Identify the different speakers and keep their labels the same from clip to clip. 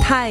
Speaker 1: 太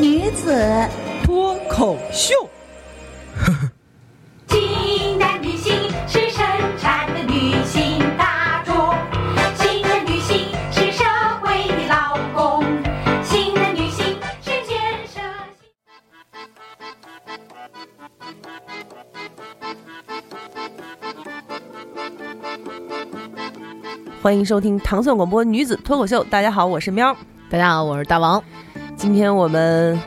Speaker 2: 女子
Speaker 1: 脱口秀，
Speaker 3: 新的女性是生产的女性大众，新的女性是社会的劳工，新的女性是建设。
Speaker 1: 欢迎收听糖蒜广播女子脱口秀。大家好，我是喵。
Speaker 4: 大家好，我是大王。
Speaker 1: 今天我们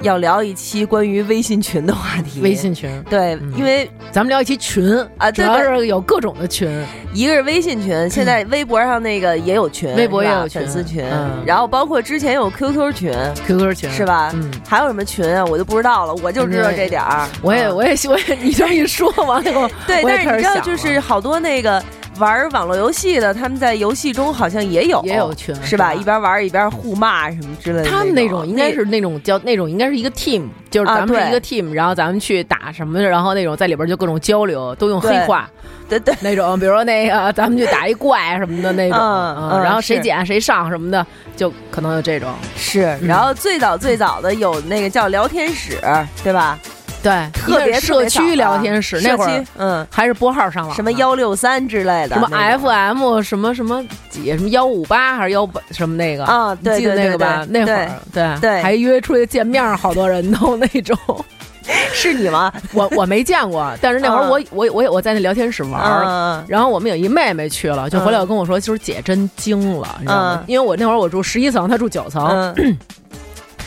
Speaker 1: 要聊一期关于微信群的话题。
Speaker 4: 微信群，
Speaker 1: 对，
Speaker 4: 嗯
Speaker 1: 因为
Speaker 4: 咱们聊一期群
Speaker 1: 啊
Speaker 4: 主
Speaker 1: 对
Speaker 4: 要
Speaker 1: 对
Speaker 4: 是有各种的群，
Speaker 1: 一个是微信群，现在微博上那个也有群，
Speaker 4: 微博
Speaker 1: 是吧
Speaker 4: 也有群
Speaker 1: 粉丝群，
Speaker 4: 嗯
Speaker 1: 然后包括之前有 QQ 群，
Speaker 4: QQ 群
Speaker 1: 是吧？
Speaker 4: 嗯，
Speaker 1: 还有什么群啊？我就不知道了，我就知道这点儿。
Speaker 4: 我也，
Speaker 1: 嗯
Speaker 4: 我也，我也，你这么一说， 完了以后，
Speaker 1: 对，
Speaker 4: 我也
Speaker 1: 但是
Speaker 4: 开
Speaker 1: 你
Speaker 4: 始
Speaker 1: 知道，
Speaker 4: 想
Speaker 1: 就是
Speaker 4: 了
Speaker 1: 好多那个玩网络游戏的，他们在游戏中好像也有
Speaker 4: 也有群
Speaker 1: 是吧？
Speaker 4: 是吧
Speaker 1: 一边玩一边互骂什么之类的种。
Speaker 4: 他们那种应该是那种叫那种应该是一个 team，就是
Speaker 1: 啊
Speaker 4: 咱们是一
Speaker 1: 对
Speaker 4: 个 team，然后咱们去打什么的，然后那种在里边就各种交流，都用黑
Speaker 1: 对
Speaker 4: 话
Speaker 1: 那对对
Speaker 4: 那种，比如说那个咱们去打一怪什么的那种，
Speaker 1: 嗯嗯
Speaker 4: 然后谁
Speaker 1: 是
Speaker 4: 捡谁上什么的，就可能有这种，
Speaker 1: 是。
Speaker 4: 嗯
Speaker 1: 然后最早最早的有那个叫聊天室，对吧？
Speaker 4: 对，
Speaker 1: 特别
Speaker 4: 一个社
Speaker 1: 特别
Speaker 4: 区
Speaker 1: 早啊
Speaker 4: 聊天室
Speaker 1: 社
Speaker 4: 那会
Speaker 1: 区
Speaker 4: 儿
Speaker 1: 嗯，
Speaker 4: 还是拨号上网，啊
Speaker 1: 什么。幺六三之类的，
Speaker 4: 什么
Speaker 1: 那种
Speaker 4: FM 什么什么几什么幺五八还是幺八什么那个
Speaker 1: 啊对
Speaker 4: 你记得
Speaker 1: 对
Speaker 4: 那个吧？
Speaker 1: 对对
Speaker 4: 那会儿对
Speaker 1: 对
Speaker 4: 还约出去见面儿，好多人都那 种。
Speaker 1: 是你吗？
Speaker 4: 我我没见过，但是那会儿
Speaker 1: 嗯
Speaker 4: 我、我我我在那聊天室玩儿。
Speaker 1: 嗯
Speaker 4: 然后我们有一妹妹去了，就回来
Speaker 1: 嗯
Speaker 4: 跟我说，就是姐真惊了，你知道吗？
Speaker 1: 嗯
Speaker 4: 因为我那会儿我住十一层，她住九层，
Speaker 1: 嗯嗯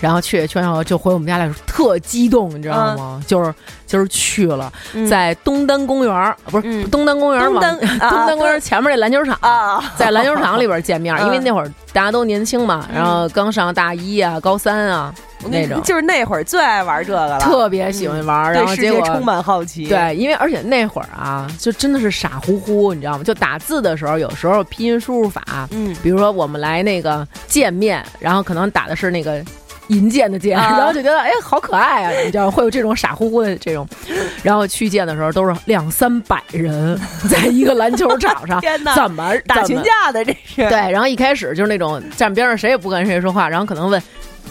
Speaker 4: 然后去去完以后就回我们家来，特激动，你知道吗？就是就是去了，
Speaker 1: 嗯
Speaker 4: 在东单公园儿，不是、
Speaker 1: 嗯
Speaker 4: 东单公园儿
Speaker 1: 东
Speaker 4: 往
Speaker 1: 单啊
Speaker 4: 东单公园儿前面那篮球场
Speaker 1: 啊，，
Speaker 4: 在篮球场里边见面因为那会儿大家都年轻嘛，
Speaker 1: 嗯
Speaker 4: 然后刚上大一啊、高三啊
Speaker 1: 我跟你
Speaker 4: 那
Speaker 1: 说
Speaker 4: 种，
Speaker 1: 就是那会儿最爱玩这个了，
Speaker 4: 特别喜欢玩儿。然
Speaker 1: 对
Speaker 4: 后
Speaker 1: 世
Speaker 4: 结
Speaker 1: 界充
Speaker 4: 果
Speaker 1: 满好奇。，
Speaker 4: 对，因为而且那会儿啊，就真的是傻乎乎，你知道吗？就打字的时候，有时候拼音输入法，
Speaker 1: 嗯，
Speaker 4: 比如说我们来那个见面，然后可能打的是那个。银剑的剑，
Speaker 1: 啊
Speaker 4: 然后就觉得哎，好可爱啊！你知道会有这种傻乎乎的这种，然后去见的时候都是两三百人， 在一个篮球场上，
Speaker 1: 天哪，
Speaker 4: 怎么
Speaker 1: 打
Speaker 4: 怎
Speaker 1: 群
Speaker 4: 么
Speaker 1: 架的这是？
Speaker 4: 对，然后一开始就是那种站边上谁也不跟谁说话，然后可能问，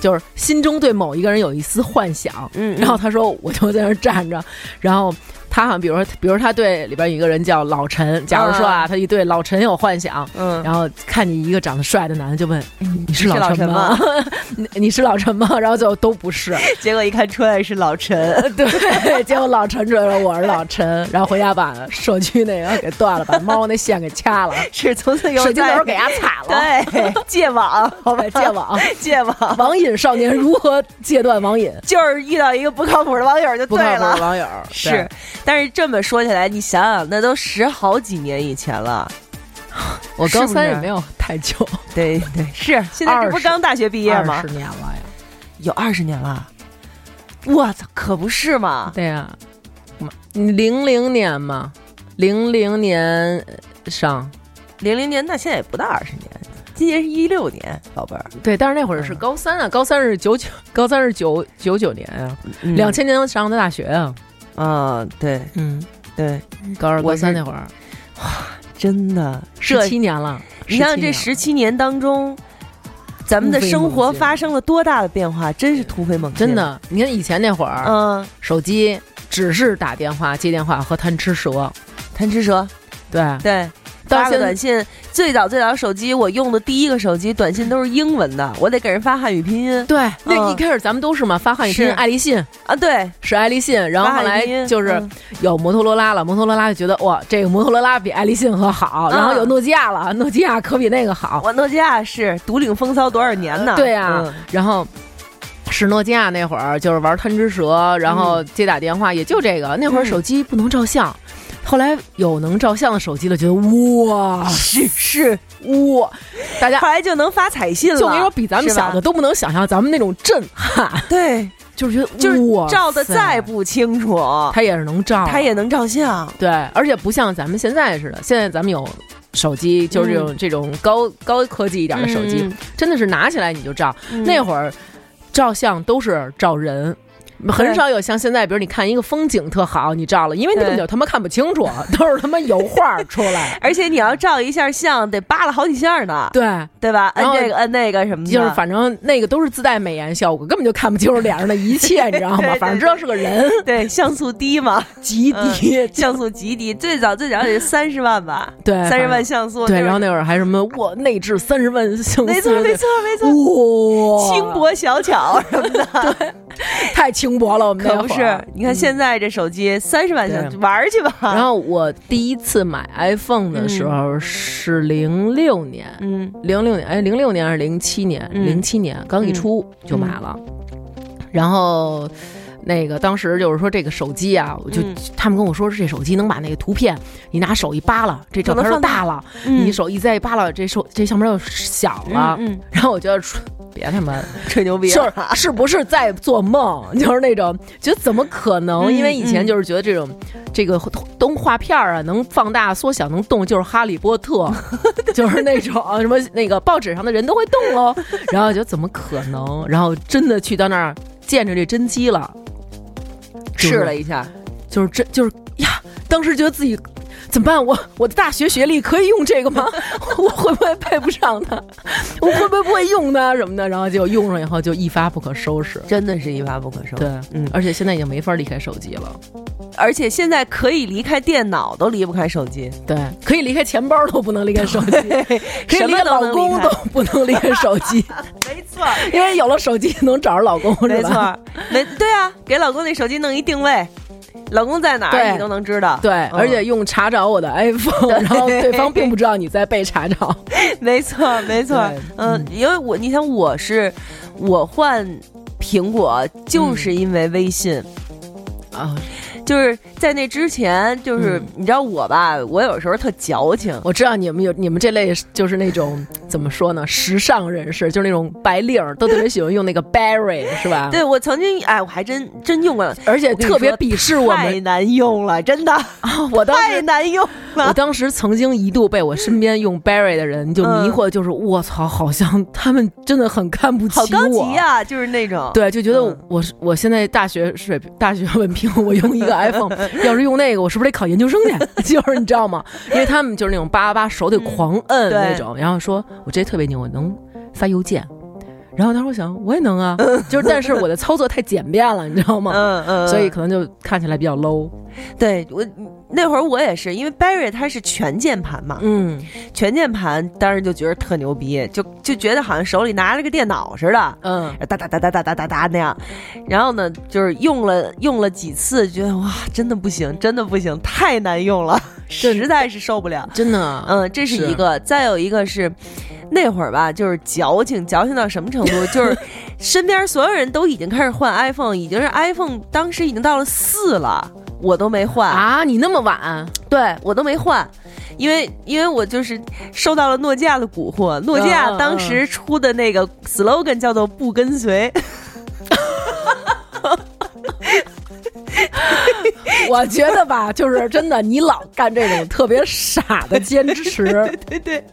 Speaker 4: 就是心中对某一个人有一丝幻想，
Speaker 1: 嗯，嗯
Speaker 4: 然后他说我就在那儿站着，然后他好像比如说，比如他对里边有一个人叫老陈，假如说啊，他一对老陈有幻想。
Speaker 1: 嗯，
Speaker 4: 然后看见一个长得帅的男的，就问：“哎你是
Speaker 1: 是老
Speaker 4: 老陈
Speaker 1: 陈
Speaker 4: 吗？你你是老陈吗？”然后就都不是，
Speaker 1: 结果一看出来是老陈，
Speaker 4: 对。结果老陈出来了，我是老陈。然后回家把社区那个给断了，把猫那线给掐了，
Speaker 1: 是从此又
Speaker 4: 手机
Speaker 1: 再
Speaker 4: 头给它踩了，
Speaker 1: 对戒网，好吧
Speaker 4: 对，，戒网。
Speaker 1: 戒网，
Speaker 4: 网瘾少年如何戒断网瘾？
Speaker 1: 就是遇到一个不靠谱的网友就
Speaker 4: 不
Speaker 1: 对
Speaker 4: 靠谱的
Speaker 1: 了。
Speaker 4: 网友
Speaker 1: 是，，但是这么说起来，你想想，那都十好几年以前了。
Speaker 4: 我
Speaker 1: 是
Speaker 4: 高
Speaker 1: 不
Speaker 4: 三
Speaker 1: 是
Speaker 4: 也没有太久，
Speaker 1: 对对，是现在这不
Speaker 4: 20
Speaker 1: 刚大学毕业吗
Speaker 4: 二？十年了呀。
Speaker 1: 有二十年了，我操，可不是嘛！
Speaker 4: 对啊呀、零零年嘛，零零年上，
Speaker 1: 零零年，那现在也不到二十年，今年是一六年，宝贝儿，
Speaker 4: 对，但是那会儿是高三啊，高三是九九，高三是九九九年啊，两
Speaker 1: 千
Speaker 4: 千年上的大学啊，
Speaker 1: 啊，对
Speaker 4: 嗯，
Speaker 1: 对，
Speaker 4: 高二
Speaker 1: 我
Speaker 4: 高
Speaker 1: 是
Speaker 4: 三那会儿，
Speaker 1: 真的，
Speaker 4: 十
Speaker 1: 这
Speaker 4: 七年了，
Speaker 1: 你看这
Speaker 4: 17
Speaker 1: 十七年当中，咱们的生
Speaker 4: 突飞
Speaker 1: 活
Speaker 4: 猛进
Speaker 1: 发生了多大的变化，真是突飞猛
Speaker 4: 年了
Speaker 1: 进，
Speaker 4: 真，的，你看以前那会儿，
Speaker 1: 嗯，
Speaker 4: 手机只是打电话、接电话和贪吃蛇，
Speaker 1: 贪吃蛇，
Speaker 4: 对，
Speaker 1: 对。
Speaker 4: 到
Speaker 1: 发个
Speaker 4: 现
Speaker 1: 短信，最早最早手机，我用的第一个手机短信都是英文的，我得给人发汉语拼音
Speaker 4: 对，那
Speaker 1: 嗯
Speaker 4: 一开始咱们都是嘛，发汉语
Speaker 1: 是
Speaker 4: 拼音爱立信
Speaker 1: 啊，对，
Speaker 4: 是爱立信，然后
Speaker 1: 发汉
Speaker 4: 后
Speaker 1: 语
Speaker 4: 来
Speaker 1: 拼音
Speaker 4: 就是
Speaker 1: 嗯
Speaker 4: 有摩托罗拉了，摩托罗拉就觉得哇，这个摩托罗拉比爱立信和好，然
Speaker 1: 嗯
Speaker 4: 后有诺基亚了，诺基亚可比那个好，
Speaker 1: 我诺基亚是独领风骚多少年呢？
Speaker 4: 对啊
Speaker 1: 嗯
Speaker 4: 然后。是诺基亚那
Speaker 1: 嗯
Speaker 4: 会儿，就是玩贪吃蛇，然后接打电话，也就这个。那会儿手机不能照相，后来有能照相的手机了，觉得哇，是是哇，大家
Speaker 1: 后来就能发彩信了。
Speaker 4: 就跟你说，比咱们
Speaker 1: 是吧
Speaker 4: 小的都不能想象咱们那种震撼，
Speaker 1: 对，
Speaker 4: 就是觉得
Speaker 1: 就是
Speaker 4: 哇塞
Speaker 1: 照的再，不清楚，
Speaker 4: 他也是能照，
Speaker 1: 他也能照相。
Speaker 4: 对，而且不像咱们现在似的，现在咱们有。手机就是这种、这种高高科技一点的手机，
Speaker 1: 嗯
Speaker 4: 真的是拿起来你就照。
Speaker 1: 嗯。
Speaker 4: 那会儿照相都是照人。很少有像现在，比如你看一个风景特好，你照了，因为根本就他妈看不清楚，都是他妈油画儿出 来
Speaker 1: 而且你要照一下相，得扒拉好几下呢，
Speaker 4: 对，
Speaker 1: 对吧？
Speaker 4: 然
Speaker 1: 摁
Speaker 4: 后
Speaker 1: 这个摁那个什么的，
Speaker 4: 就是反正那个都是自带美颜效果，根本就看不清楚脸上的一切，你知道
Speaker 1: 对对？
Speaker 4: 吗
Speaker 1: 嗯
Speaker 4: 反正知道是个人，
Speaker 1: 对像素低嘛，
Speaker 4: 极 低。
Speaker 1: 像素极低，最早最早也就三十万吧，
Speaker 4: 嗯 对
Speaker 1: 三十万像素，就
Speaker 4: 对，
Speaker 1: 是
Speaker 4: 然后那会儿还什么哇，内置三十万像素，
Speaker 1: 没错没错没错，
Speaker 4: 错哇，
Speaker 1: 轻薄小巧什么的，
Speaker 4: 太轻薄了，我们那
Speaker 1: 可不
Speaker 4: 会儿啊
Speaker 1: 是。你看现在这手机三十万像素，
Speaker 4: 嗯对
Speaker 1: 玩儿去吧。
Speaker 4: 然，后我第一次买 iPhone 的时候是零六年，
Speaker 1: 嗯
Speaker 4: 零六年哎，零六年还是零七年？
Speaker 1: 嗯
Speaker 4: 零七年刚一出就买了，然后。那个当时就是说这个手机啊，我就、
Speaker 1: 嗯
Speaker 4: 他们跟我说这手机能把那个图片，你拿手一扒拉，这照片
Speaker 1: 就
Speaker 4: 就
Speaker 1: 能放大
Speaker 4: 大了；
Speaker 1: 嗯
Speaker 4: 你手啊一再一扒拉，这手这相片就小了。
Speaker 1: 嗯，嗯
Speaker 4: 然后我觉得说别他妈
Speaker 1: 吹牛逼
Speaker 4: 是
Speaker 1: 了，
Speaker 4: 是不是在做梦？就是那种觉得怎么可能？
Speaker 1: 嗯
Speaker 4: 因为以前
Speaker 1: 嗯
Speaker 4: 就是觉得这种、这个动画片儿啊，能放大、缩小、能动，就是哈利 波特，就是那种啊什么那个报纸上的人都会动喽。然后觉得怎么可能？然后真的去到那儿见着这真机了，就是
Speaker 1: 试了一下，
Speaker 4: 就是真就是呀，当时觉得自己。怎么办？我我的大学学历可以用这个吗？ 我会不会配不上它？我会不会不会用它什么的？然后就用上以后就一发不可收拾。
Speaker 1: 真的是一发不可收
Speaker 4: 对，
Speaker 1: 嗯
Speaker 4: 而且现在已经没法离开手机了，
Speaker 1: 而且现在可以离开电脑都离不开手 机，
Speaker 4: 对，可以离开钱包都不能离开手机， 可以
Speaker 1: 什
Speaker 4: 离
Speaker 1: 么
Speaker 4: 开
Speaker 1: 都
Speaker 4: 老
Speaker 1: 能
Speaker 4: 公
Speaker 1: 离
Speaker 4: 都
Speaker 1: 开
Speaker 4: 不能离开手机，
Speaker 1: 没错，
Speaker 4: 因为有了手机能找着老公，是吧？
Speaker 1: 没错，没对啊，给老公那手机弄一定位，老公在哪儿
Speaker 4: 对
Speaker 1: 你都能知道。
Speaker 4: 对，
Speaker 1: 嗯
Speaker 4: 而且用查找我 的 iPhone，然后对方并不知道你在被查找。
Speaker 1: 没错，没错
Speaker 4: 对，
Speaker 1: 嗯
Speaker 4: 嗯，
Speaker 1: 因为我你想我是我换苹果
Speaker 4: 嗯
Speaker 1: 就是因为微信，
Speaker 4: 啊，
Speaker 1: 就是在那之前，就是、
Speaker 4: 嗯
Speaker 1: 你知道我吧，我有时候特矫情，
Speaker 4: 我知道你们有你们这类就是那种怎么说呢，时尚人士，就是那种白领儿，都特别喜欢用那个 Barry，是吧？，
Speaker 1: 对我曾经哎，我还真真用过，
Speaker 4: 而且
Speaker 1: 我跟你
Speaker 4: 特别
Speaker 1: 说
Speaker 4: 鄙视我
Speaker 1: 太
Speaker 4: 们。哦
Speaker 1: 难用了，真 的
Speaker 4: 我当时
Speaker 1: 太难用
Speaker 4: 我
Speaker 1: 了。
Speaker 4: 当时曾经一度被我身边用 Barry 的人就
Speaker 1: 嗯
Speaker 4: 迷惑，就是我操，好像他们真的很看不起
Speaker 1: 好
Speaker 4: 我。
Speaker 1: 高级呀、就是那种，
Speaker 4: 对，就觉得我
Speaker 1: 嗯
Speaker 4: 我是我现在大学水平、大学文凭，我用一 个 iPhone，要是用那个，我是不是得考研究生去？ 就是你知道吗？因为他们就是那种叭叭叭手得狂摁
Speaker 1: 嗯对
Speaker 4: 那种，然后说我这特别牛，我能发邮件。然后当时我想，我也能啊，就是但是我的操作太简便了，你知道吗？
Speaker 1: 嗯嗯，
Speaker 4: 所以可能就看起来比较 low。
Speaker 1: 对我那会儿我也是，因为 Barry 它是全键盘嘛，
Speaker 4: 嗯
Speaker 1: 全键盘当时就觉得特牛逼，就就觉得好像手里拿着个电脑似的，
Speaker 4: 嗯，
Speaker 1: 哒哒哒哒哒哒哒哒那样。然后呢，就是用了用了几次，觉得哇，真的不行，真的不行，太难用了，实在是受不了。
Speaker 4: 真的，
Speaker 1: 嗯，这是
Speaker 4: 是
Speaker 1: 一个，再有一个是。那会儿吧，就是矫情，矫情到什么程度？ 就是身边所有人都已经开始换 iPhone，已经是 iPhone，当时已经到了四了，我都没换
Speaker 4: 啊，你那么晚，
Speaker 1: 对我都没换，因为因为我就是受到了诺基亚的蛊惑。诺基亚
Speaker 4: 嗯嗯
Speaker 1: 当时出的那个 slogan 叫做“不跟随
Speaker 4: 我觉得吧，就是真的，你老干这种特别傻的坚持，”，
Speaker 1: 对对，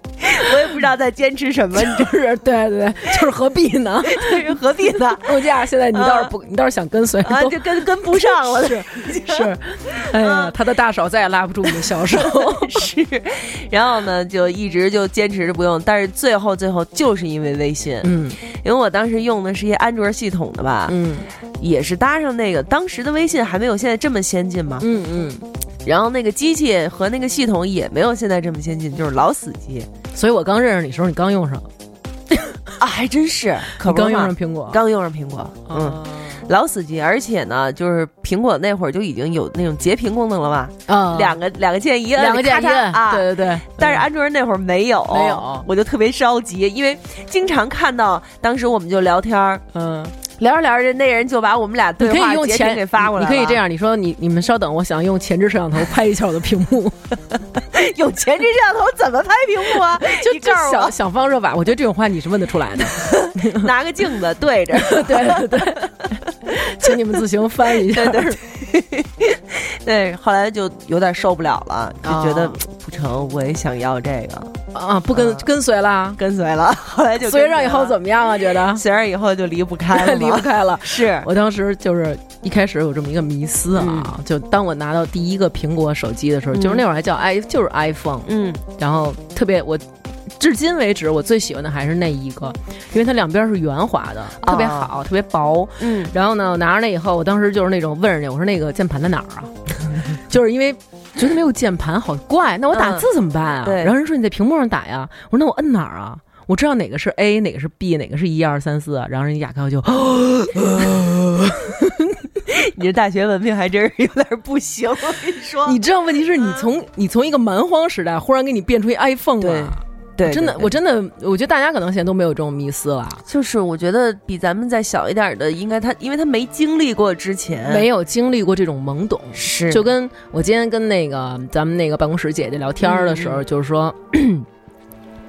Speaker 1: 我也不知道在坚持什 么，
Speaker 4: 就是对对，对就是何必 呢？
Speaker 1: 就是何必 呢？
Speaker 4: 诺基亚现在你倒是不，你倒是想跟随，
Speaker 1: 啊，
Speaker 4: 都
Speaker 1: 就啊跟跟不上了。
Speaker 4: 是是，哎呀，他的大手再也拉不住你的小手，
Speaker 1: 是，然后呢，就一直就坚持着不用，但是最后最后就是因为微信，
Speaker 4: 嗯
Speaker 1: 因为我当时用的是一安卓系统的吧，
Speaker 4: 嗯
Speaker 1: 也是搭上那个当时的微信还没有现在这么先进嘛，
Speaker 4: 嗯嗯，
Speaker 1: 然后那个机器和那个系统也没有现在这么先进，就是老死机
Speaker 4: 嗯所以我刚认识你的时候，你刚用上，
Speaker 1: 啊，还真是，可
Speaker 4: 你
Speaker 1: 不是
Speaker 4: 刚用
Speaker 1: 嘛
Speaker 4: 上苹果，
Speaker 1: 刚用上苹果，嗯，
Speaker 4: 啊
Speaker 1: 老死机，而且呢，就是苹果那会儿就已经有那种截屏功能了嘛，
Speaker 4: 啊，
Speaker 1: 哦两个两个键一摁，
Speaker 4: 两个键一
Speaker 1: 咔嚓
Speaker 4: 摁
Speaker 1: 啊，
Speaker 4: 对对对，
Speaker 1: 但是安卓人那会儿没有，
Speaker 4: 没有
Speaker 1: 我就特别着急，因为经常看到当时我们就聊天儿，
Speaker 4: 嗯
Speaker 1: 聊着聊着，那人就把我们俩
Speaker 4: 你
Speaker 1: 对
Speaker 4: 可以
Speaker 1: 话
Speaker 4: 用
Speaker 1: 截
Speaker 4: 前
Speaker 1: 屏给发过来了啊
Speaker 4: 你可以这，样，你说你你们稍等，我想用前置摄像头拍一下我的屏 幕，
Speaker 1: 有前置哎摄像头怎么拍屏幕啊？
Speaker 4: 就
Speaker 1: 你
Speaker 4: 就
Speaker 1: 告诉
Speaker 4: 想
Speaker 1: 我，
Speaker 4: 想方设法。我觉得这种话你是问得出来的，
Speaker 1: 拿个镜子对着。
Speaker 4: 对对对， 请你们自行翻译一下。对对
Speaker 1: 对， 后来就有点受不了了，就觉得
Speaker 4: 哦
Speaker 1: 不成，我也想要这个，
Speaker 4: 啊，不跟跟随啦，
Speaker 1: 跟随了。后来就
Speaker 4: 随嗯上以后
Speaker 1: 么？
Speaker 4: 怎么样啊？觉 得
Speaker 1: 随着以后就离不开了嘛，
Speaker 4: 离不开了。
Speaker 1: 是
Speaker 4: 我当时就是一开始有这么一个迷思啊，就当我拿到第一个苹果手机的时候，就是那会儿还叫 i 就是 iPhone，
Speaker 1: 嗯，
Speaker 4: 然后特别我至今为止我最喜欢的还是那一个，因为它两边是圆滑的，特别好，特别薄。
Speaker 1: 嗯，
Speaker 4: 然后呢，我拿着那以后，我当时就是那种问人家，我说那个键盘在哪儿啊？ 就是因为觉得没有键盘好怪，那我打字怎么办啊？
Speaker 1: 嗯对
Speaker 4: 然后人说你在屏幕上打呀，我说那我摁哪儿啊？我知道哪个是 A，哪个是 B，哪个是一二三四啊，然后人家雅 克就
Speaker 1: 你这大学文凭还真是有点不行，我跟你说，
Speaker 4: 你知道，问题是你从你从一个蛮荒时代，忽然给你变出一 iPhone
Speaker 1: 啊对
Speaker 4: 来，
Speaker 1: 对
Speaker 4: 真的，我真的，我觉得大家可能现在都没有这种迷思了，
Speaker 1: 就是我觉得比咱们再小一点的，应该他，因为他没经历过之前，
Speaker 4: 没有经历过这种懵懂。
Speaker 1: 是
Speaker 4: 就跟我今天跟那个咱们那个办公室姐姐聊天儿的时候，就是说。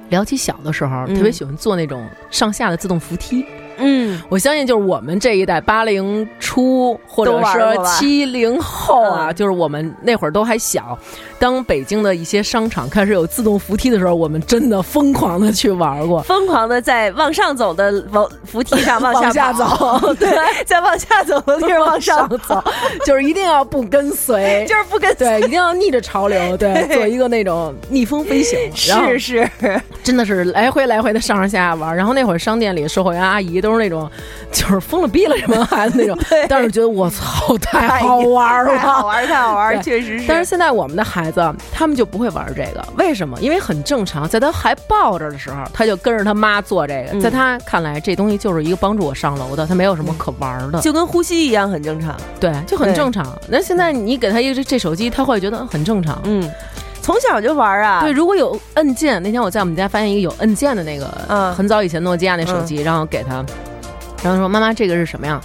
Speaker 4: 聊起小的时候，
Speaker 1: 嗯
Speaker 4: 特别喜欢坐那种上下的自动扶梯。
Speaker 1: 嗯，
Speaker 4: 我相信，就是我们这一代八零初或
Speaker 1: 都
Speaker 4: 者
Speaker 1: 玩过
Speaker 4: 是
Speaker 1: 吧
Speaker 4: 七零后啊，
Speaker 1: 嗯
Speaker 4: 就是我们那会儿都还小。当北京的一些商场开始有自动扶梯的时候，我们真的疯狂的去玩过。
Speaker 1: 疯狂的在往上走的往扶梯上往
Speaker 4: 往
Speaker 1: 下
Speaker 4: 下
Speaker 1: 跑
Speaker 4: 走
Speaker 1: 对，在往下走的地儿往上
Speaker 4: 走， 就是一定要不跟 随，
Speaker 1: 就是不跟
Speaker 4: 对，一定要逆着潮流， 对，做一个那种逆风飞行。然后
Speaker 1: 是是，
Speaker 4: 真的是来回来回的上上下下玩儿。然后那会儿商店里售货员阿姨都是那种，就是疯了逼了什么孩子那种
Speaker 1: 对，
Speaker 4: 但是觉得我操太好玩儿
Speaker 1: 太好
Speaker 4: 了。
Speaker 1: 玩儿，太好玩儿，
Speaker 4: 对
Speaker 1: 确实是。
Speaker 4: 但是现在我们的孩子，他们就不会玩这个，为什么？因为很正常，在他还抱着的时候，他就跟着他妈做这个。
Speaker 1: 嗯
Speaker 4: 在他看来，这东西就是一个帮助我上楼的，他没有什么可玩儿的。
Speaker 1: 就跟呼吸一样，很正常。
Speaker 4: 对，就很
Speaker 1: 对
Speaker 4: 正常。那现在你给他一个这这手机，他会觉得很正常。
Speaker 1: 嗯，从小就玩儿啊。
Speaker 4: 对，，如果有按键，那天我在我们家发现一个有按键的那个，
Speaker 1: 嗯
Speaker 4: 很早以前诺基亚那手机，然后给他，然后说妈妈这个是什么呀？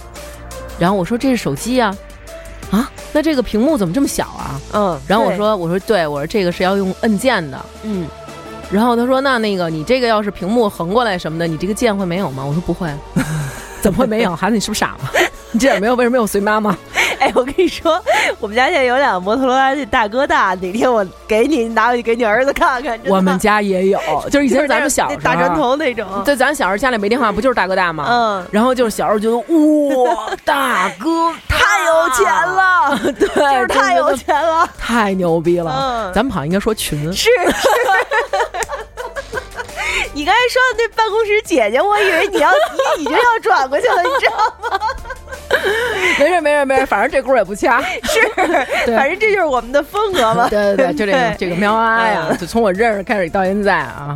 Speaker 4: 然后我说这是手机呀、啊，那这个屏幕怎么这么小啊？
Speaker 1: 嗯。
Speaker 4: 然后我
Speaker 1: 对，
Speaker 4: 说我说对，我说这个是要用按键的。
Speaker 1: 嗯，
Speaker 4: 然后他说那那个你这个要是屏幕横过来什么的，你这个键会没有吗？我说 不会，啊怎么会没有？孩子你是不是傻吗？你这点没有，为什么有随妈 妈？
Speaker 1: 哎，我跟你说，我们家现在有两个摩托罗拉这大哥大，哪天我给你拿回去给你儿子看看。真的
Speaker 4: 我们家也有，就是以
Speaker 1: 就
Speaker 4: 前
Speaker 1: 是
Speaker 4: 咱们小时
Speaker 1: 那
Speaker 4: 候啊
Speaker 1: 大砖头那种，
Speaker 4: 对，咱小时候家里没电话，不就是大哥大吗？
Speaker 1: 嗯
Speaker 4: 然后就是小时候觉得哇，大哥
Speaker 1: 太有钱，
Speaker 4: 啊
Speaker 1: 了，
Speaker 4: 对，
Speaker 1: 就是太有
Speaker 4: 真的
Speaker 1: 钱了。
Speaker 4: 太牛逼了。
Speaker 1: 嗯
Speaker 4: 咱们好像应该说群，
Speaker 1: 是是。 你刚才说的那办公室姐姐，我以为你要你已经要转过去了，你知道吗？
Speaker 4: 没事没事没事，反正这锅也不 掐。
Speaker 1: 是，反正这就是我们的风格嘛。
Speaker 4: 对对对，就这个这个喵啊呀，
Speaker 1: 嗯
Speaker 4: 就从我认识开始到现在啊，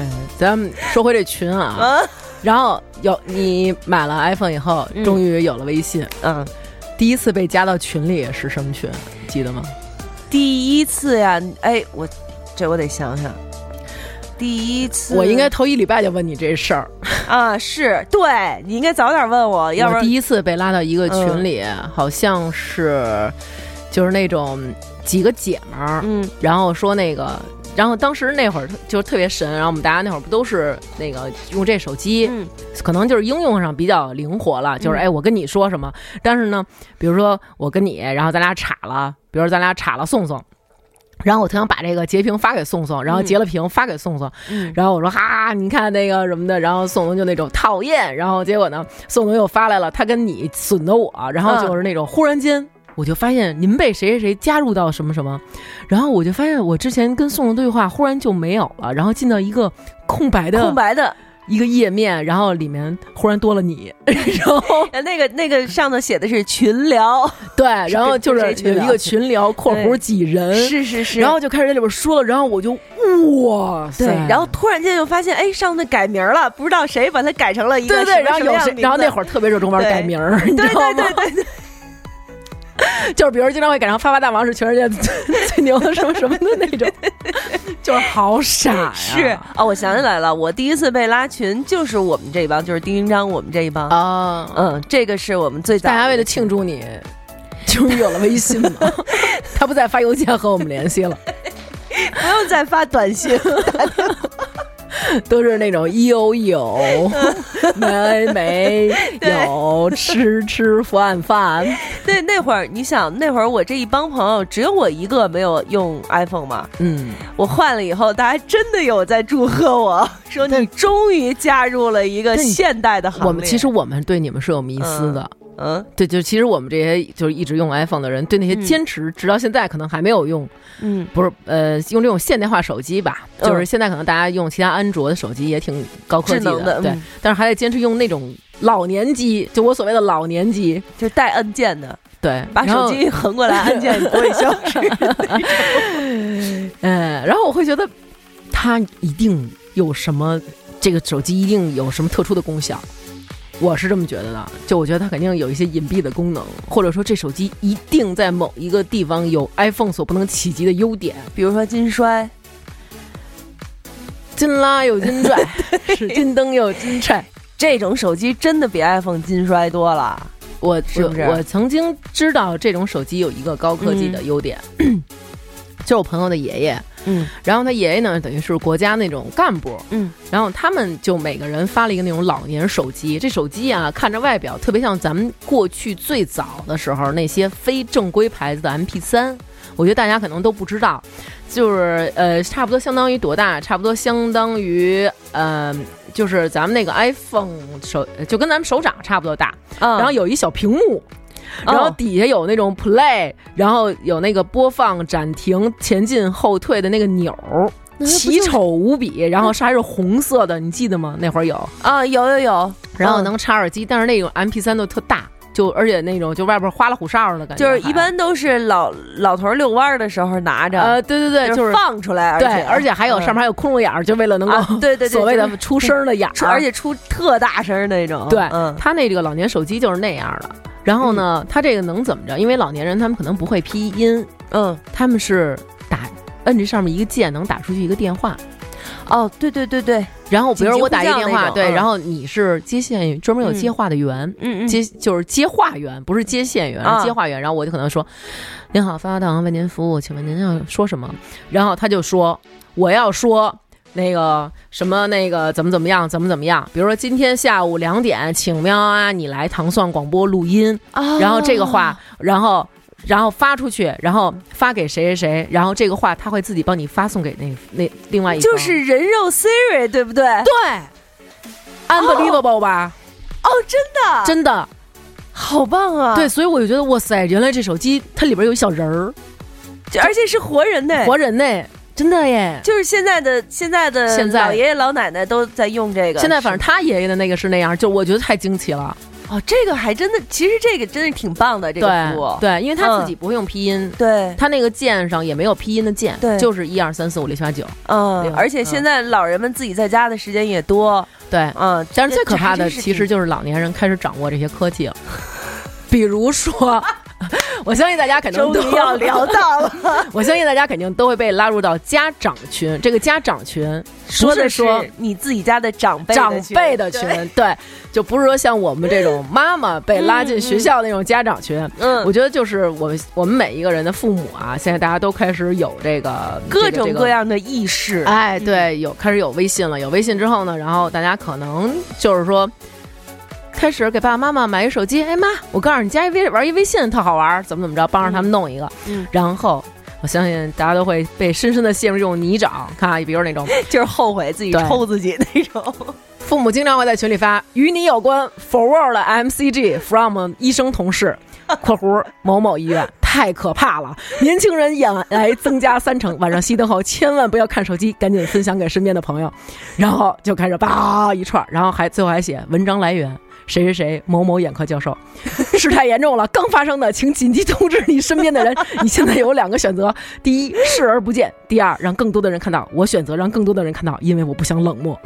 Speaker 4: 嗯，咱们说回这群啊，
Speaker 1: 嗯
Speaker 4: 然后有你买了 iPhone 以后，终于有了微信，
Speaker 1: 嗯，
Speaker 4: 第一次被加到群里是什么群？记得吗？
Speaker 1: 第一次呀，哎，我这我得想想。第一次，
Speaker 4: 我应该头一礼拜就问你这事儿，
Speaker 1: 啊，是对你应该早点问我，要不
Speaker 4: 我
Speaker 1: 然嗯
Speaker 4: 第一次被拉到一个群里，好像是就是那种几个姐们儿，
Speaker 1: 嗯
Speaker 4: 然后说那个，然后当时那会儿就是特别神，然后我们大家那会儿不都是那个用这手机，
Speaker 1: 嗯
Speaker 4: 可能就是应用上比较灵活了，就是、
Speaker 1: 嗯
Speaker 4: 哎，我跟你说什么，但是呢，比如说我跟你，然后咱俩岔了，比如说咱俩岔了宋宋。然后我特想把这个截屏发给宋宋，然后截了屏发给宋宋，
Speaker 1: 嗯
Speaker 4: 然后我说哈，你看那个什么的，然后宋总就那种讨厌，然后结果呢，宋总又发来了，他跟你损的我，然后就是那种忽然间。我就发现您被谁谁谁加入到什么什么，然后我就发现我之前跟宋总对话忽然就没有了，然后进到一个空白的
Speaker 1: 空白的，
Speaker 4: 一个页面，然后里面忽然多了你，然后
Speaker 1: 呃那个那个上头写的是群聊，
Speaker 4: 对，然后就是
Speaker 1: 是
Speaker 4: 有一个群聊（括弧
Speaker 1: 对
Speaker 4: 几人），
Speaker 1: 是是是，
Speaker 4: 然后就开始在里边说了，然后我就哇塞，
Speaker 1: 对，然后突然间就发现，哎，上头改名了，不知道谁把它改成了一个
Speaker 4: 对
Speaker 1: 什
Speaker 4: 对，
Speaker 1: 么
Speaker 4: 然后
Speaker 1: 什么
Speaker 4: 有
Speaker 1: 样
Speaker 4: 谁
Speaker 1: 的，名
Speaker 4: 然后那
Speaker 1: 字
Speaker 4: 会儿特别热衷玩
Speaker 1: 对
Speaker 4: 改名儿，你知
Speaker 1: 对
Speaker 4: 道吗？
Speaker 1: 对对对 对，
Speaker 4: 就是比如经常会改成发发大王是全世界最最牛的什么什么的那种，就是好傻呀！
Speaker 1: 是啊、我想起来了，我第一次被拉群就是我们这一帮，就是丁丁章我们这一帮。
Speaker 4: 啊，
Speaker 1: 嗯，这个是我们最早
Speaker 4: 大家为了庆祝你，终于有了微信嘛， 他不再发邮件和我们联系了，
Speaker 1: 不用再发短信，
Speaker 4: 都是那种有有没 没有吃吃饭饭，
Speaker 1: 对，那会儿你想，那会儿我这一帮朋友只有我一个没有用 iPhone 嘛，
Speaker 4: 嗯，
Speaker 1: 我换了以后，大家真的有在祝贺 我，说你终于加入了一个
Speaker 4: 但你
Speaker 1: 现代的行列。
Speaker 4: 我们其实我们对你们是有迷思的。
Speaker 1: 嗯
Speaker 4: 对，就其实我们这些就是一直用 iPhone 的人，对那些
Speaker 1: 嗯
Speaker 4: 坚持直到现在可能还没有用，
Speaker 1: 嗯
Speaker 4: 不是呃，用这种现代化手机吧，
Speaker 1: 嗯
Speaker 4: 就是现在可能大家用其他安卓的手机也挺高科技
Speaker 1: 智能的
Speaker 4: 对
Speaker 1: 嗯，
Speaker 4: 但是还得坚持用那种老年机，就我所谓的老年机，
Speaker 1: 就带按键的，
Speaker 4: 对，
Speaker 1: 把
Speaker 4: 然
Speaker 1: 手
Speaker 4: 后
Speaker 1: 机横过来，按 键不会消失。
Speaker 4: 嗯，然后我会觉得它一定有什么，这个手机一定有什么特殊的功效，我是这么觉得的。就我觉得它肯定有一些隐蔽的功能，或者说这手机一定在某一个地方有 iPhone 所不能企及的优点。
Speaker 1: 比如说金摔，
Speaker 4: 金拉有金拽，是金灯有金踹。
Speaker 1: 这种手机真的比 iPhone 金摔多了。
Speaker 4: 我
Speaker 1: 是不是
Speaker 4: 我我曾经知道这种手机有一个高科技的 优点，就是我朋友的爷爷，
Speaker 1: 嗯
Speaker 4: 然后他爷爷呢，等于是国家那种干部，
Speaker 1: 嗯，
Speaker 4: 然后他们就每个人发了一个那种老年手机，这手机啊，看着外表特别像咱们过去最早的时候那些非正规牌子的 MP 三，我觉得大家可能都不知道，就是呃，差不多相当于多大？差不多相当于呃，就是咱们那个 iPhone 手，就跟咱们手掌差不多大，
Speaker 1: 啊，
Speaker 4: 然后有一小屏幕。然后底下有那种 play，然后有那个播放、暂停、前进、后退的那个钮儿，奇丑无比。然后是还是红色的，你记得吗？那会儿有，嗯
Speaker 1: 啊，有有有，嗯
Speaker 4: 然后能插耳机，但是那种 MP 三都特大，就而且那种就外边花里胡哨的感觉
Speaker 1: 就
Speaker 4: 还，
Speaker 1: 是一般都是老老头儿遛弯儿的时候拿着，
Speaker 4: 呃，对对对，
Speaker 1: 就
Speaker 4: 就是
Speaker 1: 放出来，而且
Speaker 4: 对，而且还有
Speaker 1: 嗯
Speaker 4: 上面还有窟窿眼儿，就为了能
Speaker 1: 啊
Speaker 4: 够
Speaker 1: 对对对
Speaker 4: 所谓
Speaker 1: 就
Speaker 4: 的
Speaker 1: 是
Speaker 4: 出声儿的眼
Speaker 1: 出
Speaker 4: 儿，
Speaker 1: 而且出特大声儿那种。
Speaker 4: 对，
Speaker 1: 嗯
Speaker 4: 他那这个老年手机就是那样的。然后呢，他这个能怎么着？因为老年人他们可能不会拼音，
Speaker 1: 嗯，
Speaker 4: 他们是打摁这上面一个键能打出去一个电话。
Speaker 1: 哦，对对对对，
Speaker 4: 然后比如
Speaker 1: 紧急
Speaker 4: 我打一个
Speaker 1: 呼叫
Speaker 4: 电话，
Speaker 1: 那种
Speaker 4: 对，
Speaker 1: 嗯
Speaker 4: 然后你是接线专门有接话的员。
Speaker 1: 嗯嗯，
Speaker 4: 接就是接话员，不是接线员，
Speaker 1: 啊
Speaker 4: 是接话员。然后我就可能说：“您好，发发大王为您服务，请问您要说什么？”然后他就说：“我要说那个什么那个怎么怎么样，怎么怎么样。比如说今天下午两点，请喵啊你来糖蒜广播录音。
Speaker 1: 啊哦
Speaker 4: 然后这个话，然后然后发出去，然后发给谁谁谁，然后这个话他会自己帮你发送给那那另外一方
Speaker 1: 就是人肉 Siri，对不对？
Speaker 4: 对，unbelievable 吧？
Speaker 1: 哦，真的，
Speaker 4: 真的，
Speaker 1: 好棒啊！
Speaker 4: 对，，所以我就觉得哇塞，原来这手机它里边有一小人儿，
Speaker 1: 而且是活人的，
Speaker 4: 活人呢，真的耶。
Speaker 1: 就是现在的现在的
Speaker 4: 现在
Speaker 1: 老爷爷老奶奶都在用这个。
Speaker 4: 现在反正他爷爷的那个是那样，就我觉得太惊奇了。
Speaker 1: 哦，这个还真的，其实这个真是挺棒的，这个服务
Speaker 4: 对。对，因为他自
Speaker 1: 嗯
Speaker 4: 己不会用拼音，
Speaker 1: 对，
Speaker 4: 他那个键上也没有拼音的键，
Speaker 1: 对
Speaker 4: 就是一二三四五六七八九。
Speaker 1: 嗯
Speaker 4: 对，吧
Speaker 1: 而且现在老人们自己在家的时间也多，
Speaker 4: 对，
Speaker 1: 嗯，
Speaker 4: 但是最可
Speaker 1: 这
Speaker 4: 怕
Speaker 1: 还
Speaker 4: 的
Speaker 1: 真是
Speaker 4: 其实就是老年人开始掌握这些科技了， 比如说。 我相信大家肯定
Speaker 1: 终
Speaker 4: 都
Speaker 1: 于要聊到了，
Speaker 4: 我相信大家肯定都会被拉入到家长群。这个家长群
Speaker 1: 说
Speaker 4: 不是
Speaker 1: 的
Speaker 4: 说
Speaker 1: 是你自己家的长辈的
Speaker 4: 长
Speaker 1: 群
Speaker 4: 辈的
Speaker 1: 对
Speaker 4: 群，对，就不是说像我们这种妈妈被拉进学校那种家长群。
Speaker 1: 嗯
Speaker 4: 我觉得就是我们我们每一个人的父母啊，现在大家都开始有这个
Speaker 1: 各种各。
Speaker 4: 这个这个
Speaker 1: 样的嗯意识，
Speaker 4: 哎，对，有开始有微信了，有微信之后呢，然后大家可能就是说，开始给爸爸妈妈买一手机。哎妈，我告诉你，加一微玩一微信特好玩儿，怎么怎么着，帮着他们弄一个。
Speaker 1: 嗯嗯
Speaker 4: 然后我相信大家都会被深深的陷入这种泥沼。看啊，比如那种
Speaker 1: 就是后悔自己
Speaker 4: 对
Speaker 1: 抽自己那种。
Speaker 4: 父母经常会在群里发与你有关 forward 的 MCG from 医生同事（括弧某某医院）。太可怕了！年轻人眼癌增加三成，晚上熄灯后千万不要看手机，赶紧分享给身边的朋友。然后就开始叭一串儿，然后还最后还写文章来源谁谁谁某某眼科教授，事态严重了，刚发生的，请紧急通知你身边的人。你现在有两个选择：第一，视而不见；第二，让更多的人看到。我选择让更多的人看到，因为我不想冷漠。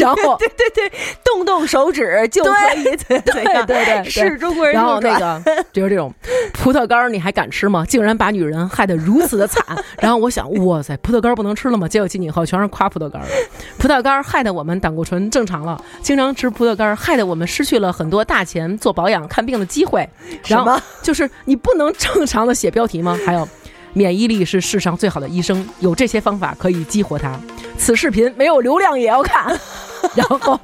Speaker 4: 然后
Speaker 1: 对对对，动动手指就可以怎怎
Speaker 4: 对
Speaker 1: 样？
Speaker 4: 对对对
Speaker 1: 是中国人
Speaker 4: 然后
Speaker 1: 这么
Speaker 4: 那
Speaker 1: 转。
Speaker 4: 个 就是这种葡萄干，儿，你还敢吃吗？竟然把女人害得如此的 惨。然后我想，哇塞，葡萄干儿不能吃了吗？结果进去以后全是夸葡萄干儿的，葡萄干儿害得我们胆固醇正常了，经常吃葡萄干儿害得我们失去了很多大钱做保养、看病的机会。
Speaker 1: 什
Speaker 4: 然后
Speaker 1: 么
Speaker 4: 就是你不能正常的写标题吗？还有。免疫力是世上最好的医生，有这些方法可以激活它。此视频没有流量也要看，然后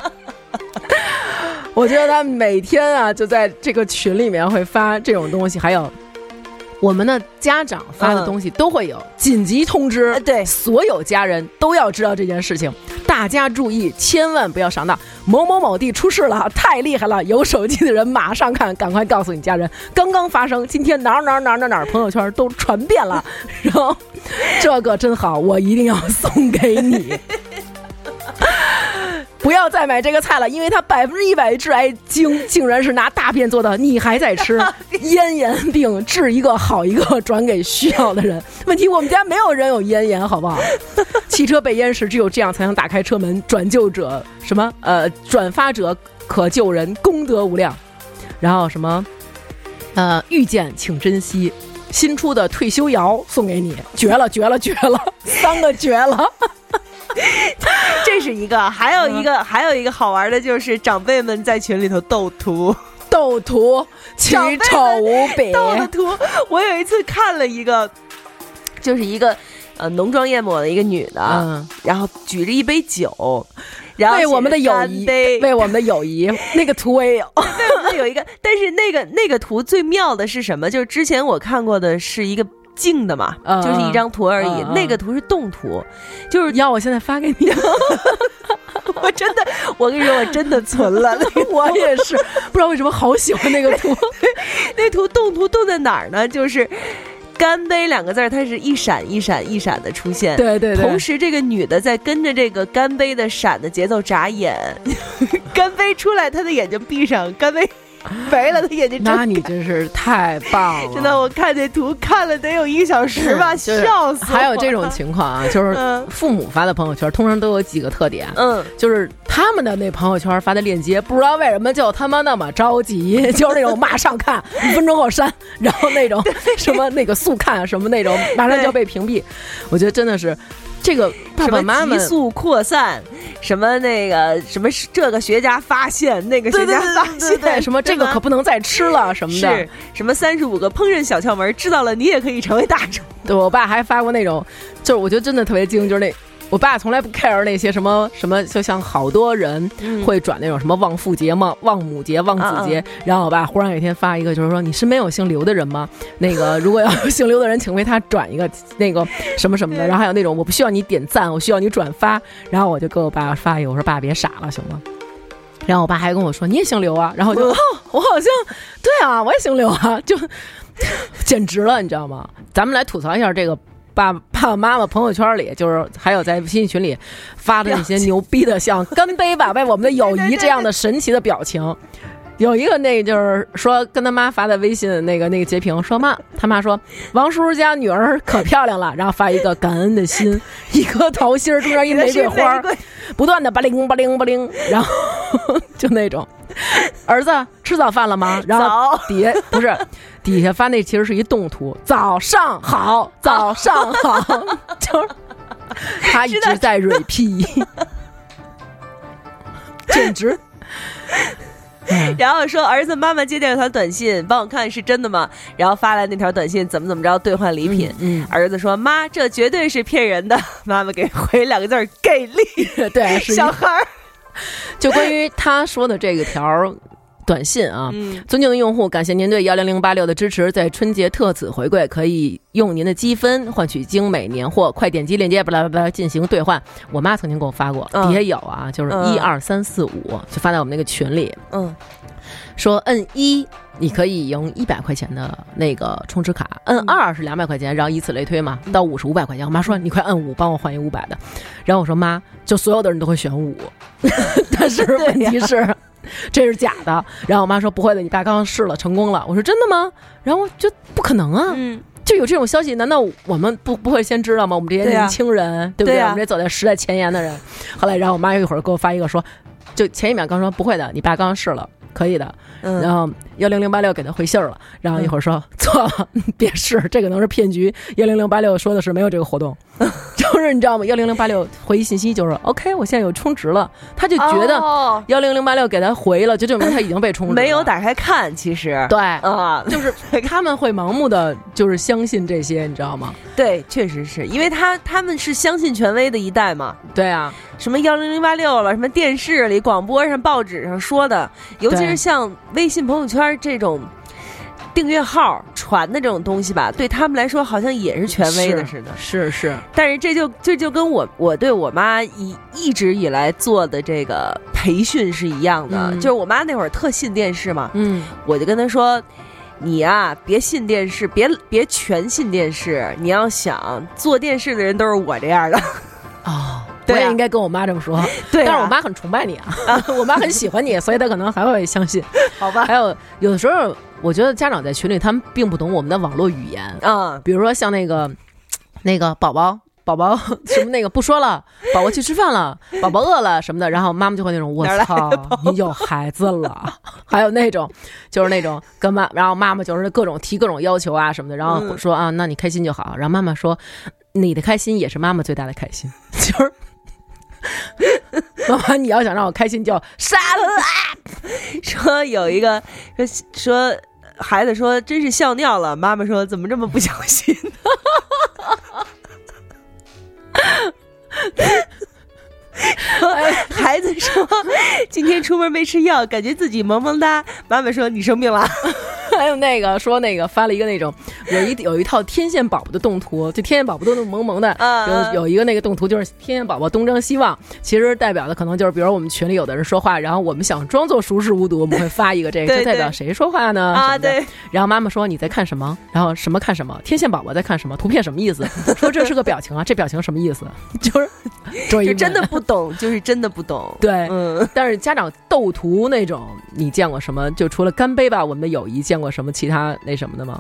Speaker 4: 我觉得他每天啊就在这个群里面会发这种东西，还有我们的家长发的东西都会有紧急通知
Speaker 1: 呃，对
Speaker 4: 所有家人都要知道这件事情，大家注意，千万不要上当。某某某地出事了，太厉害了！有手机的人马上看，赶快告诉你家人，刚刚发生，今天哪儿哪儿哪儿哪儿哪儿朋友圈都传遍了， 然后这个真好，我一定要送给你。不要再买这个菜了，因为它百分之一百致癌精，竟然是拿大便做的，你还在吃咽炎病，治一个好一个，转给需要的人。问题我们家没有人有咽炎，好不好？汽车被淹时，只有这样才能打开车门，转救者什么呃，转发者可救人，功德无量。然后什么呃，遇见请珍惜。新出的退休摇送给你，绝了绝了绝了，三个绝了！
Speaker 1: 这是一个，还
Speaker 4: 嗯
Speaker 1: 有一个，还有一个好玩的就是长辈们在群里头斗图，
Speaker 4: 斗图奇
Speaker 1: 长辈们
Speaker 4: 丑无比，
Speaker 1: 斗的图。我有一次看了一个，就是一个呃浓妆艳抹的一个女的，
Speaker 4: 嗯
Speaker 1: 然后举着一杯酒，然后
Speaker 4: 为我们的
Speaker 1: 写着
Speaker 4: 友
Speaker 1: 干
Speaker 4: 谊，
Speaker 1: 杯
Speaker 4: 为我们的友 谊，那个图我也有。
Speaker 1: 对，我 们有一个，但是那个那个图最妙的是什么？就是之前我看过的是一个静的嘛，
Speaker 4: 嗯
Speaker 1: 就是一张图而已。
Speaker 4: 嗯嗯
Speaker 1: 那个图是动图，就是
Speaker 4: 要我现在发给你，
Speaker 1: 我真的，我跟你说，我真的存了那个
Speaker 4: 我也是，不知道为什么好喜欢那个图。
Speaker 1: 那图动图动在哪儿呢？就是“干杯”两个字儿，它是一闪一闪一闪的出现。。
Speaker 4: 对对对，
Speaker 1: 同时，这个女的在跟着这个干杯的闪的节奏眨眼，干杯出来，她的眼睛闭上；干 杯没了，她眼睛睁
Speaker 4: 那你真是太棒了，
Speaker 1: 真的，我看这图看了得有一个小时吧，
Speaker 4: 就是
Speaker 1: 笑死！
Speaker 4: 还有这种，情况啊，就是
Speaker 1: 嗯
Speaker 4: 父母发的朋友圈，通常都有几个特点。
Speaker 1: 嗯，
Speaker 4: 就是他们的那朋友圈发的链接，不知道为什么就他妈那么着急， 就是那种马上 看，五分钟后删，然后那种什么那个速看什么那种，马上就要被屏蔽。我觉得真的是这个爸
Speaker 1: 什
Speaker 4: 爸
Speaker 1: 么
Speaker 4: 妈妈
Speaker 1: 急速扩散，什么那个什么这个学家发现，那个学家发现，
Speaker 4: 对对，什么这个可不能再吃了什么的
Speaker 1: 是。什么三十五个烹饪小窍门，知道了你也可以成为大厨。
Speaker 4: 对我爸还发过那种，就是我觉得真的特别惊，就是那。我爸从来不 care 那些什么什么，就像好多人会转那种什么旺父节嘛、旺母节、旺子节。然后我爸忽然有一天发一个，就是说你身边有姓刘的人吗？那个如果要 有姓刘的人，请为他转一个那个什么什么的。然后还有那种我不需要你点赞，我需要你转发。然后我就给我爸发一个，我说爸别傻了行吗？然后我爸还跟我说你也姓刘啊，然后我就、哦我好像对啊，我也姓刘啊，就 简直了，你知道吗？咱们来吐槽一下这个爸爸爸妈妈朋友圈里，就是还有在微信群里发的那些牛逼的，像干杯吧，为我们的友谊这样的神奇的表情。有一个那就是说跟他妈发的微信那个那个截屏，说妈他妈说王叔叔家女儿可漂亮了，然后发一个感恩的心，一颗桃心儿中间一玫瑰花儿，不断的吧铃吧铃吧铃，然后 就那种儿子吃早饭了吗？然后
Speaker 1: 早
Speaker 4: 底下不是底下发那其实是一动图，早上好，早上好，就是他一直在 repeat，简直 嗯
Speaker 1: 然后说儿子妈妈接到一条短信，帮我看是真的吗？然后发来那条短信怎么怎么着兑换礼品。
Speaker 4: 嗯
Speaker 1: 儿子说妈，这绝对是骗人的。妈妈给回两个字儿给力。
Speaker 4: 对，是一
Speaker 1: 小孩儿，
Speaker 4: 就关于他说的这个条儿短信啊，
Speaker 1: 嗯，
Speaker 4: 尊敬的用户，感谢您对幺零零八六的支持，在春节特此回馈，可以用您的积分换取精美年货，快点击链接，巴拉巴拉进行兑换。我妈曾经给我发过，
Speaker 1: 嗯
Speaker 4: 底下有啊，就是
Speaker 1: 嗯
Speaker 4: 一二三四五，就发在我们那个群里，
Speaker 1: 嗯，
Speaker 4: 说摁一。你可以赢一百块钱的那个充值卡，摁
Speaker 1: 嗯
Speaker 4: 二是两百块钱，然后以此类推嘛，到五是五百块钱。我妈说你快摁五，帮我换一五百的。然后我说妈，就所有的人都会选五， 但是问题是、这是假的。然后我妈说不会的，你爸刚刚试了，成功了。我说真的吗？然后我就不可能啊，
Speaker 1: 嗯
Speaker 4: 就有这种消息，难道我们不不会先知道吗？我们这些
Speaker 1: 对呀
Speaker 4: 年轻人，对不
Speaker 1: 对呀
Speaker 4: 我们这走在时代前沿的人。后来，然后我妈一会儿给我发一个说，就前一秒刚说不会的，你爸刚试了，可以的。然
Speaker 1: 嗯，
Speaker 4: 后幺零零八六给他回信儿了，然后一会儿说、 错了，别试，这个能是骗局。幺零零八六说的是没有这个活动， 就是你知道吗？幺零零八六回信息就是 OK，我现在有充值了，他就觉得
Speaker 1: 哦
Speaker 4: 幺零零八六给他回了，就证明他已经被充值了
Speaker 1: 没有打开看，其实
Speaker 4: 对。
Speaker 1: 啊，
Speaker 4: 就是他们会盲目的，就是相信这些，你知道吗？
Speaker 1: 对，确实是因为他他们是相信权威的一代嘛，
Speaker 4: 对啊，
Speaker 1: 什么幺零零八六了，什么电视里、广播上、报纸上说的，尤其
Speaker 4: 对
Speaker 1: 是像微信朋友圈这种订阅号传的这种东西吧，对他们来说好像也是权威的
Speaker 4: 是
Speaker 1: 似的。
Speaker 4: 是是，
Speaker 1: 但是这就这就跟我我对我妈一一直以来做的这个培训是一样的，
Speaker 4: 嗯
Speaker 1: 就是我妈那会儿特信电视嘛，
Speaker 4: 嗯，
Speaker 1: 我就跟她说。你啊，别信电视，别别全信电视。你要想做电视的人都是我这样的，
Speaker 4: 哦，我
Speaker 1: 对啊
Speaker 4: 也应该跟我妈这么说，
Speaker 1: 对啊、
Speaker 4: 但是我妈很崇拜你 啊，我妈很喜欢你，所以她可能还会相信。
Speaker 1: 好吧，
Speaker 4: 还有有的时候，我觉得家长在群里他们并不懂我们的网络语言，
Speaker 1: 嗯，
Speaker 4: 比如说像那个那个宝宝。宝宝 什么那个不说了，宝宝去吃饭了，宝宝饿了什么的，然后妈妈就会那种我
Speaker 1: 哪儿来的
Speaker 4: 操，你有孩子了， 还有那种就是那种跟妈，然后妈妈就是各种提各种要求啊什么的，然后
Speaker 1: 嗯
Speaker 4: 说啊，那你开心就好，然后妈妈说你的开心也是妈妈最大的开心， 就是妈妈你要想让我开心就杀了他，
Speaker 1: 说有一个说说孩子说真是笑尿了，妈妈说怎么这么不小心？
Speaker 4: 哎
Speaker 1: 孩子说今天出门没吃药，感觉自己萌萌哒。妈妈说你生病了，
Speaker 4: 还有那个说那个发了一个那种有一有一套天线宝宝的动图，就天线宝宝都是萌萌的，
Speaker 1: 嗯嗯
Speaker 4: 有有一个那个动图就是天线宝宝东张西望，其实代表的可能就是比如我们群里有的人说话，然后我们想装作熟视无睹，我们会发一个这个，
Speaker 1: 对
Speaker 4: 就代表
Speaker 1: 对
Speaker 4: 谁说话呢？
Speaker 1: 啊
Speaker 4: 什么的
Speaker 1: 对。
Speaker 4: 然后妈妈说你在看什么？然后什么看什么？天线宝宝在看什么？图片什么意思？说这是个表情啊，这表情什么意思？ 就是追
Speaker 1: 就
Speaker 4: 问
Speaker 1: 真的不懂，就是真的不懂。
Speaker 4: 对
Speaker 1: 嗯，
Speaker 4: 但是家长斗图那种，你见过什么？就除了干杯吧，我们的友谊见过什么其他那什么的吗？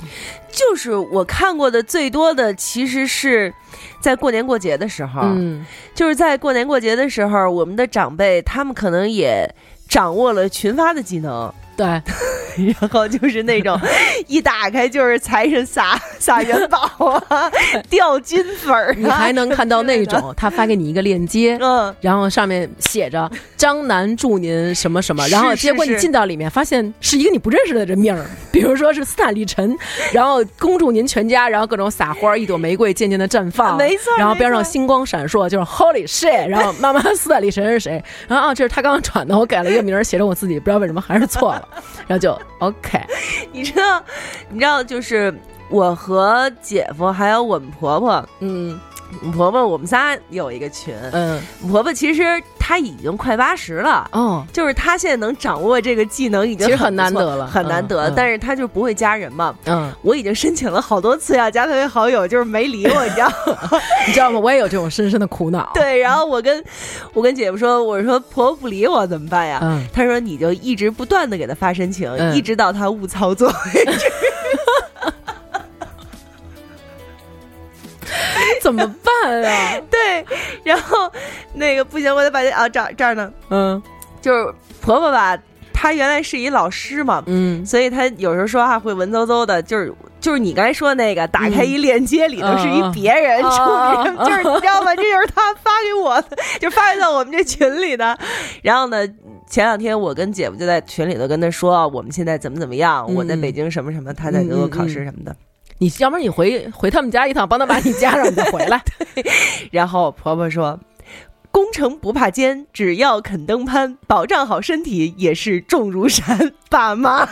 Speaker 1: 就是我看过的最多的其实是在过年过节的时候，
Speaker 4: 嗯，
Speaker 1: 就是在过年过节的时候，我们的长辈他们可能也掌握了群发的技 能。
Speaker 4: 对，
Speaker 1: 然后就是那 种一打开就是财神撒撒元宝啊，掉金粉儿、啊，
Speaker 4: 你还能看到那种 他发给你一个链接。
Speaker 1: 嗯，
Speaker 4: 然后上面写着“张楠祝您什么什么”，
Speaker 1: 是
Speaker 4: 然后结果
Speaker 1: 是
Speaker 4: 你
Speaker 1: 是
Speaker 4: 进到里面，发现是一个你不认识的人名儿， 比如说是斯坦 利陈，然后恭祝您全家，然后各种撒花，一朵玫瑰渐渐的绽放，
Speaker 1: 啊没错
Speaker 4: 然后边上
Speaker 1: 没错
Speaker 4: 星光闪烁，就是 Holy shit！然后妈妈斯坦利陈是谁？ 然后啊，这是他刚刚转的，我改了一个名儿，写着我自己，不知道为什么还是错 了，然后就 OK，
Speaker 1: 你知道，你知道，就是我和姐夫还有我们婆婆，
Speaker 4: 嗯
Speaker 1: 我们婆婆我们仨有一个群，
Speaker 4: 嗯
Speaker 1: 我婆婆其实她已经快八十了。
Speaker 4: 哦，
Speaker 1: 就是她现在能掌握这个技能已经
Speaker 4: 其实
Speaker 1: 很
Speaker 4: 很难
Speaker 1: 不错
Speaker 4: 得了
Speaker 1: 很难得。
Speaker 4: 嗯嗯
Speaker 1: 但是她就不会加人嘛，
Speaker 4: 嗯，
Speaker 1: 我已经申请了好多次要加她为好友，就是没理我，你知道吗。
Speaker 4: 你知道吗？我也有这种深深的苦恼，
Speaker 1: 对，然后我跟我跟姐夫说，我说婆婆不理我怎么办呀？
Speaker 4: 嗯。
Speaker 1: 她说你就一直不断的给她发申请，
Speaker 4: 嗯
Speaker 1: 一直到她误操作 为止。
Speaker 4: 怎么办啊？
Speaker 1: 对，然后那个不行，我得把这啊这儿这儿呢，
Speaker 4: 嗯
Speaker 1: 就是婆婆吧，她原来是一老师嘛，
Speaker 4: 嗯，
Speaker 1: 所以她有时候说话会文绉绉的，就是。就是你刚才说那个，打开一链接，里头是一
Speaker 4: 嗯嗯
Speaker 1: 别人
Speaker 4: 嗯
Speaker 1: 处理，
Speaker 4: 嗯嗯
Speaker 1: 就是你知道吗？这就是她发给我的，就发给到我们这群里的。然后呢，前两天我跟姐夫就在群里头跟她说，啊我们现在怎么怎么样，我在
Speaker 4: 嗯
Speaker 1: 北京什么什么，她在德国考试什么的。
Speaker 4: 你要不然你回回他们家一趟，帮他把你加上，你再回 来。嗯
Speaker 1: 然后婆婆说：“攻城不怕坚，只要肯登攀，保障好身体也是重如山。”爸妈，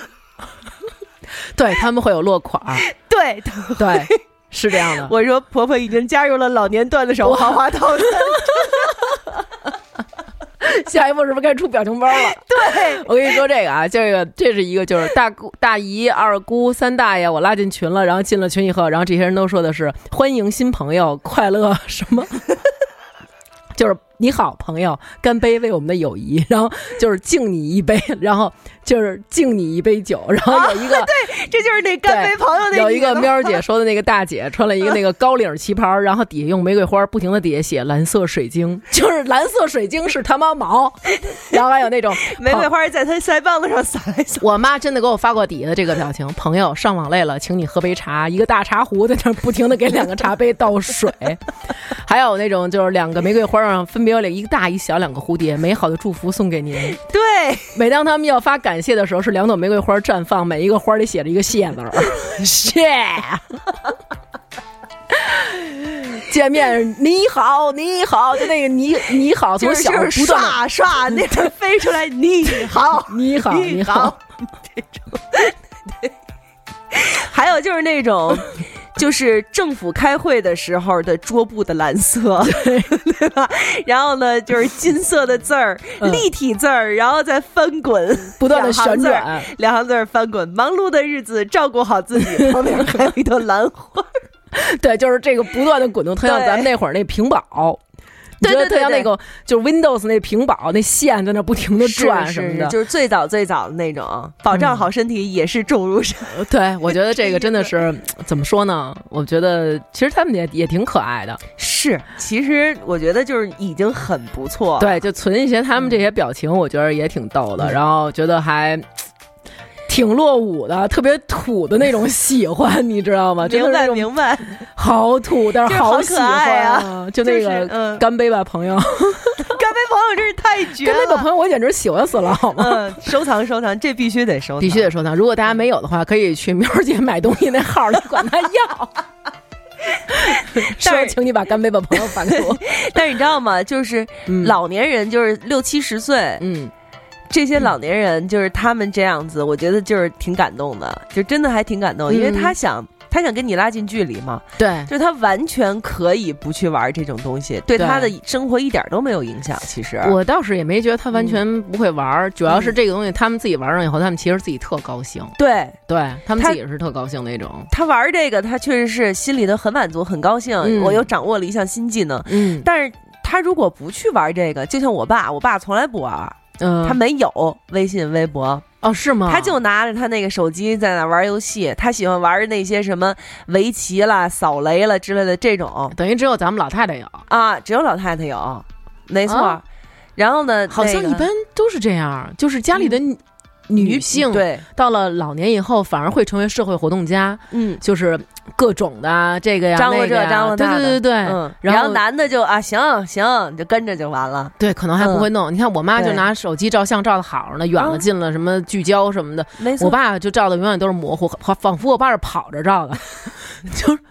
Speaker 4: 对他们会有落款 儿，
Speaker 1: 对，
Speaker 4: 对，是这样的。
Speaker 1: 我说婆婆已经加入了老年段子手豪华套餐。
Speaker 4: 下一步是不是该出表情包了？ 对，我跟你说这个啊，这个这是一个就是大姑、大姨、二姑、三大爷，我拉进群了，然后进了群以后，然 后这些人都说的是欢迎新朋友，快乐什么，就是你好，朋友，干杯，为我们的友谊。”然后就是敬你一杯，然后就是敬你一杯酒。然后有一个、
Speaker 1: 这就是那干杯
Speaker 4: 对
Speaker 1: 朋友那
Speaker 4: 有一个
Speaker 1: 女的
Speaker 4: 喵儿姐说的那个大姐，穿了一个 那个高领旗袍，然后底下用玫瑰花不停的底下写蓝色水晶，就是蓝色水晶是他 妈毛，然后还有那种
Speaker 1: 玫瑰花在她腮帮子上撒来撒。
Speaker 4: 我妈真的给我发过底下这个表情，朋友上网累了，请你喝杯茶，一个大茶壶在那儿不停的给两个茶杯倒水，还有那种就是两个玫瑰花上分别有一个大一小两个蝴蝶，美好的祝福送给您。
Speaker 1: 对，
Speaker 4: 每当他们要发感谢的时候，是两朵玫瑰花绽放，每一个花里写着一个谢 字儿，谢。见面你好，你好，就那个你你好，从
Speaker 1: 就是
Speaker 4: 小
Speaker 1: 就是
Speaker 4: 不断地
Speaker 1: 唰 唰那边飞出来，你好，
Speaker 4: 你好，你
Speaker 1: 你
Speaker 4: 好
Speaker 1: 好，还有就是那种，就是政府开会的时候的桌布的蓝色， 对吧？然后呢，就是金色的字儿、
Speaker 4: 嗯
Speaker 1: 立体字儿，然后再翻滚，
Speaker 4: 不断地
Speaker 1: 两行字儿
Speaker 4: 旋转，
Speaker 1: 两行字儿翻滚。忙碌的日子，照顾好自 己。旁边还有一朵兰花，
Speaker 4: 对，就是这个不断的滚动，特像
Speaker 1: 对
Speaker 4: 咱们那会儿那屏保。你
Speaker 1: 对
Speaker 4: 觉得
Speaker 1: 对
Speaker 4: 特像
Speaker 1: 对
Speaker 4: 那个，就是 Windows 那屏保那线在那不停的转
Speaker 1: 是
Speaker 4: 什么
Speaker 1: 是
Speaker 4: 的，嗯
Speaker 1: 就是最早最早的那种，保障好身体也是重 如山。
Speaker 4: 对我觉得这个真的是怎么说呢？我觉得其实他们也也挺可爱的，
Speaker 1: 是，其实我觉得就是已经很不错。，
Speaker 4: 对，就存一些他们这
Speaker 1: 嗯
Speaker 4: 些表情，我觉得也挺逗的，然后觉得还。挺落伍的，特别土的那种喜欢，你知道吗？啊真
Speaker 1: 明
Speaker 4: 的
Speaker 1: 白
Speaker 4: 是那种
Speaker 1: 明白。
Speaker 4: 好土，但
Speaker 1: 就是是好
Speaker 4: 喜
Speaker 1: 可
Speaker 4: 欢
Speaker 1: 爱啊！
Speaker 4: 就那
Speaker 1: 就是
Speaker 4: 个
Speaker 1: 嗯
Speaker 4: 干杯吧，朋友，
Speaker 1: 干杯朋友真是太绝
Speaker 4: 干杯吧，
Speaker 1: 了。
Speaker 4: 朋友，我简直喜欢死了，好吗？
Speaker 1: 嗯，收藏收藏，这必须得收藏，
Speaker 4: 必须得收藏。如果大家没有的话，可以去喵儿姐买东西那号儿，你管他要。
Speaker 1: 但
Speaker 4: 说，
Speaker 1: 是
Speaker 4: 请你把干杯吧朋友发给我。
Speaker 1: 但是你知道吗？就是老年人，就是六七十岁，
Speaker 4: 嗯，
Speaker 1: 这些老年人就是他们这样子，我觉得就是挺感动的，就真的还挺感动，因为
Speaker 4: 嗯
Speaker 1: 他想。他想跟你拉近距离嘛，
Speaker 4: 对
Speaker 1: 就是他完全可以不去玩这种东西，对
Speaker 4: 对
Speaker 1: 他的生活一点都没有影响。其实，
Speaker 4: 我倒是也没觉得他
Speaker 1: 嗯
Speaker 4: 完全不会玩儿，主要是这个东西他们自己玩上以后，他们其实自己特高兴，
Speaker 1: 对
Speaker 4: 对他们
Speaker 1: 他
Speaker 4: 自己是特高兴那种。
Speaker 1: 他玩这个，他确实是心里头很满足、很高兴，
Speaker 4: 嗯
Speaker 1: 我又掌握了一项新技能。
Speaker 4: 嗯
Speaker 1: 但是他如果不去玩这个，就像我爸，我爸从来不玩，
Speaker 4: 嗯，
Speaker 1: 他没有微信、微博，
Speaker 4: 哦是吗？
Speaker 1: 他就拿着他那个手机在那玩游戏。他喜欢玩那些什么围棋啦、扫雷啦之类的这种
Speaker 4: 等于只有咱们老太太有，
Speaker 1: 啊，只有老太太有，没错。
Speaker 4: 啊
Speaker 1: 然后呢，
Speaker 4: 好像
Speaker 1: 呃那个嗯
Speaker 4: 一般都是这样，就是家里的女女性
Speaker 1: 对，
Speaker 4: 到了老年以后，反而会成为社会活动家，
Speaker 1: 嗯。
Speaker 4: 就是各种的啊这个呀，
Speaker 1: 张罗
Speaker 4: 那
Speaker 1: 这
Speaker 4: 个呀
Speaker 1: 张罗那
Speaker 4: 对
Speaker 1: 的
Speaker 4: 对对对，
Speaker 1: 嗯，
Speaker 4: 然
Speaker 1: 然
Speaker 4: 后
Speaker 1: 后男的就啊，行行，你就跟着就完了。
Speaker 4: 对，可能还不会弄。你看我妈就
Speaker 1: 嗯对
Speaker 4: 拿手机照相照的好着呢，远了
Speaker 1: 嗯
Speaker 4: 近了什么聚焦什么的，
Speaker 1: 没错，
Speaker 4: 我爸就照的永远都是模糊，好仿佛我爸是跑着 照的，就是。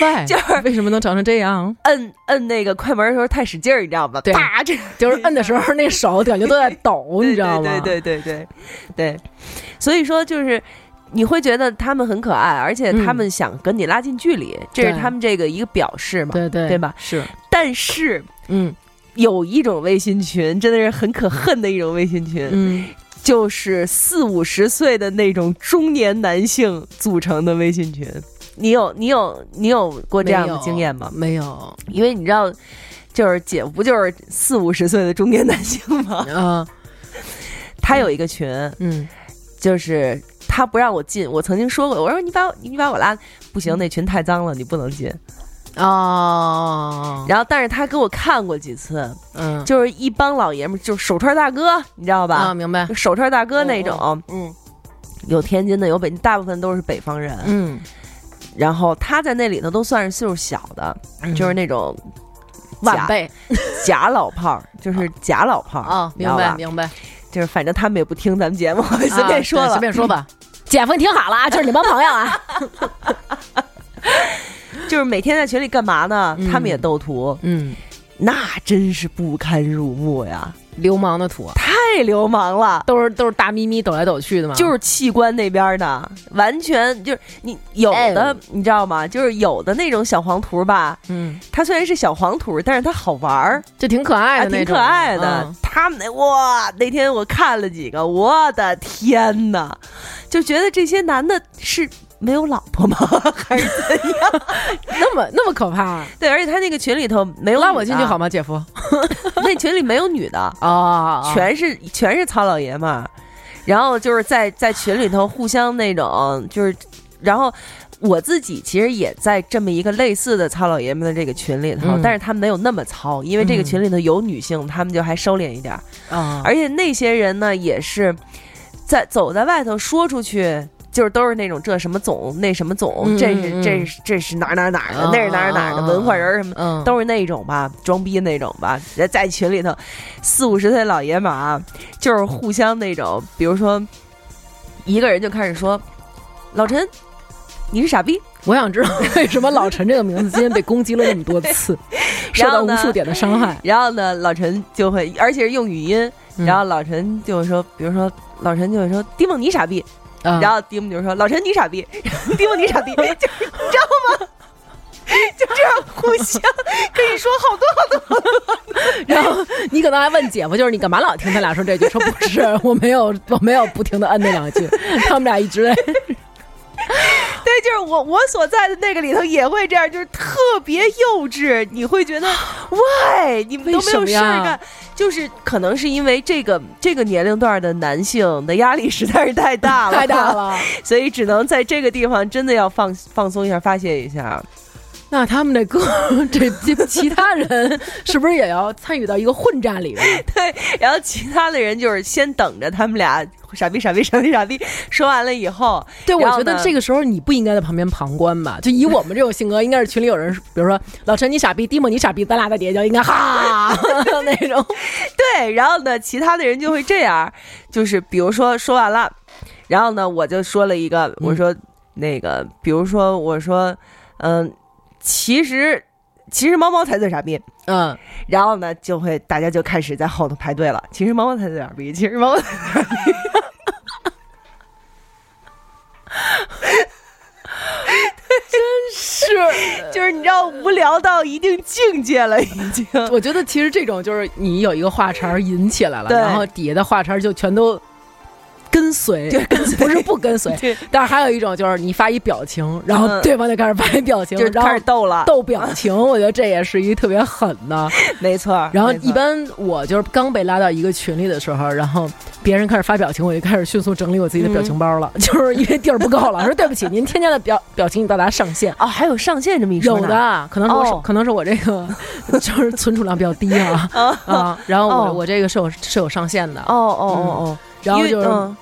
Speaker 4: 喂，
Speaker 1: 就是
Speaker 4: 为什么能长成这样？
Speaker 1: 摁摁那个快门的时候太使劲儿，你知道吗？
Speaker 4: 对
Speaker 1: 啪，这
Speaker 4: 就是摁的 时候，那手感觉都在抖，你知道吗？
Speaker 1: 对对对对对对，所以说就是。你会觉得他们很可爱，而且他们想跟你拉近距离，这是
Speaker 4: 对
Speaker 1: 他们这个一个表示嘛。
Speaker 4: 对对
Speaker 1: 对吧
Speaker 4: 是，
Speaker 1: 但是
Speaker 4: 嗯
Speaker 1: 有一种微信群，真的是很可恨的一种微信群，
Speaker 4: 嗯，
Speaker 1: 就是四五十岁的那种中年男性组成的微信群。你有你有你有过这样的经验吗？
Speaker 4: 没有，
Speaker 1: 因为你知道，就是姐夫不就是四五十岁的中年男性吗？
Speaker 4: 啊，
Speaker 1: 他有一个群，
Speaker 4: 嗯
Speaker 1: 就是他不让我进，我曾经说过，我说你把我你把我拉，不行，那群太脏了，你不能进。
Speaker 4: 嗯哦，
Speaker 1: 然后，但是他给我看过几次，
Speaker 4: 嗯，
Speaker 1: 就是一帮老爷们儿，就是手串大哥，你知道
Speaker 4: 啊，
Speaker 1: 吧？
Speaker 4: 明白，
Speaker 1: 手串大哥那种，
Speaker 4: 嗯
Speaker 1: 有天津的，有北，大部分都是北方人。
Speaker 4: 嗯，
Speaker 1: 然后他在那里头都算是岁数小的，嗯就是那种
Speaker 4: 嗯晚辈
Speaker 1: 假假老炮儿，就是假老炮儿
Speaker 4: 啊，
Speaker 1: 你
Speaker 4: 明
Speaker 1: 知道
Speaker 4: 白
Speaker 1: 吧
Speaker 4: 明白，
Speaker 1: 就是反正他们也不听咱们 节目， 随便说
Speaker 4: 啊对
Speaker 1: 了，
Speaker 4: 随便说吧。 姐夫，你听好了啊，就是你帮朋友啊，
Speaker 1: 就是每天在群里干嘛呢？
Speaker 4: 嗯
Speaker 1: 他们也斗图，
Speaker 4: 嗯，
Speaker 1: 那真是不堪入目呀，
Speaker 4: 流氓的土啊
Speaker 1: 太流氓了。
Speaker 4: 都是都是大咪咪抖来抖去的嘛，
Speaker 1: 就是器官那边的，完全就是你有
Speaker 4: 哎
Speaker 1: 的，你知道吗？就是有的那种小黄图吧，
Speaker 4: 嗯，
Speaker 1: 它虽然是小黄图，但是它好玩儿，
Speaker 4: 就啊挺可爱
Speaker 1: 还
Speaker 4: 的那
Speaker 1: 挺
Speaker 4: 种，
Speaker 1: 可爱的。
Speaker 4: 嗯
Speaker 1: 他们那哇，那天我看了几个，我的天呐，就觉得这些男的是没有老婆吗？ 还是怎样？
Speaker 4: 那么那么可怕，
Speaker 1: 对，而且他那个群里头没有
Speaker 4: 拉
Speaker 1: 女
Speaker 4: 我进
Speaker 1: 的啊
Speaker 4: 去好？吗，姐夫？
Speaker 1: 那群里没有女的，
Speaker 4: 啊
Speaker 1: 全是全是糙老爷们儿，然后就是在在群里头互相那种就是，然后我自己其实也在这么一个类似的糙老爷们的这个群里头，
Speaker 4: 嗯
Speaker 1: 但是他们没有那么糙，因为这个群里头有女性，他们就还收敛一点儿，
Speaker 4: 啊，
Speaker 1: 而且那些人呢也是在走在外头说出去。就是都是那种这什么总那什么总，
Speaker 4: 嗯
Speaker 1: 这是
Speaker 4: 嗯
Speaker 1: 这是这是哪儿哪儿哪儿的
Speaker 4: 啊，
Speaker 1: 那是哪儿哪儿哪儿
Speaker 4: 啊
Speaker 1: 的文化人儿什么的
Speaker 4: 嗯
Speaker 1: 都是那种吧，装逼那种吧，在在群里头，四五十岁老爷们儿啊，就是互相那种，比如说，一个人就开始说，老陈，你是傻逼，
Speaker 4: 我想知道为什么老陈这个名字今天被攻击了那么多 次，受
Speaker 1: 然
Speaker 4: 到
Speaker 1: 后
Speaker 4: 无
Speaker 1: 呢
Speaker 4: 数点的伤害。
Speaker 1: 然后呢，老陈就会，而且是用语音，
Speaker 4: 嗯
Speaker 1: 然后老陈就会说，比如说。老陈就会说：“丁梦你傻逼。”
Speaker 4: 然
Speaker 1: 然后丁梦就说：“老陈你傻逼， 丁梦你傻逼。”就是你知道吗？ 就这样互相可以说好多
Speaker 4: 然后你可能还问姐夫，就是你干嘛老听他俩说这句？说不 是，我没有，我没有不停的摁那两句， 他们俩一直在。
Speaker 1: 对，就是我我所在的那个里头也会这样，就是特别幼稚，你会觉得 why 你们都没有
Speaker 4: 为什么
Speaker 1: 事
Speaker 4: 呀
Speaker 1: 儿干，就是可能是因为这个这个年龄段的男性的压力实在是太大了，
Speaker 4: 太大，了，
Speaker 1: 所以只能在这个地方真的要放放松一下，发泄一 下。
Speaker 4: 那他们这 歌，这这其他人 是不是也要参与到一个混战里面？
Speaker 1: 对，然后其他的人就是先等着他们俩傻逼傻逼傻逼傻逼说完了以后，
Speaker 4: 对，我
Speaker 1: 然后
Speaker 4: 觉得
Speaker 1: 呢
Speaker 4: 这个时候你不应该在旁边旁观吧？就以我们这种性格，应该是群里有人，比如说老陈你傻逼，蒂莫你傻逼，咱俩在底下就应该哈那种。
Speaker 1: 对，然后呢，其他的人就会这样，就是比如说说完了，然后呢，我就说了一个，我说、那个，比如说我说，嗯、其实其实猫猫才最傻逼，
Speaker 4: 嗯，
Speaker 1: 然后呢，就会大家就开始在后头排队了，其实猫猫才最傻逼，其实猫猫才最傻逼。真 是，就是你知道无聊到一定境界了，已经。
Speaker 4: 我觉得其实这种就是你有一个话茬儿引起来了，
Speaker 1: 对
Speaker 4: 然后底下的话茬儿就全都跟随，
Speaker 1: 对 跟随
Speaker 4: 不是不 跟随
Speaker 1: 对，
Speaker 4: 但是还有一种就是你发一表情，然后
Speaker 1: 嗯
Speaker 4: 对方就开始发一表情，
Speaker 1: 就是
Speaker 4: 然
Speaker 1: 开
Speaker 4: 后
Speaker 1: 始逗了，
Speaker 4: 逗表情，我觉得这也是一个特别狠的。
Speaker 1: 没错儿。
Speaker 4: 然后
Speaker 1: 没错
Speaker 4: 一般我就是刚被拉到一个群里的时候，然后别人开始发表情，我就开始迅速整理我自己的表情包 了，就是因为地儿不够了，说 对不起，您添加的表表情已到达上限。
Speaker 1: 哦，还有上线这么一说
Speaker 4: 有
Speaker 1: 呢
Speaker 4: 的，可能是我手、
Speaker 1: 哦
Speaker 4: 可能是我这个 就是存储量比较低 啊啊，然后我、
Speaker 1: 哦
Speaker 4: 我这个是有是有上限的，
Speaker 1: 哦哦哦哦，
Speaker 4: 然后
Speaker 1: 因为
Speaker 4: 就是
Speaker 1: 嗯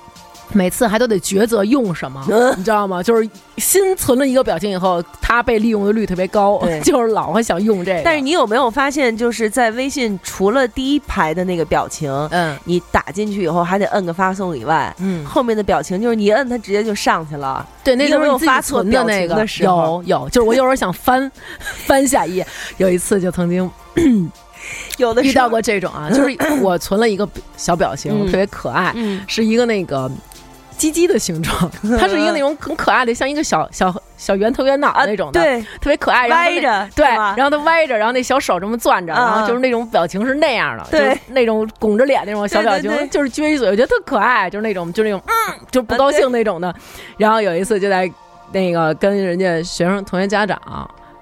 Speaker 4: 每次还都得抉择用什么，
Speaker 1: 嗯
Speaker 4: 你知道吗？就是新存了一个表情以后，它被利用的率特别高，
Speaker 1: 对
Speaker 4: 就是老会想用这个，
Speaker 1: 但是你有没有发现，就是在微信除了第一排的那个表情，
Speaker 4: 嗯
Speaker 1: 你打进去以后还得摁个发送以外，
Speaker 4: 嗯，
Speaker 1: 后面的表情就是你一摁它直接就上去了。
Speaker 4: 对，那
Speaker 1: 你
Speaker 4: 就
Speaker 1: 有
Speaker 4: 是
Speaker 1: 没有
Speaker 4: 你自己
Speaker 1: 发错
Speaker 4: 存
Speaker 1: 表
Speaker 4: 那
Speaker 1: 情
Speaker 4: 个，
Speaker 1: 的时候
Speaker 4: 有有，就是我有时候想翻 翻下一页，有一次就曾经
Speaker 1: 有的
Speaker 4: 遇
Speaker 1: 时候
Speaker 4: 到过，这种啊，就是 我存了一个小表
Speaker 1: 嗯
Speaker 4: 情，特别可爱，
Speaker 1: 嗯，
Speaker 4: 是一个那个鸡鸡的形 状，它是一个那种很可爱的，像一个小小小圆头圆脑
Speaker 1: 啊
Speaker 4: 那种的，
Speaker 1: 对，
Speaker 4: 特别可爱，然后它
Speaker 1: 歪
Speaker 4: 那。
Speaker 1: 着，
Speaker 4: 对，
Speaker 1: 是吧
Speaker 4: 然后它歪着，然后那小手这么攥着，
Speaker 1: 啊
Speaker 4: 然后就是那种表情是那样的，
Speaker 1: 对，
Speaker 4: 那种拱着脸那种小表情，
Speaker 1: 对对对
Speaker 4: 就是撅一嘴，我觉得特可爱，就是那种就是那种嗯，就不高兴那种的。然后有一次就在那个跟人家学生同学家长。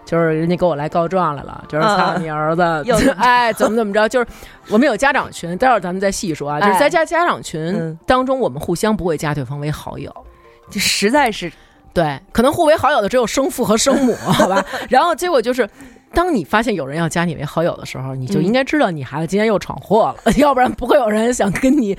Speaker 4: 就是人家给我来告状来了，就是
Speaker 1: 啊
Speaker 4: 操你儿子
Speaker 1: 又怎么，着
Speaker 4: 哎，怎么怎么着？就是我们有家长群，待会儿咱们再细说啊。就是
Speaker 1: 哎
Speaker 4: 在家家长群
Speaker 1: 嗯
Speaker 4: 当中，我们互相不会加对方为好友，
Speaker 1: 就实在是
Speaker 4: 对，可能互为好友的只有生父和生母，好吧？然后结果就是，当你发现有人要加你为好友的时候，你就应该知道你孩子今天又闯祸了，要不然不会有人想跟你。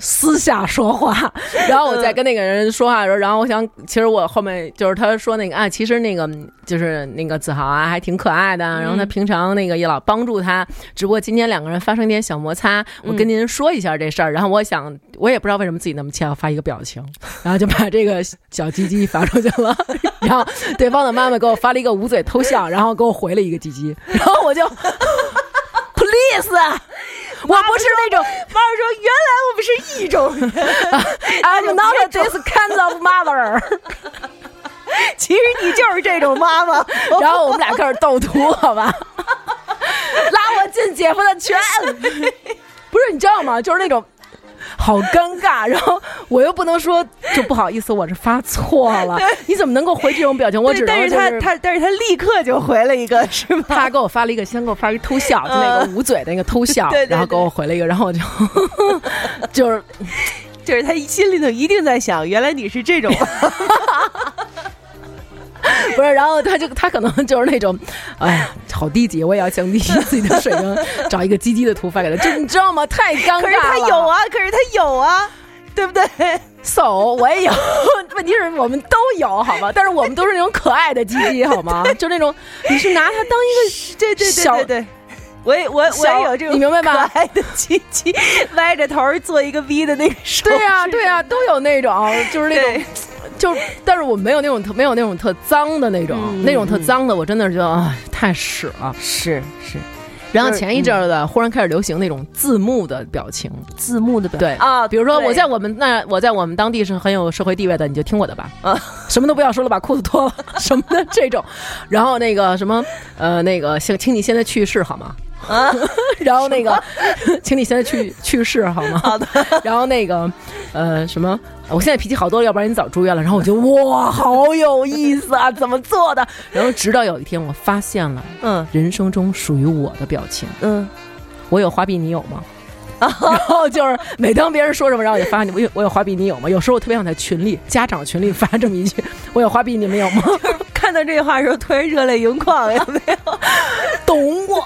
Speaker 4: 私下说话，然后我在跟那个人说话的时候，然后我想，其实我后面就是他说那个啊，其实那个嗯就是那个子豪啊，还挺可爱的，然后他平常那个也老帮助他，只不过今天两个人发生点小摩擦，我跟您说一下这事儿。然后我想，我也不知道为什么自己那么欠，要发一个表情，然后就把这个小鸡鸡发出去了。 然后对方的妈妈给我发了一个捂嘴偷笑，然后给我回了一个鸡鸡，然后我就 ，please，我不是那种
Speaker 1: 妈妈说，原来我们是一种人，
Speaker 4: I'm not this kind of mother。
Speaker 1: 其实你就是这种妈妈。
Speaker 4: 然后我们俩开始斗图，好吧？ 拉我进姐夫的群，不是你知道吗？就是那种。好尴尬。然后我又不能说就不好意思，我是发错 了。你怎么能够回这种表情？ 我只
Speaker 1: 对但
Speaker 4: 能、就是
Speaker 1: 他他但是他立刻就回了一个是吗？
Speaker 4: 他给我发了一个，先给我发一个偷笑，就那个捂嘴的那个偷笑，
Speaker 1: 嗯 对对对
Speaker 4: 然后给我回了一个，然后我就 就是
Speaker 1: 就是他心里头一定在想，原来你是 这种，
Speaker 4: 不是，然后他就他可能就是那种，哎呀，好低级，我也要降低自己的水平，找一个鸡鸡的图发给他，这你知道吗？太尴尬了。
Speaker 1: 可是他有啊，可是他有啊，对不对？
Speaker 4: 手我也有， 问题是我们都有，好吗？但是我们都是那种可爱的鸡鸡，好吗？就那种你是拿它当一 个
Speaker 1: 对对对
Speaker 4: 小
Speaker 1: 对对。我也我我
Speaker 4: 小
Speaker 1: 也有这种，
Speaker 4: 你明白吧
Speaker 1: 可爱的鸡鸡， 歪着头儿做一个 V 的那个手势。
Speaker 4: 对 呀、对呀、都有那种，就是那种
Speaker 1: 对，
Speaker 4: 就是，但是我没有那种特没有那种特脏的那种，
Speaker 1: 嗯
Speaker 4: 那种特脏的，我真的是觉得哎太屎了。
Speaker 1: 是是
Speaker 4: 然后
Speaker 1: 就是
Speaker 4: 前一阵儿的、忽然开始流行那种字幕的表情，
Speaker 1: 字幕的表
Speaker 4: 对
Speaker 1: 啊，
Speaker 4: 比如说
Speaker 1: 对
Speaker 4: 我在我们那我在我们当地是很有社会地位的，你就听我的吧，
Speaker 1: 啊
Speaker 4: 什么都不要说了，把裤子脱了 什么的这种，然后那个什么呃那个请请你现在去世好吗？
Speaker 1: 啊，
Speaker 4: 然后那个请你现在去去世好吗？
Speaker 1: 好的，
Speaker 4: 然后那个呃什么，我现在脾气好多了，要不然你早住院了。然后我就哇，好有意思啊，怎么做的？然后直到有一天我发现了
Speaker 1: 嗯
Speaker 4: 人生中属于我的表情，
Speaker 1: 嗯，
Speaker 4: 我有花臂，你有吗？然后就是每当别人说什么，然后我就发你，我有我有花臂，你有吗？有时候我特别想在群里家长群里发这么一句：“我有花臂，你们有吗
Speaker 1: 看到这话的时候突然热泪盈眶，有没有？？”
Speaker 4: 懂我，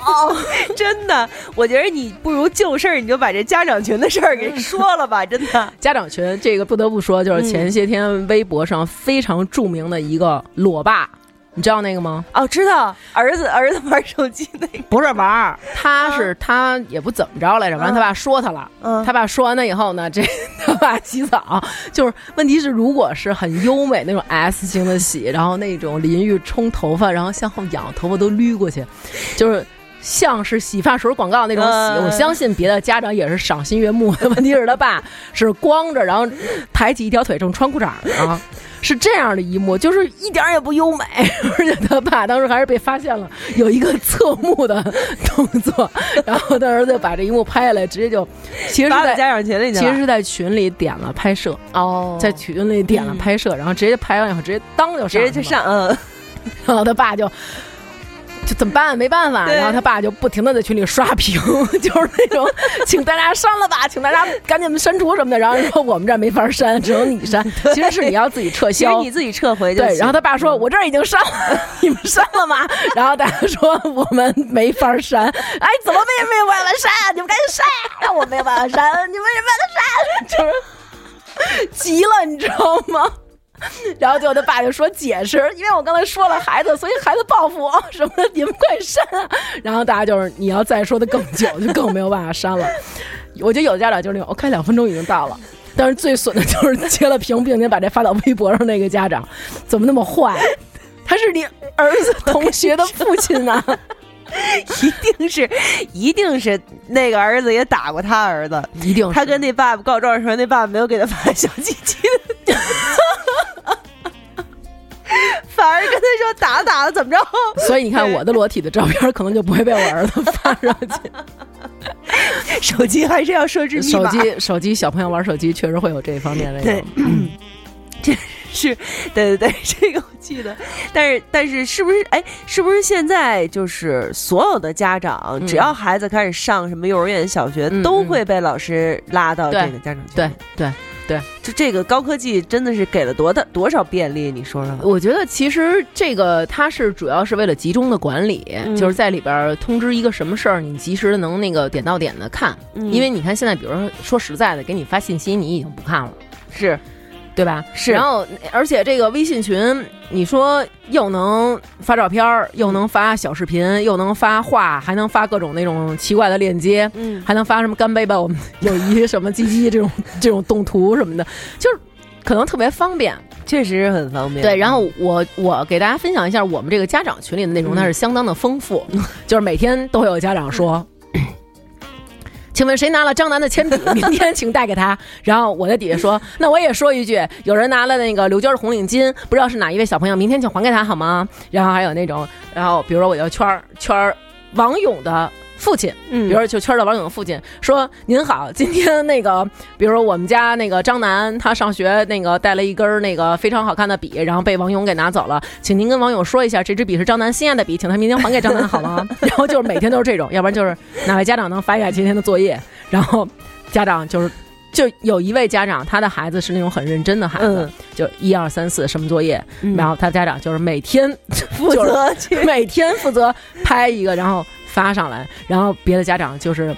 Speaker 1: 真的，我觉得你不如就事儿，你就把这家长群的事儿给说了 吧，真的。
Speaker 4: 家长群这个不得不说，就是前些天微博上非常著名的一个裸爸，你知道那个吗？
Speaker 1: 哦，知道儿子儿子玩手机那个，
Speaker 4: 不是玩儿，他是、他也不怎么着来着，完了他爸说他了，
Speaker 1: 嗯
Speaker 4: 他爸说完了以后呢，这 他爸洗澡就是问题是，如果是很优美那种 S 型的洗，然后那种淋浴冲头发，然后向后仰，头发都捋过去，就是。像是洗发水广告那种洗，
Speaker 1: 嗯
Speaker 4: 我相信别的家长也是赏心悦目的。问 题是他爸是光着，然后抬起一条腿正穿裤衩呢，啊是这样的一幕，就是一点儿也不优美， 而且他爸当时还是被发现了有一个侧目的动作，然后他儿子把这一幕拍下来，直接就其实是
Speaker 1: 发到
Speaker 4: 在
Speaker 1: 家长群里去
Speaker 4: 其
Speaker 1: 了。
Speaker 4: 实是在群里点了拍摄，
Speaker 1: 哦嗯
Speaker 4: 在群里点了拍摄，然后直接拍完以后直接当就
Speaker 1: 直接就
Speaker 4: 去了，
Speaker 1: 上，嗯，
Speaker 4: 然后他爸就。就怎么办？没办法，
Speaker 1: 对
Speaker 4: 然后他爸就不停的在群里刷屏， 就是那种，请大家删了吧，请大家赶紧删除什么的。然后说我们这儿没法删，只有你删。其实是你要自己撤
Speaker 1: 其实
Speaker 4: 销，
Speaker 1: 你自己撤回就
Speaker 4: 对，
Speaker 1: 行
Speaker 4: 然后他爸说：“我这儿已经删了，你们删了吗？”然后大家说：“我们没法删。”哎，怎么没没有办法删啊？你们赶紧删啊！让我没有办法删，你们也办法删，就是急了，你知道吗？然后最后他爸就说解释，因为我刚才说了孩子，所以孩子报复我什么的，你们快删啊！然后大家就是你要再说的更久，就更没有办法删了。我觉得有的家长就是那种，OK，两分钟已经到了。但是最损的就是截了屏，并且把这发到微博上那个家长，怎么那么坏？他是你儿子同学的父亲啊呐、
Speaker 1: 一定是，一定是那个儿子也打过他儿子，
Speaker 4: 一定
Speaker 1: 他跟那爸爸告状的时候，那爸爸没有给他发小鸡鸡的， 反而跟他说打打了怎么着？
Speaker 4: 所以你看我的裸体的照片可能就不会被我儿子发上 去。
Speaker 1: 手机还是要设置密
Speaker 4: 手
Speaker 1: 码。
Speaker 4: 机手机小朋友玩手机确实会有这方面的那
Speaker 1: 对
Speaker 4: 种，
Speaker 1: 是，对对对， 这个我记得。但是但是是不是哎，是不是现在就是所有的家长，
Speaker 4: 嗯
Speaker 1: 只要孩子开始上什么幼儿园、小学，
Speaker 4: 嗯
Speaker 1: 都
Speaker 4: 嗯
Speaker 1: 会被老师拉到这
Speaker 4: 对
Speaker 1: 个家长群？
Speaker 4: 对，对。
Speaker 1: 就这个高科技真的是给了多大多少便利？你说说吧。
Speaker 4: 我觉得其实这个它是主要是为了集中的管理，
Speaker 1: 嗯
Speaker 4: 就是在里边儿通知一个什么事儿，你及时的能那个点到点的看。
Speaker 1: 嗯
Speaker 4: 因为你看现在，比如说说实在的，给你发信息你已经不看了，
Speaker 1: 是
Speaker 4: 对吧？
Speaker 1: 是
Speaker 4: 然后而且这个微信群，你说又能发照片儿，又能发小视频，又能发画，还能发各种那种奇怪的链接，
Speaker 1: 嗯
Speaker 4: 还能发什么干杯吧，我们友谊什么鸡鸡这种这种动图什么的，就是可能特别方便。
Speaker 1: 确实很方便。
Speaker 4: 对，然后我我给大家分享一下我们这个家长群里的内容，
Speaker 1: 嗯
Speaker 4: 那是相当的丰富，就是每天都会有家长说。请问谁拿了张楠的铅笔？明天请带给他。然后我在底下说，那我也说一句，有人拿了那个刘娟的红领巾，不知道是哪一位小朋友，明天请还给他好吗？然后还有那种，然后比如说我叫圈儿圈儿王勇的父亲，
Speaker 1: 嗯
Speaker 4: 比如说就圈到王勇的父亲说：“您好，今天那个，比如说我们家那个张楠，他上学那个带了一根儿那个非常好看的笔，然后被王勇给拿走了，请您跟王勇说一下，这支笔是张楠心爱的笔，请他明天还给张楠好吗？” 然后就是每天都是这种，要不然就是哪位家长能翻一下今天的作业，然后家长就是。就有一位家长，他的孩子是那种很认真的孩子，
Speaker 1: 嗯
Speaker 4: 就一二三四什么作业，然后他家长就是每天负
Speaker 1: 负责去
Speaker 4: 每天负责拍一个，然后发上来，然后别的家长就是。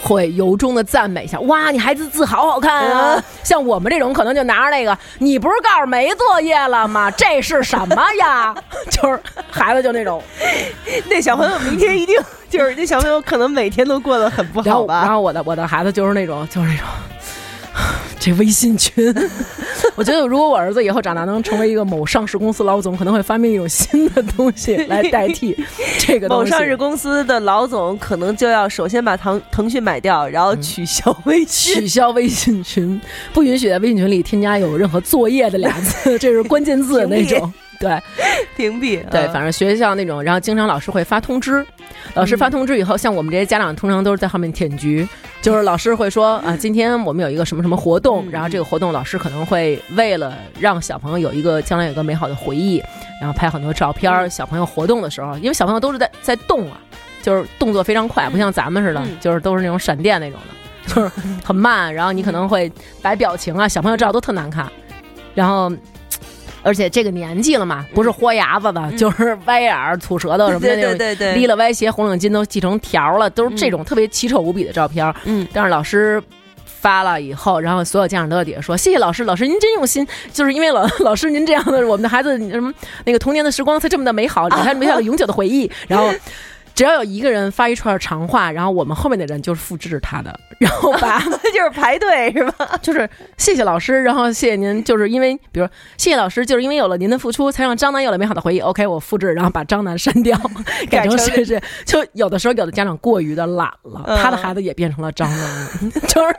Speaker 4: 会由衷的赞美一下，哇，你孩子字好好看啊
Speaker 1: 嗯！
Speaker 4: 像我们这种可能就拿着那个，你不是告诉没作业 了吗？这是什么呀？就是孩子就那种，
Speaker 1: 那小朋友明天一定就是那小朋友可能每天都过得很不
Speaker 4: 然
Speaker 1: 好
Speaker 4: 后然
Speaker 1: 吧？
Speaker 4: 后我的我的孩子就是那种就是那种， 这微信群， 我觉得如果我儿子以后长大能成为一个某上市公司老总，可能会发明一种新的东西来代替这个 东
Speaker 1: 某
Speaker 4: 西。
Speaker 1: 上市公司的老总可能就要首先把腾腾讯买掉，然后取消微信。
Speaker 4: 取消微信群，不允许在微信群里添加有任何“作业”的俩字，这是关键字那种。对
Speaker 1: 屏蔽。
Speaker 4: 对，
Speaker 1: 嗯
Speaker 4: 反正学校那种，然后经常老师会发通知，老师发通知以后，像我们这些家长通常都是在后面舔局，就是老师会说
Speaker 1: 嗯
Speaker 4: 啊，今天我们有一个什么什么活动，然后这个活动老师可能会为了让小朋友有一个将来有一个美好的回忆，然后拍很多照片
Speaker 1: 嗯
Speaker 4: 儿。小朋友活动的时候，因为小朋友都是在在动啊，就是动作非常快，不像咱们似的
Speaker 1: 嗯，
Speaker 4: 就是都是那种闪电那种的。就是很慢，然后你可能会摆表情啊，小朋友照都特难看，然后。而且这个年纪了嘛，不是豁牙子的，就是歪眼儿、吐舌头什么的
Speaker 1: 嗯对
Speaker 4: 那种，
Speaker 1: 对对嗯对，
Speaker 4: 离了歪斜、红领巾都系成条了，都是这种特别奇丑无比的照片。
Speaker 1: 嗯，
Speaker 4: 但是老师发了以后，然后所有家长都在底下说：“谢谢老师，老师您真用心。”就是因为老 老师您这样的，我们的孩子什么那个童年的时光才这么的美好，留下留下了永久的 回忆。然后。只要有一个人发一串长话，然后我们后面的人就是复制他的，然后 把
Speaker 1: 就是排队是吧？
Speaker 4: 就是谢谢老师，然后谢谢您，就是因为比如说谢谢老师，就是因为有了您的付出，才让张楠有了美好的回忆。OK，我复制，然后把张楠删 掉，改成
Speaker 1: 改
Speaker 4: 谢谢。就有的时候有的家长过于的懒了，
Speaker 1: 嗯
Speaker 4: 他的孩子也变成了张楠，就是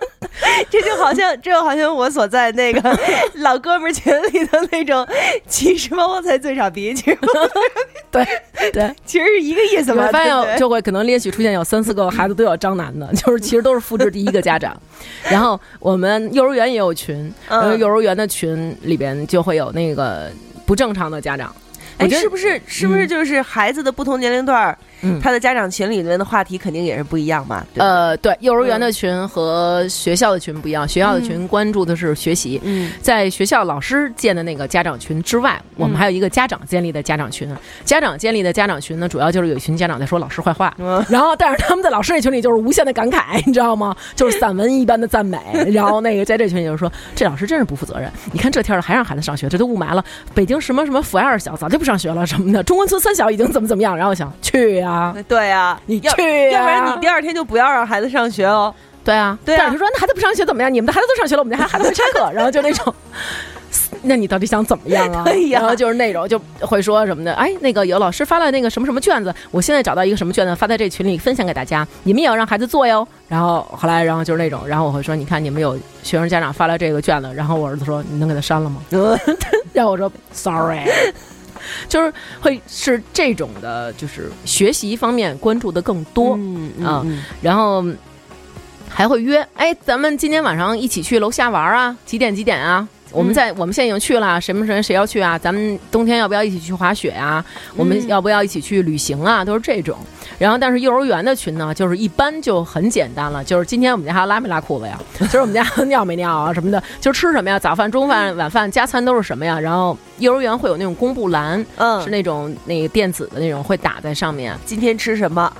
Speaker 1: 这就好像，这就好像我所在那 个老哥们儿群里的那种，其实猫猫才最傻逼，其实
Speaker 4: 对对。
Speaker 1: 其实是一个意思
Speaker 4: 你
Speaker 1: 嘛。
Speaker 4: 会发
Speaker 1: 对不对
Speaker 4: 现就会可能连续出现有三四个孩子都有张楠的，就是其实都是复制第一个 家长。然后我们幼儿园也有群，然后
Speaker 1: 嗯
Speaker 4: 幼儿园的群里边就会有那个不正常的家长。我
Speaker 1: 哎，
Speaker 4: 觉得
Speaker 1: 是不是是不是就是孩子的不同年龄段儿，
Speaker 4: 嗯
Speaker 1: 他的家长群里面的话题肯定也是不一样嘛？对吧，
Speaker 4: 呃，对，幼儿园的群和学校的群不一样，学校的群关注的是学习。
Speaker 1: 嗯
Speaker 4: 在学校老师建的那个家长群之外，我
Speaker 1: 嗯
Speaker 4: 们还有一个家长建立的家长群。家长建立的家长群呢，主要就是有一群家长在说老师坏话，
Speaker 1: 嗯
Speaker 4: 然后但是他们在老师那群里就是无限的感慨，你知道吗？就是散文一般的赞美。然后那个在这群里就说，这老师真是不负责任。你看这天儿还让孩子上学，这都雾霾了。北京什么什么阜爱二小早就不上学了什么的，中关村三小已经怎么怎么样。然后我想去呀、
Speaker 1: 对呀，
Speaker 4: 呃你
Speaker 1: 要
Speaker 4: 去
Speaker 1: 要
Speaker 4: 呀啊
Speaker 1: 不然你第二天就不要让孩子上学哦。
Speaker 4: 对啊，
Speaker 1: 对啊
Speaker 4: 但是说那孩子不上学怎么样？你们的孩子都上学了，我们家孩子没上 课，然后就那种。那你到底想怎么样啊？
Speaker 1: 对呀
Speaker 4: 然后就是那种就会说什么的，哎，那个有老师发了那个什么什么卷子，我现在找到一个什么卷子发在这群里分享给大家，你们也要让孩子做哟。然后后来，然后就是那种，然后我会说，你看你们有学生家长发了这个卷子，然后我儿子说，你能给他删 了吗？
Speaker 1: 嗯
Speaker 4: 然后我说 sorry，就是会是这种的，就是学习方面关注的更多。
Speaker 1: 嗯
Speaker 4: 啊然后嗯还会约，哎，咱们今天晚上一起去楼下玩啊？几点几点啊？我们在、我们现在已经去了，什么时候谁要去啊？咱们冬天要不要一起去滑雪啊？我们要不要一起去旅行啊？都是这种。然后，但是幼儿园的群呢，就是一般就很简单了，就是今天我们家孩子拉没拉裤子呀？就是我们家尿没尿啊什么的，就吃什么呀？早饭、中饭、晚饭、加餐都是什么呀？然后幼儿园会有那种公布栏，
Speaker 1: 嗯，
Speaker 4: 是那种那个电子的那种，会打在上面。
Speaker 1: 今天吃什么？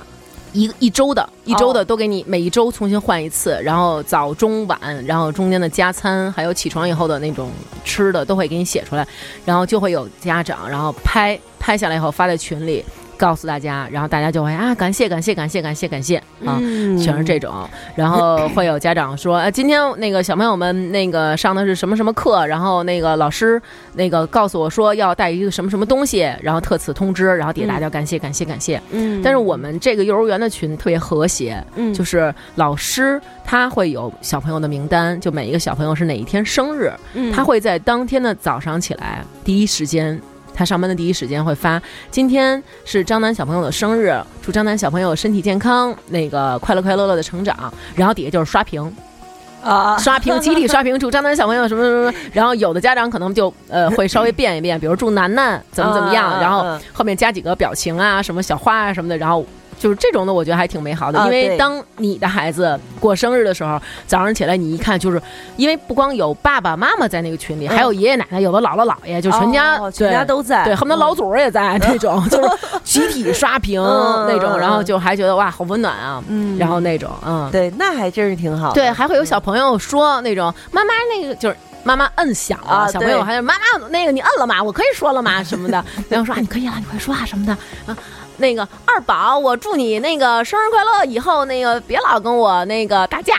Speaker 4: 一一周的，一周的都给你，每一周重新换一次，然后早中晚，然后中间的加餐，还有起床以后的那种吃的都会给你写出来，然后就会有家长，然后拍拍下来以后发在群里，告诉大家，然后大家就会啊感谢感谢感谢感谢感谢啊。
Speaker 1: 嗯
Speaker 4: 全是这种，然后会有家长说，啊，今天那个小朋友们那个上的是什么什么课，然后那个老师那个告诉我说要带一个什么什么东西，然后特此通知，然后底下大家感谢感谢感谢，
Speaker 1: 嗯
Speaker 4: 但是我们这个幼儿园的群特别和谐，
Speaker 1: 嗯
Speaker 4: 就是老师他会有小朋友的名单，就每一个小朋友是哪一天生日，
Speaker 1: 嗯
Speaker 4: 他会在当天的早上起来第一时间。他上班的第一时间会发，今天是张楠小朋友的生日，祝张楠小朋友身体健康，那个快乐快乐乐的成长。然后底下就是刷屏，
Speaker 1: 啊
Speaker 4: 刷屏，集体刷屏，祝张楠小朋友什么什么什么。然后有的家长可能就呃会稍微变一变，比如祝楠楠怎么怎么样，
Speaker 1: 啊
Speaker 4: 然后
Speaker 1: 嗯
Speaker 4: 后面加几个表情啊，什么小花啊什么的，然后。就是这种的，我觉得还挺美好的，
Speaker 1: 啊
Speaker 4: 因为
Speaker 1: 对
Speaker 4: 当你的孩子过生日的时候，早上起来你一看，就是因为不光有爸爸妈妈在那个群里，还有爷爷奶奶，有的姥姥姥爷，就全家
Speaker 1: 嗯哦全
Speaker 4: 对
Speaker 1: 家都在，
Speaker 4: 对，恨不得老祖儿也在 那种，就是集体刷屏
Speaker 1: 嗯
Speaker 4: 那种，
Speaker 1: 嗯
Speaker 4: 然后就还觉得哇，好温暖啊，
Speaker 1: 嗯，
Speaker 4: 然后那种，嗯，
Speaker 1: 对，那还真是挺好的，
Speaker 4: 对，还会有小朋友说那种妈妈那个就是。妈妈摁响了，
Speaker 1: 啊
Speaker 4: 小朋友
Speaker 1: 对
Speaker 4: 还是妈妈那个你摁了吗？我可以说了吗？什么 的，然后说啊你可以了，你快说啊什么的啊。那个二宝，我祝你那个生日快乐，以后那个别老跟我那个打 架，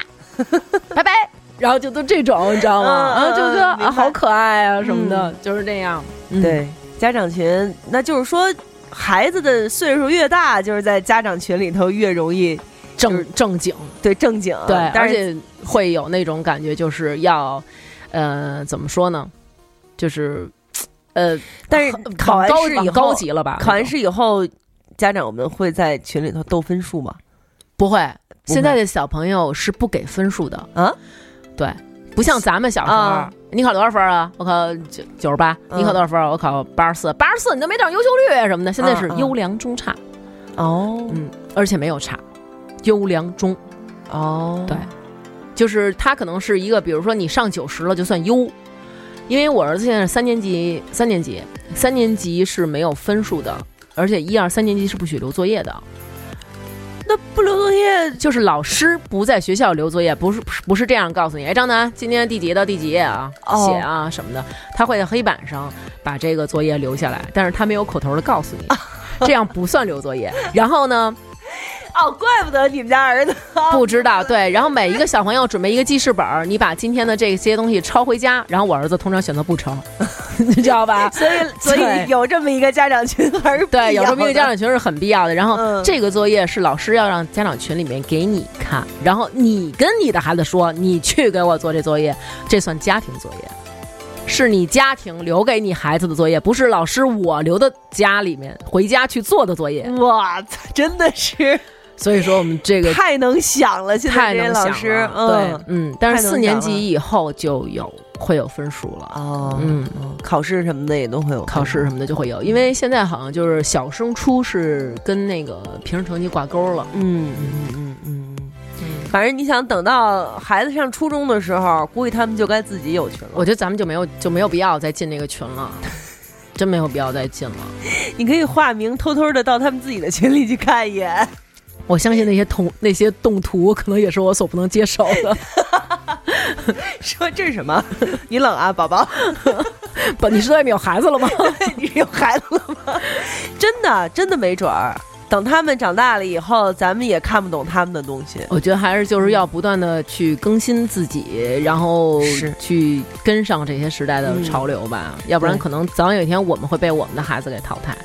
Speaker 4: 拜拜。然后就都这种，你知道吗？
Speaker 1: 嗯
Speaker 4: 啊，就觉得
Speaker 1: 嗯明
Speaker 4: 啊
Speaker 1: 白
Speaker 4: 好可爱啊什么的，就是这样。嗯，
Speaker 1: 对家长群，那就是说。孩子的岁数越大，就是在家长群里头越容易就是
Speaker 4: 正正经，
Speaker 1: 对正经啊，
Speaker 4: 对，
Speaker 1: 但
Speaker 4: 而
Speaker 1: 是
Speaker 4: 且会有那种感觉，就是要，呃，怎么说呢？就是，呃，
Speaker 1: 但是
Speaker 4: 很
Speaker 1: 考完
Speaker 4: 高
Speaker 1: 试
Speaker 4: 往
Speaker 1: 以后
Speaker 4: 高级了啊吧？
Speaker 1: 考完
Speaker 4: 那种
Speaker 1: 试以后，家长们会在群里头斗分数吗？
Speaker 4: 不会，
Speaker 1: 不
Speaker 4: 现
Speaker 1: 会
Speaker 4: 在的小朋友是不给分数的
Speaker 1: 啊，
Speaker 4: 对，不像咱们小时候。
Speaker 1: 啊
Speaker 4: 你考多少分啊？我考九九十八。你考多少分啊？我考八十四。八十四你都没到优秀率什么的。现在是
Speaker 1: 啊啊
Speaker 4: 优良中差，
Speaker 1: 哦
Speaker 4: 嗯，而且没有差，优良中。
Speaker 1: 哦，
Speaker 4: 嗯对，就是他可能是一个，比如说你上九十了就算优，因为我儿子现在是三年级，三年级，三年级是没有分数的，而且一二三年级是不许留作业的，
Speaker 1: 那不留作业
Speaker 4: 就是老师不在学校留作业，不是不是不是这样告诉你，哎，张楠，今天第几页到第几页啊，
Speaker 1: 哦
Speaker 4: 写啊什么的，他会在黑板上把这个作业留下来，但是他没有口头的告诉你，这样不算留作业。然后呢，
Speaker 1: 哦，怪不得你们家儿子
Speaker 4: 不知道，对。然后每一个小朋友准备一个记事本儿，你把今天的这些东西抄回家。然后我儿子通常选择不抄， 你知道吧？
Speaker 1: 所以 所
Speaker 4: 对
Speaker 1: 以有这么一个家长群还是
Speaker 4: 对，
Speaker 1: 必
Speaker 4: 有
Speaker 1: 要
Speaker 4: 时候那个
Speaker 1: 的
Speaker 4: 家长群是很必要的。然后
Speaker 1: 嗯
Speaker 4: 这个作业是老师要让家长群里面给你看，然后你跟你的孩子说，你去给我做这作业，这算家庭作业，是你家庭留给你孩子的作业，不是老师我留的家里面回家去做的作
Speaker 1: 嗯
Speaker 4: 业。
Speaker 1: 哇，真的是
Speaker 4: 所以说我们这个
Speaker 1: 太能想了，现在
Speaker 4: 太
Speaker 1: 这些
Speaker 4: 能想
Speaker 1: 老
Speaker 4: 了，
Speaker 1: 师，
Speaker 4: 对
Speaker 1: 嗯，，
Speaker 4: 嗯，但是
Speaker 1: 太能
Speaker 4: 四年
Speaker 1: 想了
Speaker 4: 级以后就有会有分数了，
Speaker 1: 哦
Speaker 4: 嗯，
Speaker 1: 考试什么的也都会有
Speaker 4: 考试什么的就会有，因为现在好像就是小升初是跟那个平时成绩挂钩了，
Speaker 1: 嗯嗯嗯嗯嗯，反正你想等到孩子上初中的时候，估计他们就该自己有群了。
Speaker 4: 我觉得咱们就没有就没有必要再进那个群了， 真没有必要再进了。
Speaker 1: 你可以化名，偷偷的到他们自己的群里去看一眼。
Speaker 4: 我相信那些同那些动图可能也是我所不能接受的，
Speaker 1: 说这是什么？ 你冷啊，宝宝？
Speaker 4: 不，你是在外面有孩子 了吗？
Speaker 1: 你是有孩子了吗？ 真的，真的没准儿。等他们长大了以后，咱们也看不懂他们的东西。
Speaker 4: 我觉得还是就是要不断的去更新自己，然后
Speaker 1: 是
Speaker 4: 去跟上这些时代的
Speaker 1: 嗯
Speaker 4: 潮流吧，要不然
Speaker 1: 对
Speaker 4: 可能早晚有一天我们会被我们的孩子给淘汰，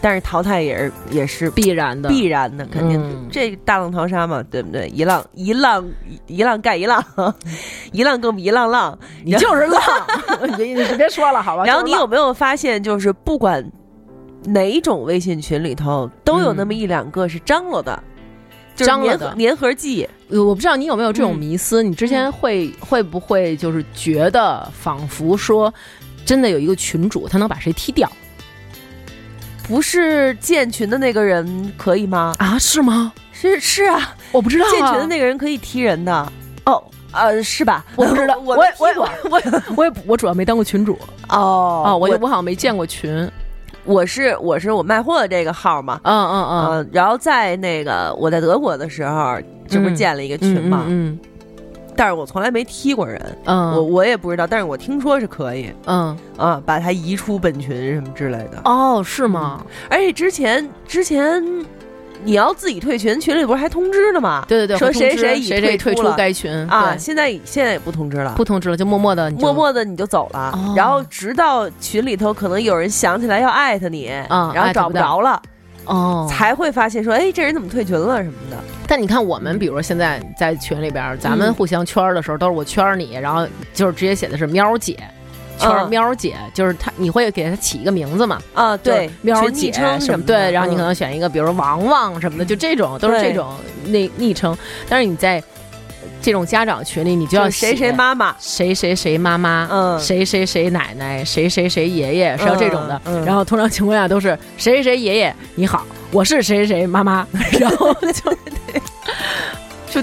Speaker 1: 但是淘汰也是也是
Speaker 4: 必然的。
Speaker 1: 必然的，肯定、
Speaker 4: 嗯
Speaker 1: 这大浪淘沙嘛，对不对？一浪一浪一浪盖一浪， 一浪更比一浪浪。
Speaker 4: 你就是浪， 你你别说了， 好吧？
Speaker 1: 然后你
Speaker 4: 就是
Speaker 1: 有没有发现，就是不管哪一种微信群里头，都有那么一两个是张罗的，就是
Speaker 4: 张罗
Speaker 1: 粘
Speaker 4: 的
Speaker 1: 合粘合剂。
Speaker 4: 浪呃我不知道你有没有这种
Speaker 1: 嗯
Speaker 4: 迷思，你之前会会不会就是觉得仿佛说，真的有一个群主他能把谁踢掉
Speaker 1: 不是建群的那个人可以吗？
Speaker 4: 啊？是吗？
Speaker 1: 是是啊，
Speaker 4: 我不知道、啊，
Speaker 1: 建群的那个人可以踢人的。哦，呃，是吧？
Speaker 4: 我不知道
Speaker 1: 我
Speaker 4: 我
Speaker 1: 我
Speaker 4: 也我也
Speaker 1: 我我
Speaker 4: 我也不我主要没当过群主
Speaker 1: 哦
Speaker 4: 啊，我
Speaker 1: 我
Speaker 4: 就我好像没见过群，嗯
Speaker 1: 我是我是我卖货的这个号嘛，
Speaker 4: 嗯嗯，
Speaker 1: 嗯，然后在那个我在德国的时候，这不
Speaker 4: 嗯
Speaker 1: 是建了一个群嘛，
Speaker 4: 嗯
Speaker 1: 但是我从来没踢过人，
Speaker 4: 嗯嗯，
Speaker 1: 我我也不知道，但是我听说是可以
Speaker 4: 嗯
Speaker 1: 啊，把他移出本群什么之类的。嗯
Speaker 4: 哦是吗？
Speaker 1: 而且之前之前你要自己退群，群里不是还通知呢吗？
Speaker 4: 对对对，
Speaker 1: 说
Speaker 4: 会通知
Speaker 1: 谁谁已
Speaker 4: 谁谁退
Speaker 1: 退出
Speaker 4: 出
Speaker 1: 了
Speaker 4: 该群
Speaker 1: 啊，
Speaker 4: 对
Speaker 1: 现在现在也不通知了。
Speaker 4: 不通知了就默默的
Speaker 1: 默默的你就走了，
Speaker 4: 哦
Speaker 1: 然后直到群里头可能有人想起来要艾特你，
Speaker 4: 嗯
Speaker 1: 然后
Speaker 4: 艾特
Speaker 1: 找
Speaker 4: 不
Speaker 1: 不
Speaker 4: 到
Speaker 1: 着了，
Speaker 4: 哦，
Speaker 1: 才会发现说，哎，这人怎么退群了什么的。
Speaker 4: 但你看，我们比如说现在在群里边儿，咱们
Speaker 1: 嗯
Speaker 4: 互相圈儿的时候，都是我圈儿你，然后就是直接写的是喵儿姐，圈儿
Speaker 1: 嗯
Speaker 4: 喵儿姐，就是她，你会给她起一个名字嘛？
Speaker 1: 啊，对
Speaker 4: 就是，喵儿
Speaker 1: 群
Speaker 4: 姐
Speaker 1: 昵称
Speaker 4: 什
Speaker 1: 什
Speaker 4: 么
Speaker 1: 么
Speaker 4: 对，
Speaker 1: 的
Speaker 4: 然后你可
Speaker 1: 嗯
Speaker 4: 能选一个，比如说王王什么的，就这种都是
Speaker 1: 对
Speaker 4: 这种那昵称。但是你在这种家长群里，你就要
Speaker 1: 就是谁
Speaker 4: 写
Speaker 1: 谁妈妈，
Speaker 4: 谁谁谁妈妈，
Speaker 1: 嗯
Speaker 4: 谁谁谁奶奶，谁谁谁爷爷，是要这种的。
Speaker 1: 嗯嗯
Speaker 4: 然后通常情况下都是谁谁谁爷爷你好，我是谁谁谁妈妈，然后就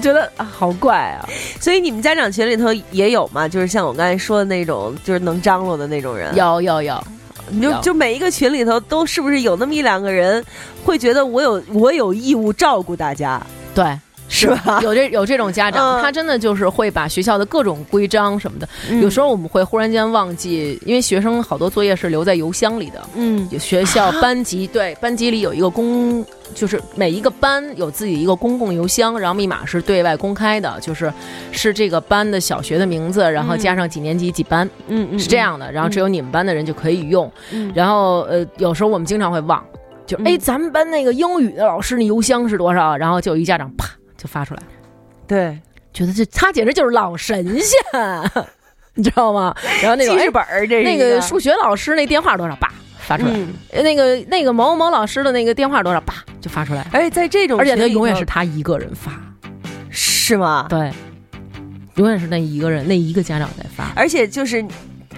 Speaker 4: 就觉得啊好怪啊，
Speaker 1: 所以你们家长群里头也有嘛？就是像我刚才说的那种，就是能张罗的那种人。
Speaker 4: 要要要，
Speaker 1: 你就
Speaker 4: 有
Speaker 1: 就每一个群里头都是不是有那么一两个人会觉得我有我有义务照顾大家，
Speaker 4: 对。
Speaker 1: 是吧？
Speaker 4: 有这有这种家长，
Speaker 1: 嗯
Speaker 4: 他真的就是会把学校的各种规章什么的，有时
Speaker 1: 候，
Speaker 4: 候我们会忽然间忘记，因为学生好多作业是留在邮箱里的，
Speaker 1: 嗯
Speaker 4: 有学校班级对班级里有一个公，就是每一个班有自己一个公共邮箱，然后密码是对外公开的，就是是这个班的小学的名字，然后加上几年级几班、
Speaker 1: 嗯嗯，
Speaker 4: 是这样的，然后只有你们班的人就可以用。
Speaker 1: 嗯
Speaker 4: 然后呃，有时候我们经常会忘，就
Speaker 1: 嗯
Speaker 4: 哎、咱们班那个英语的老师那邮箱是多少？然后就有一家长啪就发 出来，
Speaker 1: 对
Speaker 4: 觉得这他简直就是老神仙，你知道吗？然后那种
Speaker 1: 记
Speaker 4: 哎
Speaker 1: 事本儿，这是
Speaker 4: 那
Speaker 1: 一
Speaker 4: 个数学老师那电话多少？叭发出来。
Speaker 1: 嗯
Speaker 4: 呃那个那个某某老师的那个电话多少，叭就发出来，
Speaker 1: 而且在这种
Speaker 4: 而
Speaker 1: 群里
Speaker 4: 且
Speaker 1: 头，
Speaker 4: 他永远是他一个人发，
Speaker 1: 是吗？
Speaker 4: 对，永远是那一个人那一个家长在发，
Speaker 1: 而且就是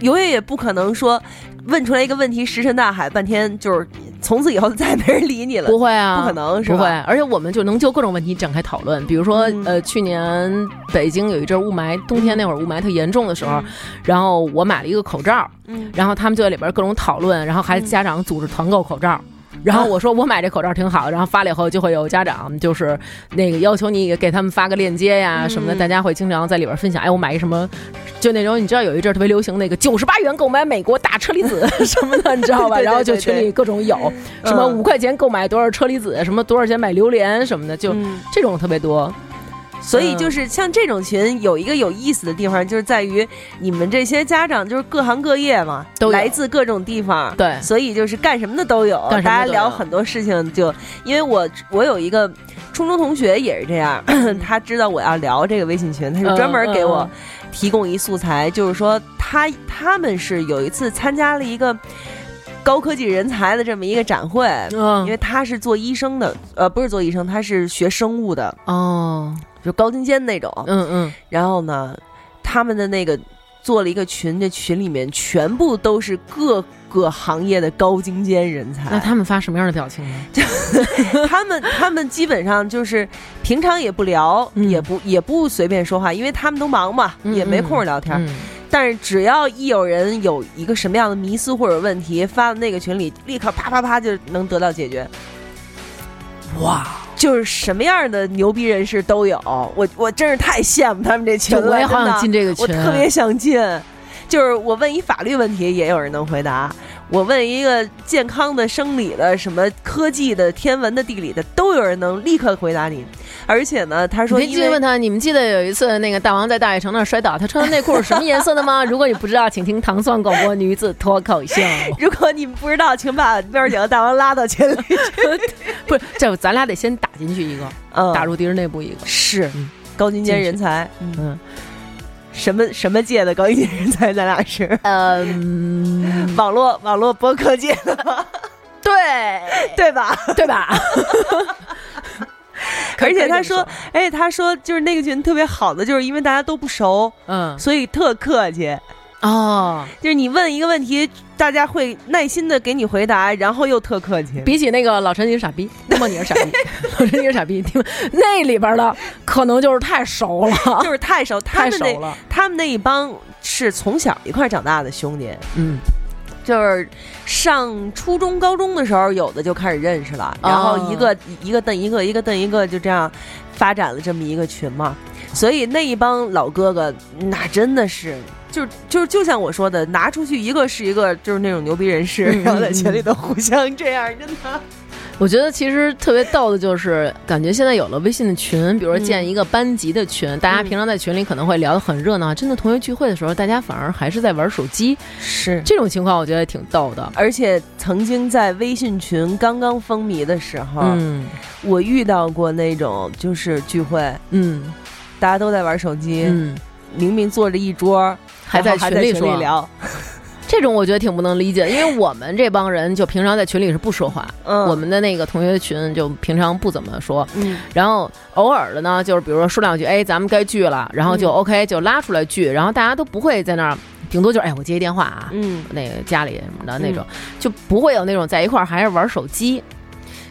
Speaker 1: 永远也不可能说问出来一个问题石沉大海，半天就是从此以后再没人理你了，
Speaker 4: 不会啊，
Speaker 1: 不可。能是
Speaker 4: 不
Speaker 1: 吧？
Speaker 4: 会，而且我们就能就各种问题展开讨论，比如说，
Speaker 1: 嗯
Speaker 4: 呃，去年北京有一阵雾霾，冬天那会儿雾霾特严重的时候，然后我买了一个口罩，
Speaker 1: 嗯
Speaker 4: 然后他们就在里边各种讨论，然后还家长组织团购口罩。然后我说我买这口罩挺好，然后发了以后就会有家长就是那个要求你给他们发个链接
Speaker 1: 嗯
Speaker 4: 呀什么的，大家会经常在里边分享。哎，我买一什么，就那种你知道有一阵儿特别流行那个九十八元购买美国大车厘子什么的，你知道 吧？
Speaker 1: 对对对嗯
Speaker 4: 然后就
Speaker 1: 对
Speaker 4: 群
Speaker 1: 对
Speaker 4: 里各种有什么五块钱购买多少车厘子，什么多少钱买榴莲什么的，就
Speaker 1: 嗯
Speaker 4: 这种特别多。
Speaker 1: 所以
Speaker 4: 嗯
Speaker 1: 就是像这种群有一个有意思的地方，就是在于你们这些家长就是各行各业嘛，
Speaker 4: 都有
Speaker 1: 来自各种地方，
Speaker 4: 对
Speaker 1: 所以就是干什么的都有，
Speaker 4: 干什么的都有
Speaker 1: 大家聊很多事情就。因为我我有一个初中同学也是这 样，他知道我要聊这个微信群，他就专门给我
Speaker 4: 嗯
Speaker 1: 提供一素材，就是说他他们是有一次参加了一个高科技人才的这么一个展会。因
Speaker 4: 嗯
Speaker 1: 为他是做医生的，呃，不是做医生，他是学生物的，
Speaker 4: 哦，
Speaker 1: 就高精尖那种。
Speaker 4: 嗯嗯，
Speaker 1: 然后呢，他们的那个做了一个群，这群里面全部都是各个行业的高精尖人
Speaker 4: 那
Speaker 1: 才。
Speaker 4: 他们发什么样的表情呢？
Speaker 1: 他们他们基本上就是平常也不聊，
Speaker 4: 嗯
Speaker 1: 也不也不随便说话，因为他们都忙嘛，
Speaker 4: 嗯
Speaker 1: 也没空聊天。
Speaker 4: 嗯
Speaker 1: 但是只要一有人有一个什么样的迷思或者问题，发到那个群里，立刻啪啪啪就能得到解决。
Speaker 4: 哇。
Speaker 1: 就是什么样的牛逼人士都有，我我真是太羡慕他们这群
Speaker 4: 就
Speaker 1: 了。
Speaker 4: 我也好
Speaker 1: 真
Speaker 4: 想
Speaker 1: 的
Speaker 4: 进这个群，啊
Speaker 1: 我特别想进。就是我问一法律问题，也有人能回答；我问一个健康的、生理的、什么科技的、天文的、地理的，都有人能立刻回答你。而且呢，他说
Speaker 4: 你
Speaker 1: 因
Speaker 4: 记得
Speaker 1: 为
Speaker 4: 问他，你们记得有一次那个大王在大悦城那儿摔倒，他穿的内裤是什么颜色的吗？ 如果你不知道，请听糖蒜广播女子脱 口秀。
Speaker 1: 如果你们不知道，请把喵儿姐和大王拉到群里。
Speaker 4: 不是，这咱俩得先打进去一个，
Speaker 1: 嗯，
Speaker 4: 打入敌人内部一个。
Speaker 1: 是
Speaker 4: 嗯
Speaker 1: 高精尖
Speaker 4: 进去
Speaker 1: 人才，
Speaker 4: 嗯，
Speaker 1: 什么什么界的高精尖人才？ 咱俩是
Speaker 4: 嗯，
Speaker 1: 网络网络播客界的吗，
Speaker 4: 对，
Speaker 1: 对吧？
Speaker 4: 对 吧？
Speaker 1: 而且他
Speaker 4: 可以
Speaker 1: 说，哎，他说就是那个群特别好的，就是因为大家都不熟，
Speaker 4: 这么说，
Speaker 1: 所以特客气。
Speaker 4: 嗯，哦，
Speaker 1: 就是你问一个问题，大家会耐心的给你回答，然后又特客气。
Speaker 4: 比起那个老陈你是傻逼，那么你是傻 逼，老陈你是傻逼，你们那里边的可能就是太熟了，
Speaker 1: 就是太熟，他
Speaker 4: 太
Speaker 1: 们
Speaker 4: 熟
Speaker 1: 那
Speaker 4: 了，
Speaker 1: 他们那一帮是从小一块长大的兄弟，
Speaker 4: 嗯，
Speaker 1: 就是上初中、高中的时候，有的就开始认识了，
Speaker 4: 哦
Speaker 1: 然后一个、一个瞪一个，一个瞪一个，就这样发展了这么一个群嘛。所以那一帮老哥哥，那真的是。就是就是就像我说的，拿出去一个是一个，就是那种牛逼人士，
Speaker 4: 嗯嗯
Speaker 1: 然后在群里
Speaker 4: 嗯
Speaker 1: 头互相这样，真的。
Speaker 4: 我觉得其实特别逗的就是，感觉现在有了微信的群，比如说
Speaker 1: 嗯
Speaker 4: 建一个班级的群，大家平常在群里可能会聊得很热闹，真的同学聚会的时候，大家反而还是在玩手机，
Speaker 1: 是
Speaker 4: 这种情况我觉得挺逗 的。
Speaker 1: 而且曾经在微信群刚刚风靡的时候，
Speaker 4: 嗯
Speaker 1: 我遇到过那种就是聚会，
Speaker 4: 嗯
Speaker 1: 大家都在玩手机，
Speaker 4: 嗯，
Speaker 1: 明明坐着一桌，
Speaker 4: 还在
Speaker 1: 然后还
Speaker 4: 群里
Speaker 1: 群
Speaker 4: 说
Speaker 1: 里聊，
Speaker 4: 这种我觉得挺不能理解，因为我们这帮人就平常在群里是不说话，
Speaker 1: 嗯
Speaker 4: 我们的那个同学群就平常不怎么说，
Speaker 1: 嗯
Speaker 4: 然后偶尔的呢，就是比如说说两句，哎，咱们该聚了，然后就 OK 就拉出来聚，然后大家都不会在那儿，顶多就是哎我接一电话啊，
Speaker 1: 嗯，
Speaker 4: 那个家里什么的那种，就不会有那种在一块儿还是玩手机。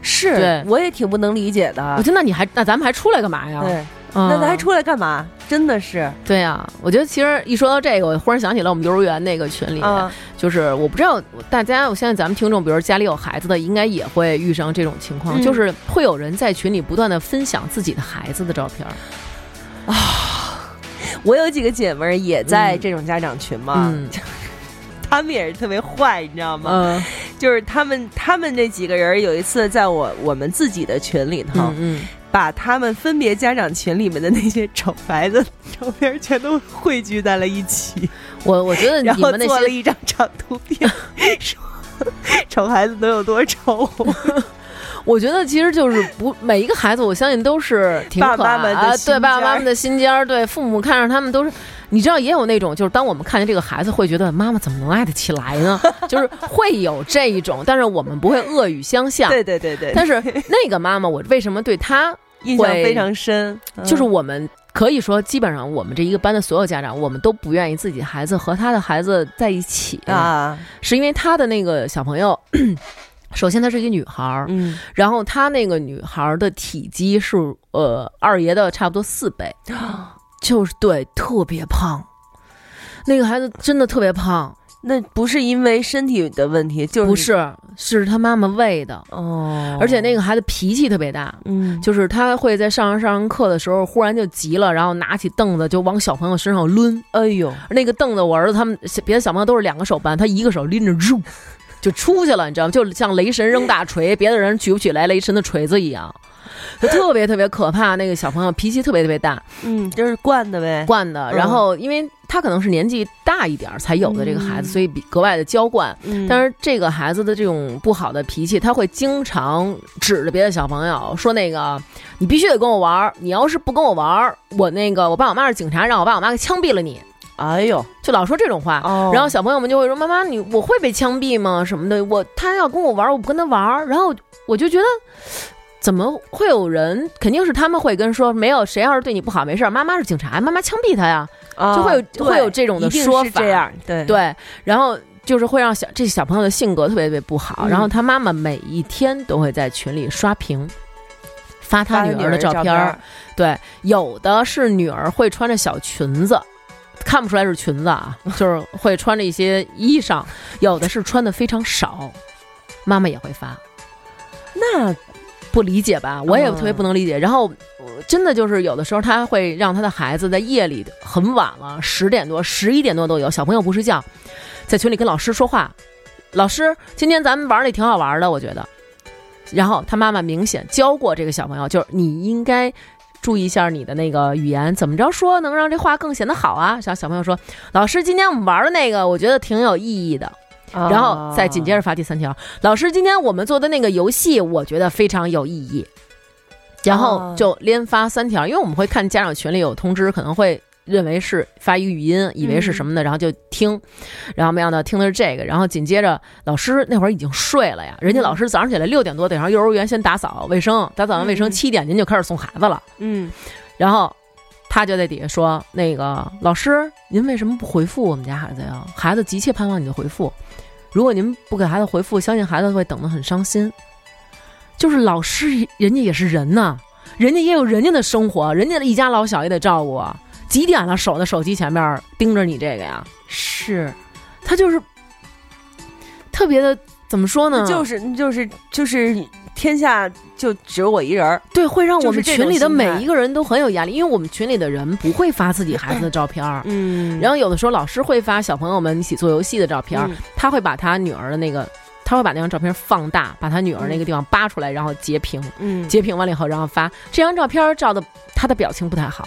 Speaker 1: 是
Speaker 4: 对，
Speaker 1: 我也挺不能理解
Speaker 4: 我
Speaker 1: 的。
Speaker 4: 觉得那你还那咱们还出来干嘛呀？
Speaker 1: 对，
Speaker 4: 嗯，
Speaker 1: 那咱还出来干嘛？真的是
Speaker 4: 对呀、我觉得其实一说到这个，我忽然想起了我们幼儿园那个群里，
Speaker 1: 啊，
Speaker 4: 就是我不知道大家，我相信咱们听众，比如家里有孩子的，应该也会遇上这种情
Speaker 1: 嗯
Speaker 4: 况，就是会有人在群里不断的分享自己的孩子的照片儿，
Speaker 1: 我有几个姐妹儿也在
Speaker 4: 嗯
Speaker 1: 这种家长群嘛，
Speaker 4: 嗯
Speaker 1: 她们也是特别坏，你知道吗？
Speaker 4: 嗯
Speaker 1: 就是她们她们这几个人有一次在我我们自己的群里头，
Speaker 4: 嗯，
Speaker 1: 把他们分别家长群里面的那些丑孩子照片儿全都汇聚在了一起，
Speaker 4: 我我觉得
Speaker 1: 然
Speaker 4: 你
Speaker 1: 后
Speaker 4: 们那
Speaker 1: 做了
Speaker 4: 些
Speaker 1: 一张长图片， 说丑孩子能有多丑？
Speaker 4: 我觉得其实就是不每一个孩子，我相信都是挺
Speaker 1: 爸
Speaker 4: 可
Speaker 1: 爸
Speaker 4: 爱
Speaker 1: 们的
Speaker 4: 啊
Speaker 1: 心
Speaker 4: 对爸爸
Speaker 1: 尖儿
Speaker 4: 妈妈的心尖儿，对父母看着他们都是，你知道也有那种就是当我们看见这个孩子会觉得妈妈怎么能爱得起来 呢？就是会有这一种，但是我们不会恶语相 向。
Speaker 1: 对对对对，
Speaker 4: 但是那个妈妈，我为什么对她，
Speaker 1: 印象
Speaker 4: 会
Speaker 1: 非常深，嗯
Speaker 4: 就是我们可以说，基本上我们这一个班的所有家长，我们都不愿意自己的孩子和他的孩子在一起，
Speaker 1: 啊，
Speaker 4: 是因为他的那个小朋友， 首先她是一个女孩儿，
Speaker 1: 嗯，
Speaker 4: 然后她那个女孩儿的体积是呃二爷的差不多四 倍，就是对，特别胖。那个孩子真的特别胖，
Speaker 1: 那不是因为身体的问题，就是
Speaker 4: 不是，是他妈妈喂的，
Speaker 1: 哦，
Speaker 4: 而且那个孩子脾气特别大，
Speaker 1: 嗯，
Speaker 4: 就是他会在上着上着课的时候忽然就急了，然后拿起凳子就往小朋友身上抡。
Speaker 1: 哎呦，
Speaker 4: 那个凳子，我儿子他们别的小朋友都是两个手搬，他一个手拎着，咻就出去了，你知道吗？就像雷神扔大锤，别的人举不起来雷神的锤子一样，就特别特别可怕。那个小朋友脾气特别特别大，
Speaker 1: 嗯，这是惯的呗，
Speaker 4: 惯的。然后因为他可能是年纪大一点儿才有的这个孩子，所以比格外的娇惯。
Speaker 1: 嗯，
Speaker 4: 但是这个孩子的这种不好的脾气，他会经常指着别的小朋友说：“那个，你必须得跟我玩儿，你要是不跟我玩儿，我那个我爸我妈是警察，让我爸我妈给枪毙了你。
Speaker 1: 哎呦，”
Speaker 4: 就老说这种话。
Speaker 1: 哦
Speaker 4: 然后小朋友们就会说：“妈妈，你我会被枪毙吗？什么的？我他要跟我玩儿，我不跟他玩儿。”然后我就觉得，怎么会有人？肯定是他们会跟说，没有谁要是对你不好，没事儿，妈妈是警察，妈妈枪毙他呀。
Speaker 1: 啊
Speaker 4: 就会有
Speaker 1: 对
Speaker 4: 会有这种的
Speaker 1: 一定
Speaker 4: 说
Speaker 1: 是
Speaker 4: 法
Speaker 1: 这样对，
Speaker 4: 对，然后就是会让小这小朋友的性格特别特别不好。
Speaker 1: 嗯
Speaker 4: 然后他妈妈每一天都会在群里刷屏，发
Speaker 1: 发
Speaker 4: 他女儿的
Speaker 1: 照
Speaker 4: 照片儿。
Speaker 1: 儿，
Speaker 4: 对，有的是女儿会穿着小裙子。看不出来是裙子啊，就是会穿着一些衣裳，有的是穿的非常少，妈妈也会发，
Speaker 1: 那
Speaker 4: 不理解吧？我也特别
Speaker 1: 嗯
Speaker 4: 不能理解。然后呃真的就是有的时候他会让他的孩子在夜里很晚了，十点多、十一点多都有，小朋友不睡觉，在群里跟老师说话，老师，今天咱们玩的挺好玩的，我觉得。然后他妈妈明显教过这个小朋友，就是你应该。注意一下你的那个语言，怎么着说能让这话更显得好啊？小小朋友说：“老师，今天我们玩的那个，我觉得挺有意义的。”
Speaker 1: 啊
Speaker 4: 然
Speaker 1: 哦
Speaker 4: 后再紧接着发第三条，老师，今天我们做的那个游戏，我觉得非常有意义。然后就连发三条，因为我们会看家长群里有通知，可能会认为是发一个语音，以为是什么的，然后就听，然后没想到听的是这个，然后紧接着老师那会儿已经睡了呀，人家老师早上起来六点多得上幼儿园先打扫卫生，打扫完卫
Speaker 1: 嗯
Speaker 4: 生七点您就开始送孩子了，
Speaker 1: 嗯
Speaker 4: 然后他就在底下说：“那个老师，您为什么不回复我们家孩子呀？孩子急切盼望你的回复。如果您不给孩子回复，相信孩子会等得很伤心。就是老师，人家也是人呐、人家也有人家的生活，人家的一家老小也得照顾啊。几点了，守在手机前面盯着你这个呀？
Speaker 1: 是，
Speaker 4: 他就是特别的，怎么说呢？
Speaker 1: 就是就是就是天下就只有我一人儿，
Speaker 4: 对，会让我
Speaker 1: 就是
Speaker 4: 们
Speaker 1: 这
Speaker 4: 群
Speaker 1: 种
Speaker 4: 里的
Speaker 1: 心
Speaker 4: 每
Speaker 1: 态
Speaker 4: 一个人都很有压力，因为我们群里的人不会发自己孩子的照片儿。
Speaker 1: 嗯
Speaker 4: 然
Speaker 1: 后
Speaker 4: 后有的时候老师会发小朋友们一起做游戏的照片
Speaker 1: 嗯
Speaker 4: 儿，他会把他女儿的那个，他会把那张照片放大，把他女儿那个地方扒出来，然后截屏，
Speaker 1: 嗯
Speaker 4: 截屏完了以后，然后发这张照片儿照的他的表情不太好，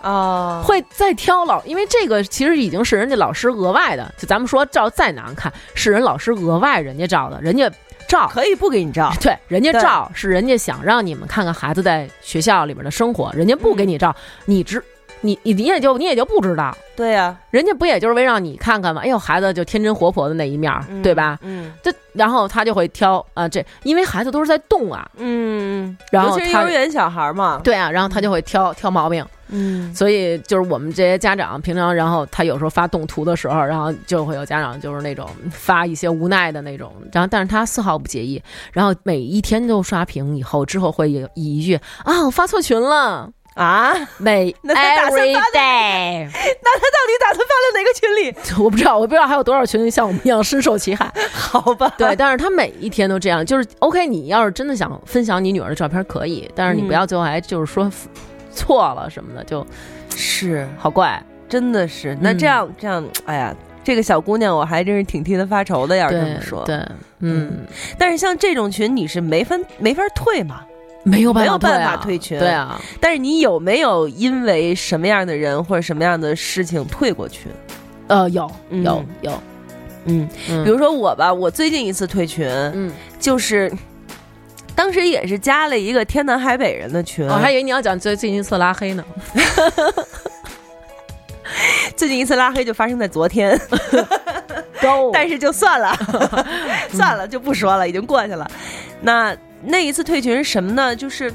Speaker 1: 啊
Speaker 4: 会再挑老，因为这个其实已经是人家老师额外的，就咱们说照再难看，是人老师额外人家照的，人家照。
Speaker 1: 可以不给你照，
Speaker 4: 对，人家
Speaker 1: 对嗯
Speaker 4: 照是人家想让你们看看孩子在学校里边的生活，人家不给你照，你只你你你也就你也就不知道，
Speaker 1: 对啊呀，
Speaker 4: 人家不也就是为让你看看吗？哎呦，孩子就天真活泼的那一面儿，
Speaker 1: 嗯
Speaker 4: 对吧？
Speaker 1: 嗯
Speaker 4: 这然后他就会挑啊、这因为孩子都是在动啊，
Speaker 1: 嗯，
Speaker 4: 然后
Speaker 1: 尤其是幼
Speaker 4: 他
Speaker 1: 儿园小孩嘛，
Speaker 4: 对啊，然后他就会挑挑毛病，
Speaker 1: 嗯，
Speaker 4: 所以就是我们这些家长平常，然后他有时候发动图的时候，然后就会有家长就是那种发一些无奈的那种，然后但是他丝毫不介意，然后每一天都刷屏，以后之后会有以一句啊我发错群了，
Speaker 1: 啊，
Speaker 4: 每
Speaker 1: 那他打算
Speaker 4: every
Speaker 1: 发
Speaker 4: day，
Speaker 1: 那他到底打算发到哪个群里？
Speaker 4: 我不知道我不知道还有多少群像我们一样深受其害，
Speaker 1: 好吧，
Speaker 4: 对，但是他每一天都这样，就是 OK。你要是真的想分享你女儿的照片可以，但
Speaker 1: 嗯
Speaker 4: 是你不要最后还就是说 f- 错了什么的，就是好怪。
Speaker 1: 真的是。那
Speaker 4: 嗯
Speaker 1: 这样这样，哎呀，这个小姑娘我还真是挺替她发愁的，要是这
Speaker 4: 对
Speaker 1: 么说。，
Speaker 4: 对，嗯，
Speaker 1: 但是像这种群你是没分没法退嘛。
Speaker 4: 没有
Speaker 1: 办法
Speaker 4: 办
Speaker 1: 退啊
Speaker 4: 退对啊，
Speaker 1: 但是你有没有因为什么样的人或者什么样的事情退过群？
Speaker 4: 呃，有
Speaker 1: 嗯
Speaker 4: 有有，
Speaker 1: 嗯，
Speaker 4: 嗯
Speaker 1: 比如说我吧，我最近一次退群
Speaker 4: 嗯，
Speaker 1: 就是。当时也是加了一个天南海北人的群，
Speaker 4: 我哦还以为你要讲最近一次拉 黑呢。
Speaker 1: 最近一次拉黑就发生在昨天，
Speaker 4: 高
Speaker 1: 但是就算 了，算了，就不说了，已经过去了。那那一次退群是什么呢？就是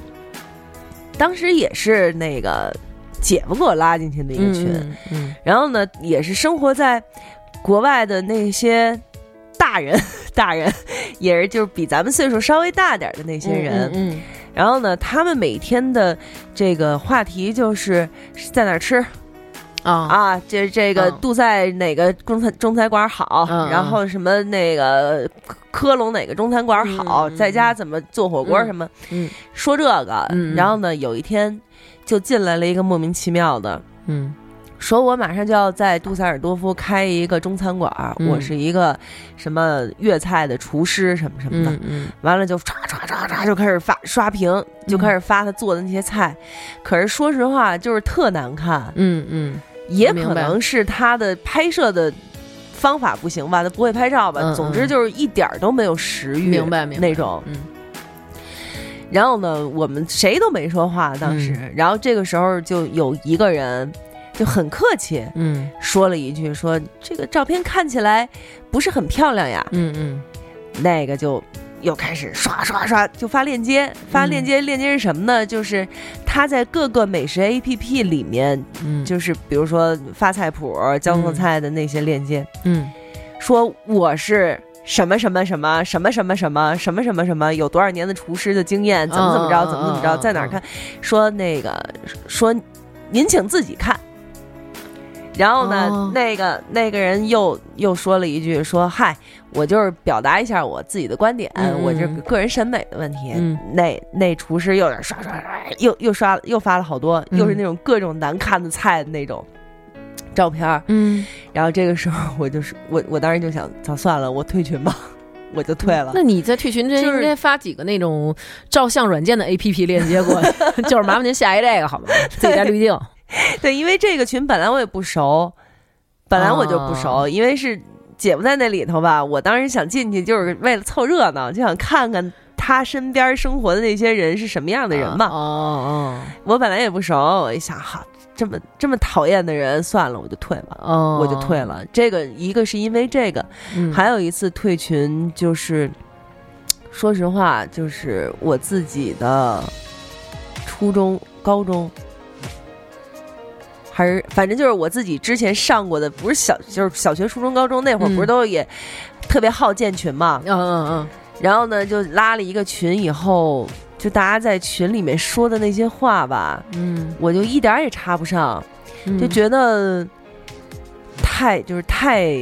Speaker 1: 当时也是那个姐夫给我拉进去的一个群，，
Speaker 4: 嗯
Speaker 1: 然后呢，也是生活在国外的那些大人， 大人也是就是比咱们岁数稍微大点儿的那些人。
Speaker 4: 嗯
Speaker 1: 然后呢，他们每天的这个话题就是在哪儿吃，
Speaker 4: 啊
Speaker 1: 啊，这这个
Speaker 4: 嗯
Speaker 1: 杜塞哪个中餐中餐馆好，
Speaker 4: 嗯嗯
Speaker 1: 然后什么那个科科隆哪个中餐馆好，
Speaker 4: 嗯嗯
Speaker 1: 在家怎么做火锅
Speaker 4: 嗯
Speaker 1: 什么，
Speaker 4: 嗯
Speaker 1: 说这个，
Speaker 4: 嗯嗯
Speaker 1: 然后呢，有一天就进来了一个莫名其妙的。
Speaker 4: 嗯
Speaker 1: 说我马上就要在杜塞尔多夫开一个中餐馆，
Speaker 4: 嗯
Speaker 1: 我是一个什么粤菜的厨师什么什么的，
Speaker 4: 嗯嗯
Speaker 1: 完了就唰唰唰唰就开始发刷屏，就开始发他做的那些菜，可是说实话就是特难看，
Speaker 4: 嗯嗯
Speaker 1: 也
Speaker 4: 明
Speaker 1: 可
Speaker 4: 白
Speaker 1: 能是他的拍摄的方法不行吧，他不会拍照吧，
Speaker 4: 嗯
Speaker 1: 总
Speaker 4: 嗯
Speaker 1: 之就是一点儿都没有食欲，
Speaker 4: 明白明白
Speaker 1: 那种。
Speaker 4: 嗯
Speaker 1: 然后呢，我们谁都没说话，当时，
Speaker 4: 嗯
Speaker 1: 然后这个时候就有一个人就很客气
Speaker 4: 嗯
Speaker 1: 说了一句说，这个照片看起来不是很漂亮呀，
Speaker 4: 嗯嗯
Speaker 1: 那个就。又开始刷刷刷，就发链接，发链
Speaker 4: 嗯
Speaker 1: 接，链接是什么呢？就是他在各个美食 A P P 里面
Speaker 4: 嗯
Speaker 1: 就是比如说发菜谱、江浙菜的那些链接，
Speaker 4: 嗯
Speaker 1: 说我是什么什么什么什么什么什么什么什么什么，有多少年的厨师的经验，怎么怎么着，
Speaker 4: 嗯
Speaker 1: 怎么怎么
Speaker 4: 嗯
Speaker 1: 着，
Speaker 4: 嗯
Speaker 1: 在哪儿看？说那个说您请自己看。然后呢，
Speaker 4: 哦
Speaker 1: 那个那个人又又说了一句说：“嗨，我就是表达一下我自己的观点，
Speaker 4: 嗯嗯
Speaker 1: 我这个个人审美的问题。
Speaker 4: 嗯
Speaker 1: 那那厨师又在刷刷刷，又又刷又发了好多，
Speaker 4: 嗯
Speaker 1: 又是那种各种难看的菜的那种照片儿。
Speaker 4: 嗯，
Speaker 1: 然后这个时候我就是 我，我当时就想，早算了，我退群吧， 我就退了。
Speaker 4: 那你在退群之前
Speaker 1: 就是
Speaker 4: 应该发几个那种照相软件的 APP 链 接过去，就是麻烦您下一这个好吗？自己带滤镜。
Speaker 1: 对，因为这个群本来我也不熟，本来我就不熟，
Speaker 4: 哦
Speaker 1: 因为是姐夫在那里头吧。我当时想进去就是为了凑热闹，就想看看他身边生活的那些人是什么样的人嘛。
Speaker 4: 哦哦
Speaker 1: 我本来也不熟，我一想，哈，这么这么讨厌的人，算了，我就退吧，
Speaker 4: 哦，
Speaker 1: 我就退了。这个一个是因为这个，
Speaker 4: 嗯。
Speaker 1: 还有一次退群，就是说实话，就是我自己的初中、高中，还是反正就是我自己之前上过的，不是小就是小学、初中、高中那会儿，
Speaker 4: 嗯
Speaker 1: 不是都也特别好建群嘛？
Speaker 4: 嗯嗯
Speaker 1: 然后呢，就拉了一个群以后，就大家在群里面说的那些话吧，
Speaker 4: 嗯
Speaker 1: 我就一点儿也插不上。
Speaker 4: 嗯，
Speaker 1: 就觉得太就是太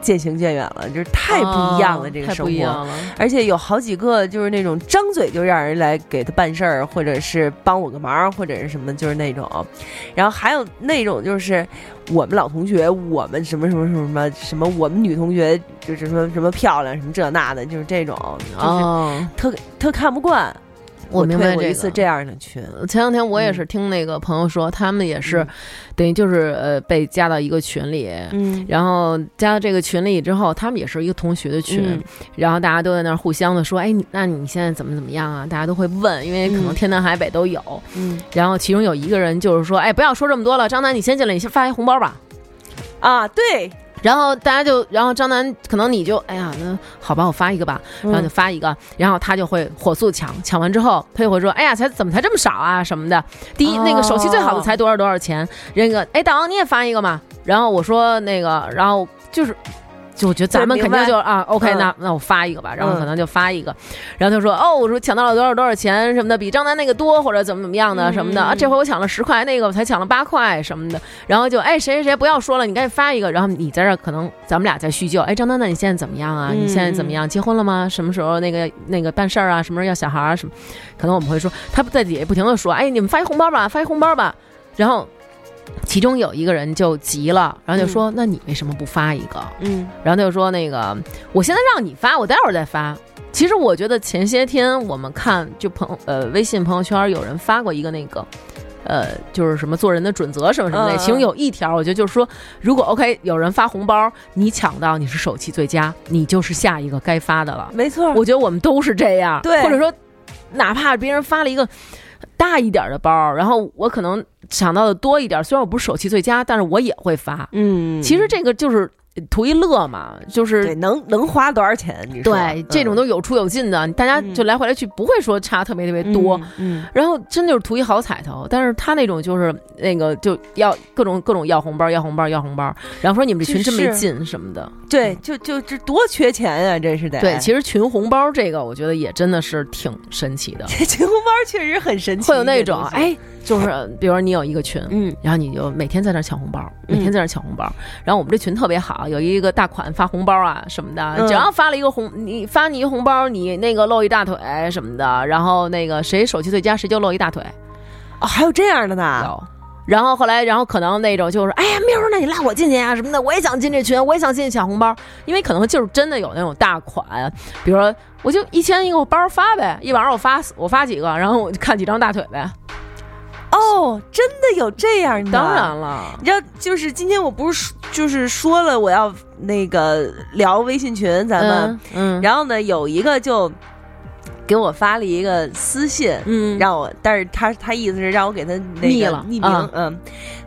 Speaker 1: 渐行渐远了，就是太不一样了、
Speaker 4: 哦
Speaker 1: 这个
Speaker 4: 太
Speaker 1: 生
Speaker 4: 不一
Speaker 1: 活。
Speaker 4: 样了。
Speaker 1: 而且有好几个就是那种张嘴就让人来给他办事儿，或者是帮我个忙，或者是什么，就是那种。然后还有那种就是我们老同学，我们什么什么什么什么什么，我们女同学就是什么什么漂亮什么这那的，就是这种，就是
Speaker 4: 哦，
Speaker 1: 特、特看不惯。
Speaker 4: 我明白
Speaker 1: 退过
Speaker 4: 这
Speaker 1: 一
Speaker 4: 个
Speaker 1: 次这嗯样的群，
Speaker 4: 前两天我也是听那个朋友说，他们也是，等于就是呃被加到一个群里，
Speaker 1: 嗯
Speaker 4: 然后加到这个群里之后，他们也是一个同学的群，
Speaker 1: 嗯
Speaker 4: 然后大家都在那儿互相的说，哎，你那你现在怎么怎么样啊？大家都会问，因为可能天南海北都有。
Speaker 1: 嗯
Speaker 4: 然后其中有一个人就是说，哎，不要说这么多了，张楠你先进来，你先发一红包吧。
Speaker 1: 啊，对，
Speaker 4: 然后大家就，然后张楠可能你就，哎呀，那好吧，我发一个吧，然后
Speaker 1: 嗯
Speaker 4: 就发一个，然后他就会火速抢，抢完之后他就会说，哎呀，才怎么才这么少啊什么的。第一，
Speaker 1: 哦
Speaker 4: 那个手气最好的才多少多少钱，那个，哎，大王你也发一个嘛。然后我说那个，然后就是。就我觉得咱们
Speaker 1: 对
Speaker 4: 肯
Speaker 1: 明白
Speaker 4: 定就是啊，OK，、
Speaker 1: 嗯
Speaker 4: 那那我发一个吧，然后
Speaker 1: 嗯
Speaker 4: 可能就发一个，然后他说哦，我说抢到了多少多少钱什么的，比张楠那个多或者怎么怎么样的什么的、啊，这回我抢了十块，那个我才抢了八块什么的，然后就哎谁谁谁不要说了，你赶紧发一个，然后你在这儿可能咱们俩在叙旧，哎张楠楠你现在怎么样啊？你现在怎么样？结婚了吗？什么时候那个那个办事儿啊？什么时候要小孩儿啊？什么？可能我们会说他在底下不停的说，哎你们发一红包吧，发一红包吧，然后。其中有一个人就急了，然后就说：“那你为什么不发一个？”
Speaker 1: 嗯
Speaker 4: 然后他就说那个，我现在让你发，我待会儿再发。其实我觉得前些天我们看就朋呃微信朋友圈有人发过一个那个。呃，就是什么做人的准则什么什么的，
Speaker 1: 嗯嗯
Speaker 4: 其中有一条，我觉得就是说，如果 OK 有人发红包，你抢到你是手气最佳，你就是下一个该发的了。
Speaker 1: 没错儿，
Speaker 4: 我觉得我们都是这样，
Speaker 1: 嗯对
Speaker 4: 或者说，哪怕别人发了一个大一点的包，然后我可能抢到的多一点，虽然我不是手气最佳，但是我也会发。
Speaker 1: 嗯，
Speaker 4: 其实这个就是呃图一乐嘛，就是
Speaker 1: 对能能花多少钱？你说
Speaker 4: 嗯
Speaker 1: 嗯
Speaker 4: 对这种都有出有进的，大家就来回来去，不会说差特别特别
Speaker 1: 嗯
Speaker 4: 多。
Speaker 1: 嗯，
Speaker 4: 然后真就是图一好彩头，但是他那种就是那个就要各种各种要红包，要红包，要红包，然后说你们这群真没
Speaker 1: 是
Speaker 4: 劲什么的。
Speaker 1: 嗯对，就就这多缺钱啊，真是得
Speaker 4: 对，其实群红包这个，我觉得也真的是挺神奇的，
Speaker 1: 实群红包确实很神奇，
Speaker 4: 会有那种，哎，就是比如说你有一个群，
Speaker 1: 嗯
Speaker 4: 然后你就每天在那儿抢红包，每天在那儿抢红包。然后我们这群特别好，有一个大款发红包啊什么的，
Speaker 1: 嗯
Speaker 4: 只要发了一个红，你发你一红包，你那个露一大腿什么的，然后那个谁手气最佳谁就露一大腿。
Speaker 1: 哦，还有这样的呢，
Speaker 4: 有。然后后来，然后可能那种就是，哎呀，喵儿，那你拉我进去啊什么的，我也想进这群，我也想进去抢红包，因为可能就是真的有那种大款，比如说我就一千一个包发呗，一晚上我发我发几个，然后我就看几张大腿呗。
Speaker 1: 哦，真的有这样的，
Speaker 4: 当然了，
Speaker 1: 你知道，就是今天我不是说就是说了我要那个聊微信群，咱们，
Speaker 4: 嗯，
Speaker 1: 然后呢有一个就给我发了一个私信，
Speaker 4: 嗯，
Speaker 1: 让我，但是他他意思是让我给他那
Speaker 4: 腻
Speaker 1: 个
Speaker 4: 了
Speaker 1: 匿
Speaker 4: 嗯
Speaker 1: 名，嗯，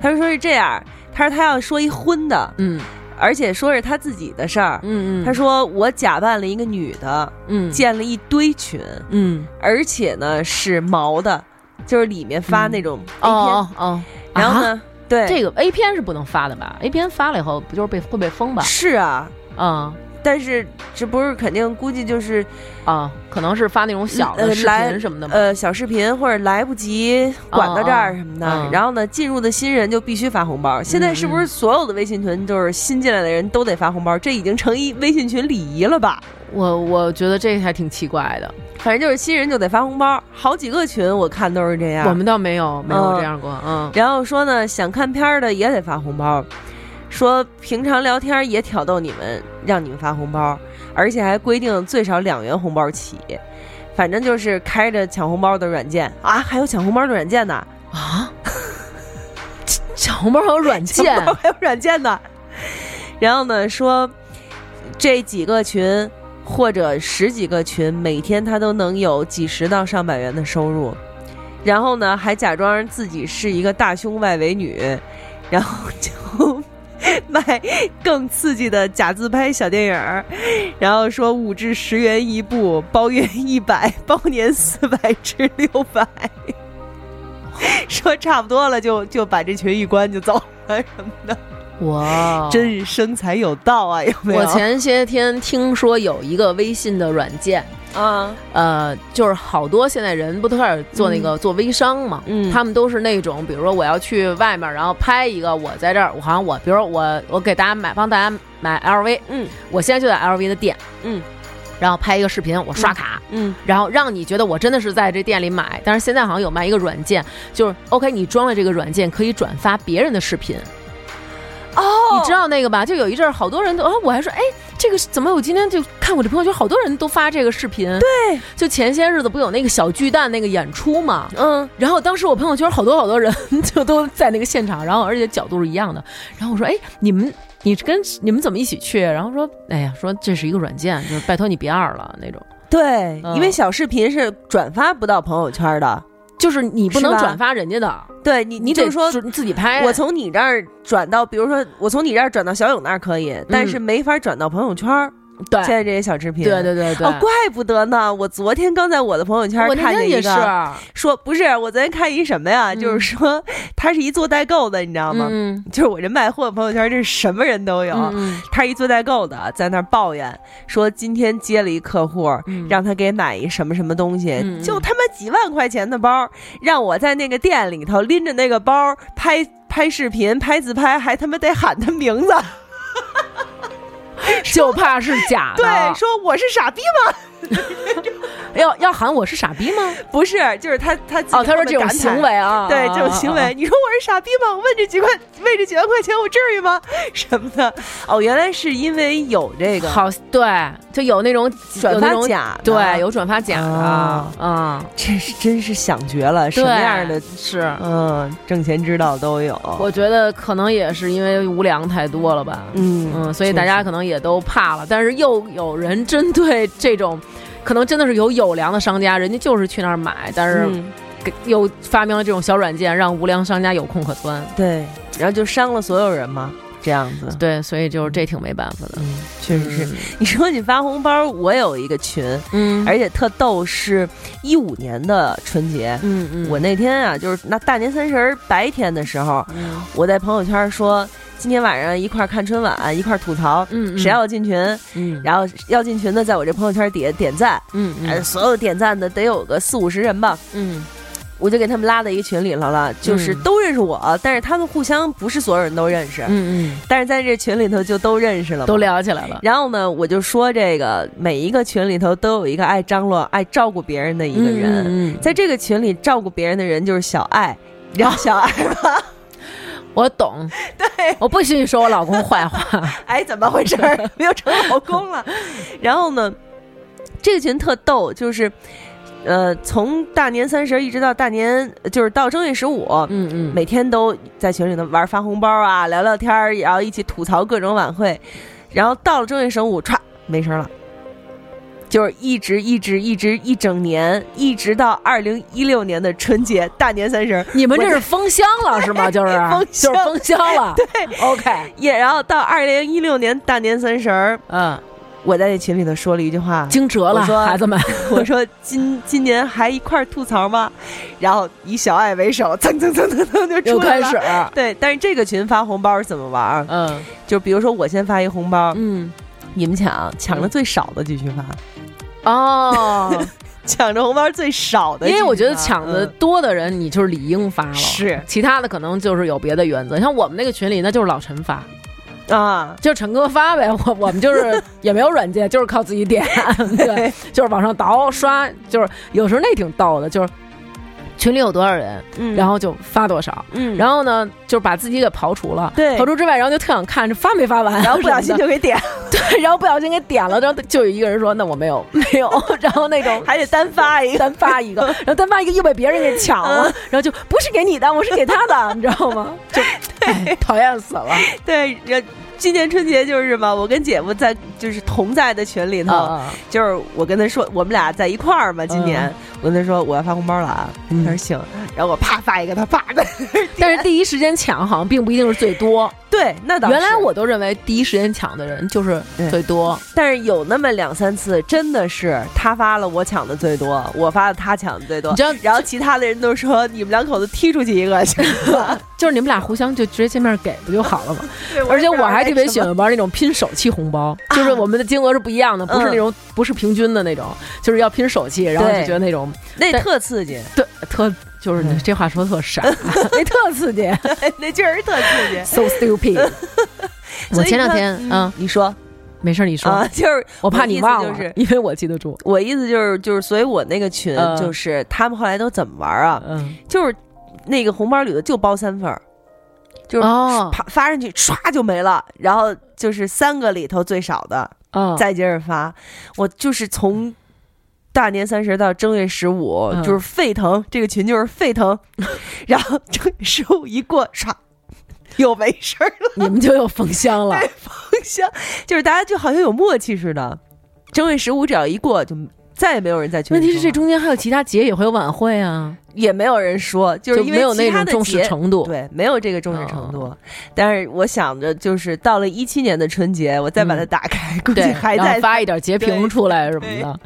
Speaker 1: 他说是这样，他说他要说一婚的，
Speaker 4: 嗯
Speaker 1: 而且说是他自己的事儿，
Speaker 4: 嗯嗯，
Speaker 1: 他说我假扮了一个女的，
Speaker 4: 嗯
Speaker 1: 建了一堆群，
Speaker 4: 嗯
Speaker 1: 而且呢是毛的，就是里面发那种 A 片，
Speaker 4: 哦哦哦，
Speaker 1: 然后
Speaker 4: 啊
Speaker 1: 呢，对，
Speaker 4: 这个 A 片是不能发的吧？A 片发了以后不就是被会被封吧？
Speaker 1: 是啊。
Speaker 4: 啊
Speaker 1: 但是这不是肯定，估计就是
Speaker 4: 啊，可能是发那种小的
Speaker 1: 呃
Speaker 4: 视
Speaker 1: 来
Speaker 4: 频什么的吧。
Speaker 1: 呃小视频或者来不及管到这
Speaker 4: 哦
Speaker 1: 儿
Speaker 4: 哦
Speaker 1: 什么的。
Speaker 4: 嗯
Speaker 1: 然后呢，进入的新人就必须发红包。现在是不是所有的微信群就是新进来的人都得发红包？这已经成一微信群礼仪了吧？
Speaker 4: 我我觉得这还挺奇怪的，
Speaker 1: 反正就是新人就得发红包，好几个群我看都是这样。
Speaker 4: 我们倒没有没有
Speaker 1: 哎嗯
Speaker 4: 这样过。 嗯
Speaker 1: 然后说呢，想看片儿的也得发红包，说平常聊天儿也挑逗你们，让你们发红包，而且还规定最少两元红包起。反正就是开着抢红包的软件啊，还有抢红包的软件呢，
Speaker 4: 啊，抢红包还有软件
Speaker 1: 抢红包 还有软件呢。然后呢，说这几个群或者十几个群，每天他都能有几十到上百元的收入。然后呢，还假装自己是一个大胸外围女，然后就卖更刺激的假自拍小电影儿，然后说五至十元一部，包月一百， 包年四百至六百，说差不多了就就把这群一关就走了什么的，
Speaker 4: 哇！
Speaker 1: 真是生财有道啊，有没有？
Speaker 4: 哦我前些天听说有一个微信的软件，
Speaker 1: 啊，
Speaker 4: 呃，就是好多现在人不都开始做那个、做微商嘛，
Speaker 1: 嗯
Speaker 4: 他们都是那种，比如说我要去外面，然后拍一个我在这儿，我好像我，比如说我我给大家买帮大家买 LV，
Speaker 1: 嗯
Speaker 4: 我现在就在 LV 的店，
Speaker 1: 嗯，
Speaker 4: 然后拍一个视频，我刷卡。
Speaker 1: 嗯
Speaker 4: 然后让你觉得我真的是在这店里买，但是现在好像有卖一个软件，就是 OK，你装了这个软件可以转发别人的视频，
Speaker 1: 哦
Speaker 4: 你知道那个吧？就有一阵儿，好多人都啊，我还说，哎，这这个是怎么我今天就看我这朋友圈，好多人都发这个视频。对，就前些日子不有那个小巨蛋那个演出嘛，
Speaker 1: 嗯，
Speaker 4: 然后当时我朋友圈好多好多人 就都在那个现场，然后而且角度是一样的。然后我说：“哎，你们你跟你们怎么一起去？”然后说：“哎呀，说这是一个软件，就是拜托你别二了那种，
Speaker 1: 对，
Speaker 4: 嗯
Speaker 1: 因为小视频是转发不到朋友圈的，
Speaker 4: 就是你不
Speaker 1: 是
Speaker 4: 能
Speaker 1: 吧
Speaker 4: 转发人家的，
Speaker 1: 对你，
Speaker 4: 你
Speaker 1: 就
Speaker 4: 得
Speaker 1: 是说。
Speaker 4: 你自己拍。”
Speaker 1: 我从你这儿转到，比如说我从你这儿转到小勇那儿可以，但是没法转到朋友圈儿。
Speaker 4: 嗯对
Speaker 1: 现在这些小视频，
Speaker 4: 对对对对，
Speaker 1: 哦，怪不得呢！我昨天刚在我的朋友圈
Speaker 4: 我那
Speaker 1: 看见
Speaker 4: 天
Speaker 1: 一个，
Speaker 4: 也是，啊
Speaker 1: 说不是，我昨天看一什么呀？就是说他是一做代购的，你知道吗？哦
Speaker 4: 嗯
Speaker 1: 就是我这卖货朋友圈，这是什么人都有。
Speaker 4: 嗯嗯
Speaker 1: 他是一做代购的，在那儿抱怨说今天接了一客户，
Speaker 4: 嗯
Speaker 1: 让他给买一什么什么东西，
Speaker 4: 嗯嗯
Speaker 1: 就他妈几万块钱的包，让我在那个店里头拎着那个包拍拍视频、拍自拍，还他妈得喊他名字。
Speaker 4: 就怕是假的。哎
Speaker 1: 对，说我是傻逼吗？
Speaker 4: 要要喊我是傻逼吗？
Speaker 1: 不是，就是他他自己
Speaker 4: 哦，他
Speaker 1: 后
Speaker 4: 说
Speaker 1: 面
Speaker 4: 这种
Speaker 1: 感
Speaker 4: 行
Speaker 1: 慨
Speaker 4: 为啊，
Speaker 1: 对
Speaker 4: 啊
Speaker 1: 这种行为，，你说我是傻逼吗？我问这几块，为这几万块钱，我至于吗？ 什么的？哦，原来是因为有这
Speaker 4: 啊啊
Speaker 1: 个
Speaker 4: 啊好对，就有那种
Speaker 1: 转
Speaker 4: 有那
Speaker 1: 发
Speaker 4: 种
Speaker 1: 假的，
Speaker 4: 对，有转发假的
Speaker 1: 哦
Speaker 4: 啊，
Speaker 1: 这是真是想绝了，什
Speaker 4: 对
Speaker 1: 么样的
Speaker 4: 是？
Speaker 1: 嗯挣钱之道都有。
Speaker 4: 我觉得可能也是因为无良太多了吧，
Speaker 1: 嗯
Speaker 4: 嗯，所以大家可能也都怕了，但是又有人针对这种。可能真的是有有良的商家，人家就是去那儿买，但是
Speaker 1: 嗯
Speaker 4: 给又发明了这种小软件，让无良商家有空可钻。
Speaker 1: 对，然后就伤了所有人嘛，这样子。
Speaker 4: 对，所以就是这挺没办法的。
Speaker 1: 嗯，确实是。
Speaker 4: 嗯
Speaker 1: 你说你发红包，我有一个群，
Speaker 4: 嗯，
Speaker 1: 而且特逗，是一五年的春节，
Speaker 4: 嗯嗯，
Speaker 1: 我那天啊，就是那大年三十儿白天的时候，
Speaker 4: 嗯
Speaker 1: 我在朋友圈说，今天晚上一块儿看春晚，一块儿吐槽。
Speaker 4: 嗯，
Speaker 1: 谁要进群？
Speaker 4: 嗯
Speaker 1: 然后要进群的，在我这朋友圈底下点赞，
Speaker 4: 嗯
Speaker 1: 呃，
Speaker 4: 嗯
Speaker 1: 所有点赞的得有个四五十人吧，
Speaker 4: 嗯
Speaker 1: 我就给他们拉到一群里头了，就是
Speaker 4: 嗯
Speaker 1: 都认识我，但是他们互相不是所有人都认识，
Speaker 4: 嗯
Speaker 1: 但是在这群里头就都认识了嘛，
Speaker 4: 嗯，都聊起来了。
Speaker 1: 然后呢，我就说这个每一个群里头都有一个爱张罗、爱照顾别人的一个人，
Speaker 4: 嗯，嗯
Speaker 1: 在这个群里照顾别人的人就是小爱，你知道小爱 吧？
Speaker 4: 嗯我懂，对，我不许你说我老公坏话。
Speaker 1: 哎，怎么回事儿？没有成老公了。然后呢，这个群特逗，就是呃，从大年三十一直到大年，就是到正月十五。
Speaker 4: 嗯嗯，
Speaker 1: 每天都在群里头玩发红包啊，聊聊天儿，然后一起吐槽各种晚会，然后到了正月十五，歘，没声儿了，就是一直一直一直一整年，一直到二零一六年的春节大年三十儿，
Speaker 4: 你们这
Speaker 1: 我
Speaker 4: 是封箱了是吗？就是
Speaker 1: 封
Speaker 4: 就
Speaker 1: 箱
Speaker 4: 是封箱了。 对，OK，
Speaker 1: 也然后到二零一六年大年三十儿，
Speaker 4: 嗯，
Speaker 1: 我在那群里头说了一句 话，
Speaker 4: 惊蛰了，
Speaker 1: 我说
Speaker 4: 孩子们，
Speaker 1: 我说今今年还一块儿吐槽吗？然后以小爱为首，蹭蹭蹭蹭蹭就
Speaker 4: 又
Speaker 1: 出来
Speaker 4: 开
Speaker 1: 了
Speaker 4: 始。，
Speaker 1: 对，但是这个群发红包是怎么玩儿？
Speaker 4: 嗯
Speaker 1: 就比如说我先发一红包，
Speaker 4: 嗯，
Speaker 1: 你们抢抢着最少的继续发，
Speaker 4: 哦，
Speaker 1: 抢着红包最少的
Speaker 4: 因
Speaker 1: 继续发，
Speaker 4: 为我觉得抢的
Speaker 1: 嗯
Speaker 4: 多的人，你就是理应发了，
Speaker 1: 是
Speaker 4: 其他的可能就是有别的原则。像我们那个群里，那就是老陈发，
Speaker 1: 啊，
Speaker 4: 就是陈哥发呗，我我们就是 也没有软件，就是靠自己点， 对，就是往上倒刷，就是有时候那挺逗的，就是群里有多少人，
Speaker 1: 嗯
Speaker 4: 然后就发多少，
Speaker 1: 嗯，
Speaker 4: 然后呢，就是把自己给刨除了，
Speaker 1: 对
Speaker 4: 刨除之外，然后就特想看这发没发完，
Speaker 1: 然后不小心
Speaker 4: 什
Speaker 1: 就给点，
Speaker 4: 么的对，然后不小心给点了，然后就有一个人说那我没有 没有，然后那种
Speaker 1: 还得嗯单发一个，
Speaker 4: 单发一个，然后单发一个又被别人给抢了，然后就不是给你的，我是给他的，你知道吗？ 就哎讨厌死了，
Speaker 1: 对，然后今年春节就是嘛，我跟姐夫在就是同在的群里头，
Speaker 4: 啊，
Speaker 1: 就是我跟他说我们俩在一块儿嘛，今年、我跟他说我要发红包了啊，他说行，然后我啪发一个，他啪的，
Speaker 4: 但是第一时间抢好像并不一定是最多。
Speaker 1: 对，那倒是
Speaker 4: 原来我都认为第一时间抢的人就是最多，
Speaker 1: 但是有那么两三次真的是他发了我抢的最多，我发的他抢的最多
Speaker 4: 你，知道，
Speaker 1: 然后其他的人都说你们两口子踢出去 一个去，
Speaker 4: 就是你们俩互相就直接见面给不就好了吗？而
Speaker 1: 而
Speaker 4: 且
Speaker 1: 且
Speaker 4: 我
Speaker 1: 我
Speaker 4: 还
Speaker 1: 还
Speaker 4: 特
Speaker 1: 特
Speaker 4: 别
Speaker 1: 别
Speaker 4: 喜
Speaker 1: 喜
Speaker 4: 欢
Speaker 1: 欢
Speaker 4: 玩那种拼手气红包，就是
Speaker 1: 啊
Speaker 4: 我们的金额是不一样的，不是那种不是平均的那种，就是要拼手气，然后就觉得那种
Speaker 1: 那
Speaker 4: 但
Speaker 1: 特刺 激，
Speaker 4: 特特就是你
Speaker 1: 嗯
Speaker 4: 这话说得 特傻，那特刺激
Speaker 1: 那确实特刺 激。
Speaker 4: ，so stupid。我
Speaker 1: 所以
Speaker 4: 前两
Speaker 1: 他
Speaker 4: 天嗯，
Speaker 1: 你说
Speaker 4: 没事儿你
Speaker 1: 啊
Speaker 4: 说，，
Speaker 1: 就是
Speaker 4: 我怕
Speaker 1: 的
Speaker 4: 你
Speaker 1: 意思
Speaker 4: 忘
Speaker 1: 就是
Speaker 4: 了，因为我记得住。
Speaker 1: 我意思就是就是，所以我那个群
Speaker 4: 嗯
Speaker 1: 就是他们后来都怎么玩啊？
Speaker 4: 嗯，
Speaker 1: 就是那个红包里头就包三份儿，就是
Speaker 4: 哦
Speaker 1: 啪发上去唰就没了，然后就是三个里头最少的，
Speaker 4: 嗯，
Speaker 1: 再接着发。我就是从大年三十到正月十五，
Speaker 4: 嗯
Speaker 1: 就是沸腾，这个群就是沸腾。 然后正月十五一过，唰又没事儿了。
Speaker 4: 你们就有封 箱了。
Speaker 1: 像就是大家就好像有默契似的，正月十五只要一过，就再也没有人在群
Speaker 4: 问
Speaker 1: 里说话。
Speaker 4: 题是这中间还有其他节也会有晚会啊，
Speaker 1: 也没有人说，就是
Speaker 4: 就
Speaker 1: 因
Speaker 4: 没
Speaker 1: 为
Speaker 4: 有
Speaker 1: 其
Speaker 4: 那
Speaker 1: 他
Speaker 4: 种
Speaker 1: 的
Speaker 4: 重视
Speaker 1: 节
Speaker 4: 程度。嗯
Speaker 1: 对，没有这个重视程度。但是我想着，就是到了一七年的春节，我再把它打开，估计
Speaker 4: 嗯对，
Speaker 1: 还
Speaker 4: 然
Speaker 1: 在
Speaker 4: 后发一点截屏
Speaker 1: 对
Speaker 4: 出来什么的。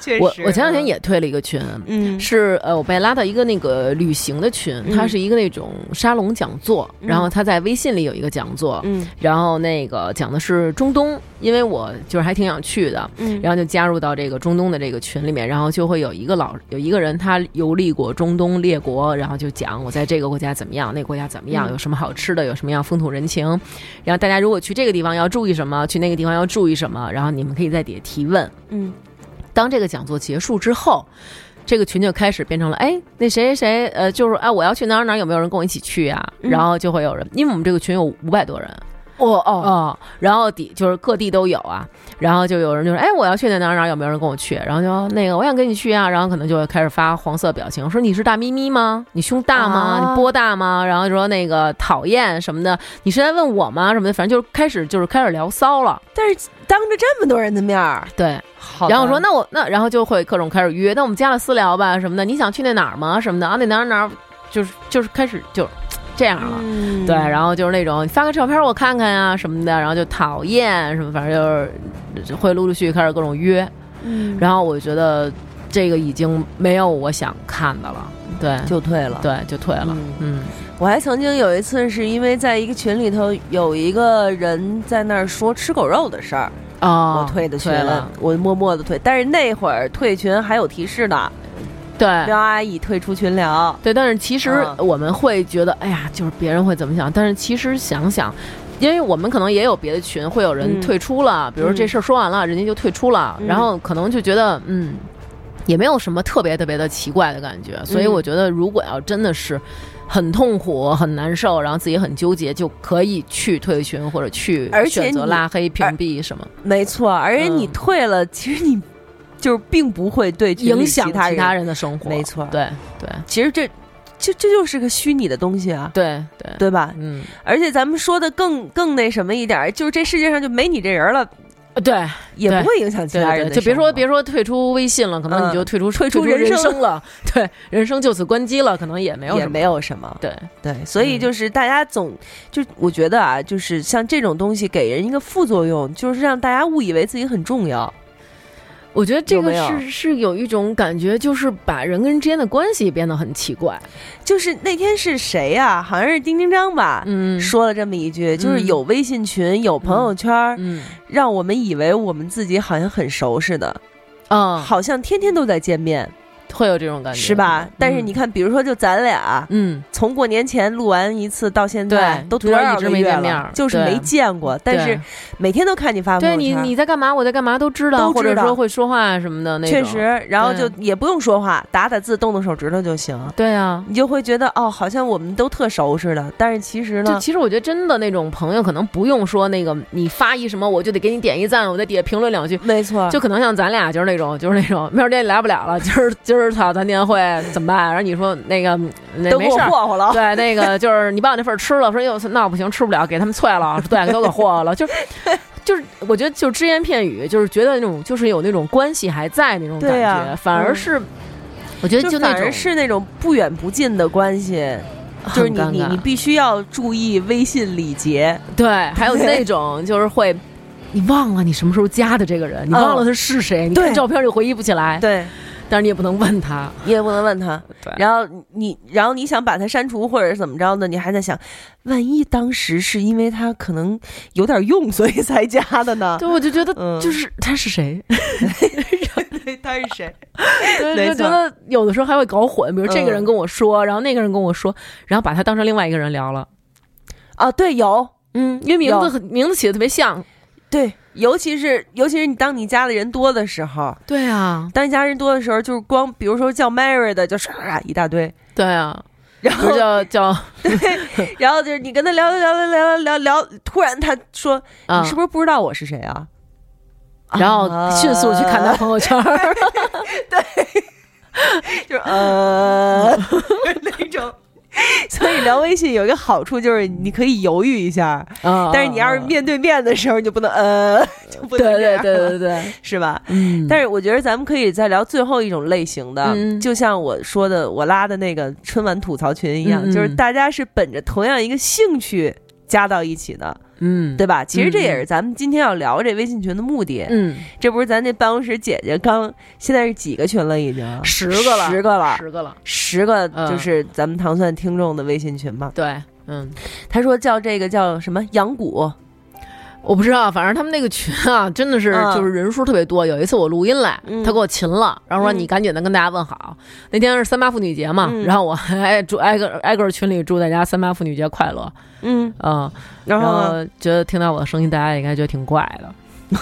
Speaker 1: 确实，啊
Speaker 4: 我我前两天也退了一个群，
Speaker 1: 嗯
Speaker 4: 是呃，我被拉到一个那个旅行的群，它是一个那种沙龙讲座，然后他在微信里有一个讲座，
Speaker 1: 嗯
Speaker 4: 然后那个讲的是中东，因为我就是还挺想去的，
Speaker 1: 嗯
Speaker 4: 然后就加入到这个中东的这个群里面，然后就会有一个老有一个人他游历过中东列国，然后就讲我在这个国家怎么样，那个国家怎么
Speaker 1: 嗯
Speaker 4: 样，有什么好吃的，有什么样风土人情，然后大家如果去这个地方要注意什么，去那个地方要注意什么，然后你们可以在底下提问。
Speaker 1: 嗯，
Speaker 4: 当这个讲座结束之后。这个群就开始变成了，哎，那谁谁谁，呃，就是哎，我要去哪儿哪儿，有没有人跟我一起去呀、啊然后就会有人，因为我们这个群有五百多人，
Speaker 1: 我哦
Speaker 4: 哦，然后底就是各地都有啊，然后就有人就说，哎，我要去那哪儿哪儿，有没有人跟我去？然后就说那个我想跟你去啊，然后可能就会开始发黄色表情，说你是大咪咪吗？你胸大吗？
Speaker 1: 啊
Speaker 4: 你波大吗？然后说那个讨厌什么的，你是在问我吗？什么的，反正就是开始就是开始聊骚了，
Speaker 1: 但是当着这么多人的面儿，
Speaker 4: 对。
Speaker 1: 好
Speaker 4: 然后我说那我那然后就会各种开始约，那我们加了私聊吧什么的，你想去那哪儿吗？什么的啊，那哪儿哪儿就是就是开始就这样了。
Speaker 1: 嗯
Speaker 4: 对，然后就是那种你发个照片我看看呀、什么的，然后就讨厌什么，反正就是会陆陆续续开始各种约，
Speaker 1: 嗯
Speaker 4: 然后我觉得这个已经没有我想看的了，对，
Speaker 1: 就退了。
Speaker 4: 对就退了，嗯
Speaker 1: 我还曾经有一次是因为在一个群里头有一个人在那儿说吃狗肉的事儿，
Speaker 4: 哦，
Speaker 1: 我退的群
Speaker 4: 了，，
Speaker 1: 我默默的退。但是那会儿退群还有提示呢，
Speaker 4: 对。
Speaker 1: 喵阿姨退出群聊。
Speaker 4: 对，但是其实
Speaker 1: 嗯
Speaker 4: 我们会觉得，哎呀，就是别人会怎么想，但是其实想想，因为我们可能也有别的群，会有人
Speaker 1: 嗯
Speaker 4: 退出了，比如说这事儿说完了，人家就退出了，
Speaker 1: 嗯
Speaker 4: 然后可能就觉得，嗯，也没有什么特别特别的奇怪的感觉，
Speaker 1: 嗯
Speaker 4: 所以我觉得，如果要真的是很痛苦、很难受，然后自己很纠结，就可以去退群或者去
Speaker 1: 而且
Speaker 4: 选择
Speaker 1: 你
Speaker 4: 拉黑、屏
Speaker 1: 而
Speaker 4: 蔽什么，
Speaker 1: 没错，而且你
Speaker 4: 嗯
Speaker 1: 退了，其实你就是并不会对群里
Speaker 4: 影响
Speaker 1: 其他人。
Speaker 4: 人的生活。
Speaker 1: 没错
Speaker 4: 对对
Speaker 1: 其实这这这就是个虚拟的东西啊，
Speaker 4: 对对，
Speaker 1: 对吧？
Speaker 4: 嗯，
Speaker 1: 而且咱们说的更更那什么一点儿，就是这世界上就没你这人了，
Speaker 4: 对。
Speaker 1: 也
Speaker 4: 对
Speaker 1: 不会影响其
Speaker 4: 对
Speaker 1: 他
Speaker 4: 对
Speaker 1: 人
Speaker 4: 对，
Speaker 1: 的
Speaker 4: 就别
Speaker 1: 生
Speaker 4: 说
Speaker 1: 活
Speaker 4: 别说退出微信了，可能
Speaker 1: 嗯
Speaker 4: 你就退出、
Speaker 1: 退
Speaker 4: 出
Speaker 1: 出
Speaker 4: 人
Speaker 1: 人生
Speaker 4: 生了，对，人生就此关机了，可能也没有
Speaker 1: 也
Speaker 4: 什么。
Speaker 1: 没有什么。
Speaker 4: 对，
Speaker 1: 对，所以
Speaker 4: 嗯
Speaker 1: 就是大家总就我觉得啊，就是像这种东西给人一个副作用，就是让大家误以为自己很重要。
Speaker 4: 我觉得这
Speaker 1: 有
Speaker 4: 个
Speaker 1: 没有
Speaker 4: 是是有一种感觉，就是把人跟人之间的关系变得很奇怪。
Speaker 1: 就是那天是谁呀、好像是丁丁张吧，
Speaker 4: 嗯
Speaker 1: 说了这么一句，就是
Speaker 4: 嗯
Speaker 1: 有微信群，有朋友圈，
Speaker 4: 嗯
Speaker 1: 让我们以为我们自己好像很熟似的，
Speaker 4: 啊、
Speaker 1: 好像天天都在见面，
Speaker 4: 会有这种感觉，
Speaker 1: 是吧？但是你看，比如说就咱俩。啊
Speaker 4: 嗯，
Speaker 1: 从过年前录完一次到现在，
Speaker 4: 对
Speaker 1: 都
Speaker 4: 中间
Speaker 1: 多少
Speaker 4: 一直
Speaker 1: 个
Speaker 4: 没
Speaker 1: 月
Speaker 4: 见
Speaker 1: 了
Speaker 4: 面儿
Speaker 1: 就是
Speaker 4: 对
Speaker 1: 没见过，但是每天都看你发
Speaker 4: 对
Speaker 1: 朋友
Speaker 4: 对你
Speaker 1: 圈。
Speaker 4: 你在干嘛，我在干嘛都知道，
Speaker 1: 都
Speaker 4: 或
Speaker 1: 知
Speaker 4: 者
Speaker 1: 道
Speaker 4: 说会说话什么的那种。
Speaker 1: 确实，，然后就
Speaker 4: 对
Speaker 1: 也不用说话，打打字，动动手指头就行，
Speaker 4: 对啊。
Speaker 1: 你就会觉得哦，好像我们都特熟似的。但是其实
Speaker 4: 就
Speaker 1: 呢，
Speaker 4: 其实我觉得真的那种朋友，可能不用说那个你发一什么，我就得给你点一赞，我在底下评论两句，
Speaker 1: 没错，
Speaker 4: 就可能像咱俩就是那种， 就是那种，明儿天来不了 了，今儿今儿操咱年会怎么办？然后你说那个嗯那
Speaker 1: 都给
Speaker 4: 没
Speaker 1: 我
Speaker 4: 事儿。
Speaker 1: 霍霍了。
Speaker 4: 对，那个就是你把我那份儿吃了，说哟那我不行，吃不了，给他们啐了， 对，都给霍霍了，就是就是，我觉得就是只言片语，就是觉得那种就是有那种关系还在那种
Speaker 1: 对
Speaker 4: 感觉，
Speaker 1: 呀
Speaker 4: 反而
Speaker 1: 嗯
Speaker 4: 是、我觉得
Speaker 1: 就
Speaker 4: 那
Speaker 1: 反
Speaker 4: 种
Speaker 1: 而是那种不远不近的关系，就是
Speaker 4: 很
Speaker 1: 你
Speaker 4: 尴
Speaker 1: 你
Speaker 4: 尬
Speaker 1: 你必须要注意微信礼节，
Speaker 4: 对，还有那种就是会。你忘了你什么时候加的这个人，你
Speaker 1: 嗯
Speaker 4: 忘了他是谁，你
Speaker 1: 对
Speaker 4: 看照片就回忆不起来，
Speaker 1: 对啊
Speaker 4: 但是你也不能问他，
Speaker 1: 你也不能问他。
Speaker 4: 对
Speaker 1: 然后你然后你想把他删除或者是怎么着呢？你还在想，万一当时是因为他可能有点用，所以才加的呢？
Speaker 4: 对，我就觉得
Speaker 1: 嗯
Speaker 4: 就是他是谁，
Speaker 1: 对，他是谁？
Speaker 4: 对，
Speaker 1: 没
Speaker 4: 就觉
Speaker 1: 错
Speaker 4: 得有的时候还会搞混，比如这个
Speaker 1: 嗯
Speaker 4: 人跟我说，然后那个人跟我说，然后把他当成另外一个人聊了。
Speaker 1: 啊，对，有。
Speaker 4: 嗯，因为名字
Speaker 1: 有
Speaker 4: 很名字起的特别像。
Speaker 1: 对，尤其是尤其是你当你家的人多的时候，
Speaker 4: 对啊，
Speaker 1: 当你家人多的时候，就是光比如说叫 Mary 的，就唰一大堆，
Speaker 4: 对啊，
Speaker 1: 然
Speaker 4: 不
Speaker 1: 后
Speaker 4: 是 叫叫
Speaker 1: 然后就是你跟他聊聊聊聊聊聊聊，突然他说、
Speaker 4: 啊
Speaker 1: 你是不是不知道我是谁啊？
Speaker 4: 然后迅速去看他朋友圈儿，
Speaker 1: 就是呃 那种。 所以聊微信有一个好处就是你可以犹豫一下，
Speaker 4: 啊
Speaker 1: 但是你要是面对面的时候，你就不能呃， 就不
Speaker 4: 对
Speaker 1: 能这
Speaker 4: 对
Speaker 1: 样
Speaker 4: 对对对，
Speaker 1: 是吧？
Speaker 4: 嗯
Speaker 1: 但是我觉得咱们可以再聊最后一种类型的，
Speaker 4: 嗯
Speaker 1: 就像我说的，我拉的那个春晚吐槽群一样，
Speaker 4: 嗯嗯
Speaker 1: 就是大家是本着同样一个兴趣加到一起的，
Speaker 4: 嗯
Speaker 1: 对吧？其实这
Speaker 4: 嗯
Speaker 1: 也是咱们今天要聊这微信群的目的。
Speaker 4: 嗯
Speaker 1: 这不是咱那办公室姐姐刚现在是几个群了已经？
Speaker 4: 十个了
Speaker 1: 十个了，
Speaker 4: 十个了，
Speaker 1: 十个
Speaker 4: 嗯
Speaker 1: 就是咱们糖蒜听众的微信群嘛。
Speaker 4: 对，嗯，
Speaker 1: 他说叫这个叫什么羊骨，
Speaker 4: 我不知道，反正他们那个群啊，真的是
Speaker 1: 嗯
Speaker 4: 就是人数特别多。有一次我录音来，
Speaker 1: 嗯
Speaker 4: 他给我擒了，然后说
Speaker 1: 嗯
Speaker 4: 你赶紧的跟大家问好。那天是三八妇女节嘛，
Speaker 1: 嗯
Speaker 4: 然后我 还祝挨个挨个群里祝大家三八妇女节快乐，
Speaker 1: 嗯，
Speaker 4: 嗯，
Speaker 1: 然
Speaker 4: 然
Speaker 1: 后
Speaker 4: 后觉得听到我的声音，大家应该觉得挺怪的。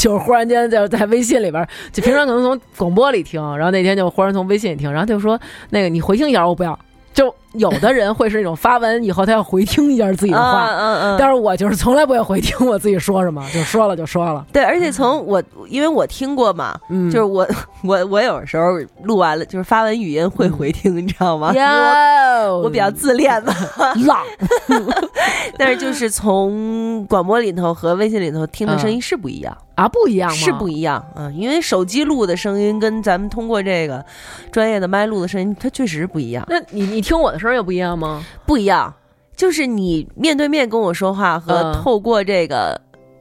Speaker 4: 就是忽然间就是在微信里边儿，就平常可能从广播里听，然后那天就忽然从微信里听，然后他就说那个你回听一下，我不要。就有的人会是那种发完以后他要回听一下自己
Speaker 1: 嗯
Speaker 4: 的话，
Speaker 1: 嗯嗯，
Speaker 4: 但是我就是从来不会回听我自己说什 么，就说了就说了。
Speaker 1: 对，而且从我因为我听过嘛，
Speaker 4: 嗯，
Speaker 1: 就是我我我有时候录完了就是发完语音会回听，你知道吗？因为我
Speaker 4: 哟，
Speaker 1: 我比较自恋嘛，
Speaker 4: 浪，
Speaker 1: 但是就是从广播里头和微信里头听的声音是不一样，
Speaker 4: 啊，不一样吗？
Speaker 1: 是不一样，嗯，因为手机录的声音跟咱们通过这个专业的麦录的声音，它确实是不一样。
Speaker 4: 那你你听我的声儿又不一样吗？
Speaker 1: 不一样，就是你面对面跟我说话和
Speaker 4: 嗯
Speaker 1: 透过这个、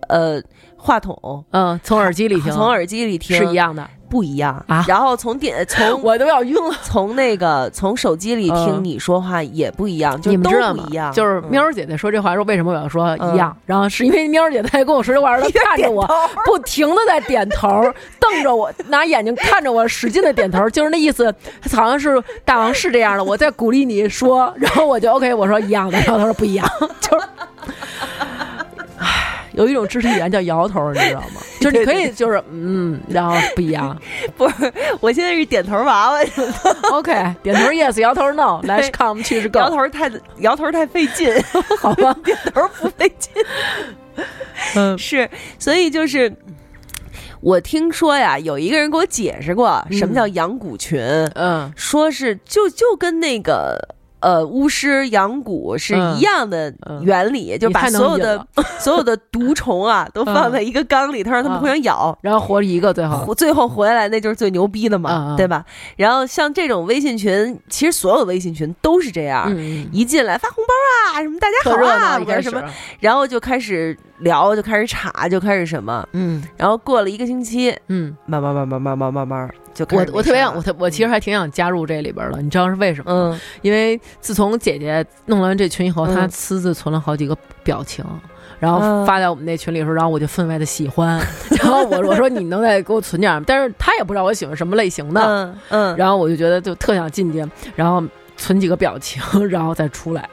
Speaker 1: 呃话筒
Speaker 4: 嗯，从耳机里听，
Speaker 1: 从耳机里听
Speaker 4: 是一样的，
Speaker 1: 不一样
Speaker 4: 啊
Speaker 1: 然后从 电从
Speaker 4: 我都要晕了。
Speaker 1: 从那个从手机里听
Speaker 4: 嗯
Speaker 1: 你说话也不一样，就
Speaker 4: 你们
Speaker 1: 都
Speaker 4: 知道
Speaker 1: 不
Speaker 4: 吗
Speaker 1: 一样，？
Speaker 4: 就是
Speaker 1: 嗯
Speaker 4: 喵儿姐姐说这话，说为什么我要说
Speaker 1: 嗯
Speaker 4: 一样？然后是因为喵儿姐在跟我说这话 时候，她看着我，不停的在点头，瞪着我，拿眼睛看着我，使劲的点头，就是那意思，好像是大王是这样的，我在鼓励你说，然后我就 OK，我说一样的，然后她说不一样， 就是。唉，有一种肢体语言叫摇头，你知道吗？就是你可以，就是嗯，然后不一样。
Speaker 1: 不是，我现在是点头娃 娃，
Speaker 4: OK，点头 yes，摇头 no，来
Speaker 1: 对
Speaker 4: come 去是 go，
Speaker 1: 摇头太摇头太费 劲，
Speaker 4: 好吧？
Speaker 1: 点头不费劲。
Speaker 4: 嗯
Speaker 1: 是，所以就是我听说呀，有一个人给我解释过什么叫羊骨群，
Speaker 4: 嗯
Speaker 1: 说是就就跟那个。呃，巫师养蛊是
Speaker 4: 嗯
Speaker 1: 一样的
Speaker 4: 嗯
Speaker 1: 原理，就
Speaker 4: 你
Speaker 1: 把
Speaker 4: 太能
Speaker 1: 所有
Speaker 4: 引
Speaker 1: 的
Speaker 4: 了
Speaker 1: 所有的毒虫啊都放
Speaker 4: 嗯
Speaker 1: 在一个缸里，他让他们互相咬，
Speaker 4: 然后活一个最后，
Speaker 1: 活最后回来那就是最牛逼的嘛，
Speaker 4: 嗯嗯嗯
Speaker 1: 对吧？然后像这种微信群，其实所有微信群都是这样，
Speaker 4: 嗯，
Speaker 1: 一进来发红包啊，什么大家
Speaker 4: 特
Speaker 1: 好
Speaker 4: 热
Speaker 1: 啊，
Speaker 4: 闹，
Speaker 1: 或
Speaker 4: 一
Speaker 1: 者
Speaker 4: 开
Speaker 1: 什
Speaker 4: 始
Speaker 1: 么，，然后就开始聊，就开始查，就开始什么，
Speaker 4: 嗯
Speaker 1: 然后过了一个星期，
Speaker 4: 嗯，
Speaker 1: 慢慢慢慢慢慢慢慢就开
Speaker 4: 我
Speaker 1: 始
Speaker 4: 我
Speaker 1: 没
Speaker 4: 特别
Speaker 1: 事
Speaker 4: 想，
Speaker 1: 了
Speaker 4: 我特我其实还挺想加入这里边的，你知道是为什么？
Speaker 1: 嗯
Speaker 4: 因为自从姐姐弄完这群以后，
Speaker 1: 嗯
Speaker 4: 她私自存了好几个表情。然后
Speaker 1: 嗯
Speaker 4: 发在我们那群里的时候，然后我就分外的喜欢。 然后我我说你能再给我存点儿吗，但是她也不知道我喜欢什么类型的。
Speaker 1: 嗯嗯，
Speaker 4: 然后我就觉得就特想进去，然后存几个表情， 然后再出来。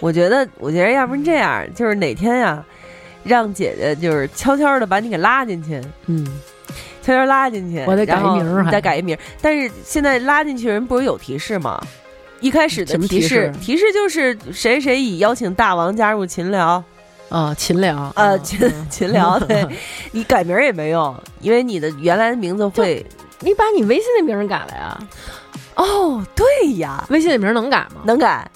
Speaker 1: 我觉得，我觉得要不然这样，就是哪天呀、让姐姐就是悄悄的把你给拉进去，
Speaker 4: 嗯，
Speaker 1: 悄悄拉进去，
Speaker 4: 我得改
Speaker 1: 然后
Speaker 4: 名儿还
Speaker 1: 你再改一名儿。但是现在拉进去人不是有提示吗？一开始的
Speaker 4: 什么
Speaker 1: 提
Speaker 4: 提
Speaker 1: 示
Speaker 4: 示，
Speaker 1: 提示就是谁谁已邀请大王加入秦聊，
Speaker 4: 啊，秦聊，
Speaker 1: 呃，
Speaker 4: 嗯
Speaker 1: 秦
Speaker 4: 嗯
Speaker 1: 秦聊，对 你改名儿也没用，因为你的原来的名字会。
Speaker 4: 你把你微信的名儿改了呀？
Speaker 1: 哦，对呀，
Speaker 4: 微信的名儿能改吗？
Speaker 1: 能改，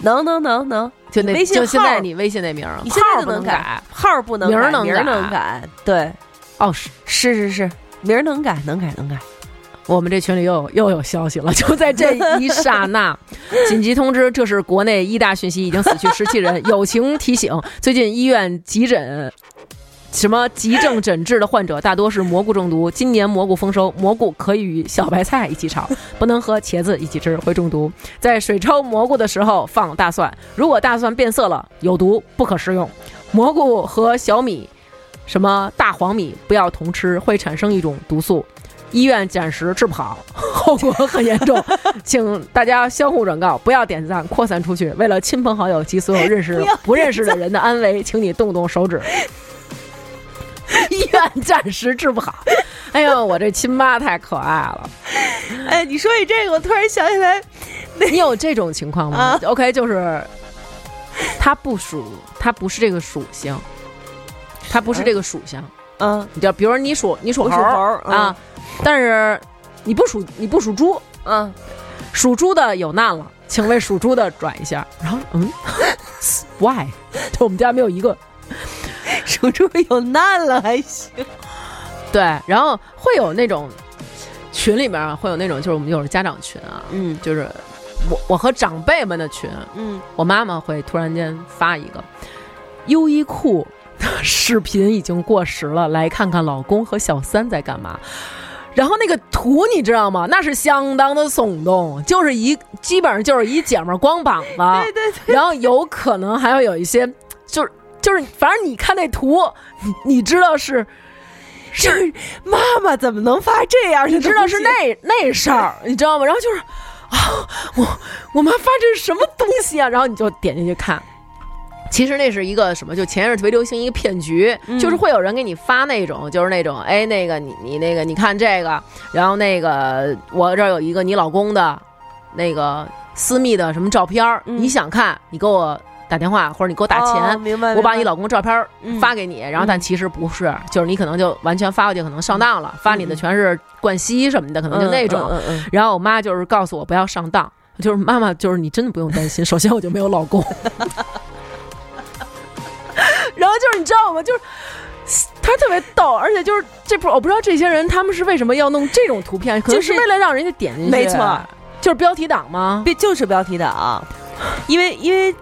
Speaker 1: 能能能能，
Speaker 4: 就那
Speaker 1: 微信
Speaker 4: 就现
Speaker 1: 号
Speaker 4: 在你微信那名儿，
Speaker 1: 你现在
Speaker 4: 号
Speaker 1: 就
Speaker 4: 不
Speaker 1: 能
Speaker 4: 能改。
Speaker 1: 号儿不能
Speaker 4: 名儿
Speaker 1: 改
Speaker 4: 能
Speaker 1: 名儿
Speaker 4: 改
Speaker 1: 能改，对，
Speaker 4: 哦，是
Speaker 1: 是是是，名儿能改，能改，能改。
Speaker 4: 我们这群里又有又有消息了， 就在这 一刹那，紧急通知，这是国内一大讯息，已经死去十 七人。友情提醒：最近医院急诊。什么急症诊治的患者大多是蘑菇中毒。今年蘑菇丰收，蘑菇可以与小白菜一起炒，不能和茄子一起吃，会中毒。在水焯蘑菇的时候放大蒜，如果大蒜变色了，有毒，不可食用。蘑菇和小米、什么大黄米不要同吃，会产生一种毒素。医院暂时治不好， 后果很严重，请大家相互转告，不要点赞扩散出去。为了亲朋好友及所有认识不认识的人的安危，请你动动手指。医院暂时治不好，哎呦，我这亲妈太可爱了。
Speaker 1: 哎，你说起这个，我突然想起来，
Speaker 4: 你有这种情况吗、
Speaker 1: 啊
Speaker 4: o k 就是它不属，它不是这个属性，它不是这个属相，
Speaker 1: 嗯
Speaker 4: 你就比如说你属你属
Speaker 1: 我
Speaker 4: 猴
Speaker 1: 属猴儿嗯
Speaker 4: 啊，但是你不属你不属猪，
Speaker 1: 嗯，
Speaker 4: 属猪的有难了，请为属猪的转一下。然后嗯，why？就我们家没有一个
Speaker 1: 属猪有难了还行。
Speaker 4: 对，然后会有那种群里面啊会有那种，就是我们有家长群啊，
Speaker 1: 嗯
Speaker 4: 就是我我和长辈们的群，
Speaker 1: 嗯，
Speaker 4: 我妈妈会突然间发一个优衣库视频已经过时了，来看看老公和小三在干嘛。然后那个图你知道吗？那是相当的耸动，就是一基本上就是一姐们儿光膀子，
Speaker 1: 对对对，
Speaker 4: 然后有可能还要有一些，就是就是，反正你看那图，你你知道是
Speaker 1: 是妈妈怎么能发这样的
Speaker 4: 你
Speaker 1: 东西？
Speaker 4: 知道是那那事儿，你知道吗？然后就是啊，我我妈发这是什么东西啊？然后你就点进去看。其实那是一个什么？就前一阵特别流行一个骗局，
Speaker 1: 嗯
Speaker 4: 就是会有人给你发那种，就是那种，哎，那个你你那个你看这个，然后那个我这儿有一个你老公的，那个私密的什么照片儿，
Speaker 1: 嗯
Speaker 4: 你想看，你给我打电话或者你给我打钱，
Speaker 1: 哦明白？
Speaker 4: 我把你
Speaker 1: 明白
Speaker 4: 老公照片儿
Speaker 1: 嗯
Speaker 4: 发给你，然后但其实不是，就是你可能就完全发过去，可能上当了，发你的全是冠希什么的，可能就那种。
Speaker 1: 嗯嗯嗯嗯
Speaker 4: 然后我妈就是告诉我不要上当，就是妈妈就是你真的不用担心，首先我就没有老公， 然后就是你知道吗？就是。他特别逗，而且就是这不，我不知道这些人他们是为什么要弄这种图片，可能
Speaker 1: 就是
Speaker 4: 是为了让人家点进去，
Speaker 1: 没错，
Speaker 4: 就是标题党吗
Speaker 1: 嗯，？别就是标题党，因为因为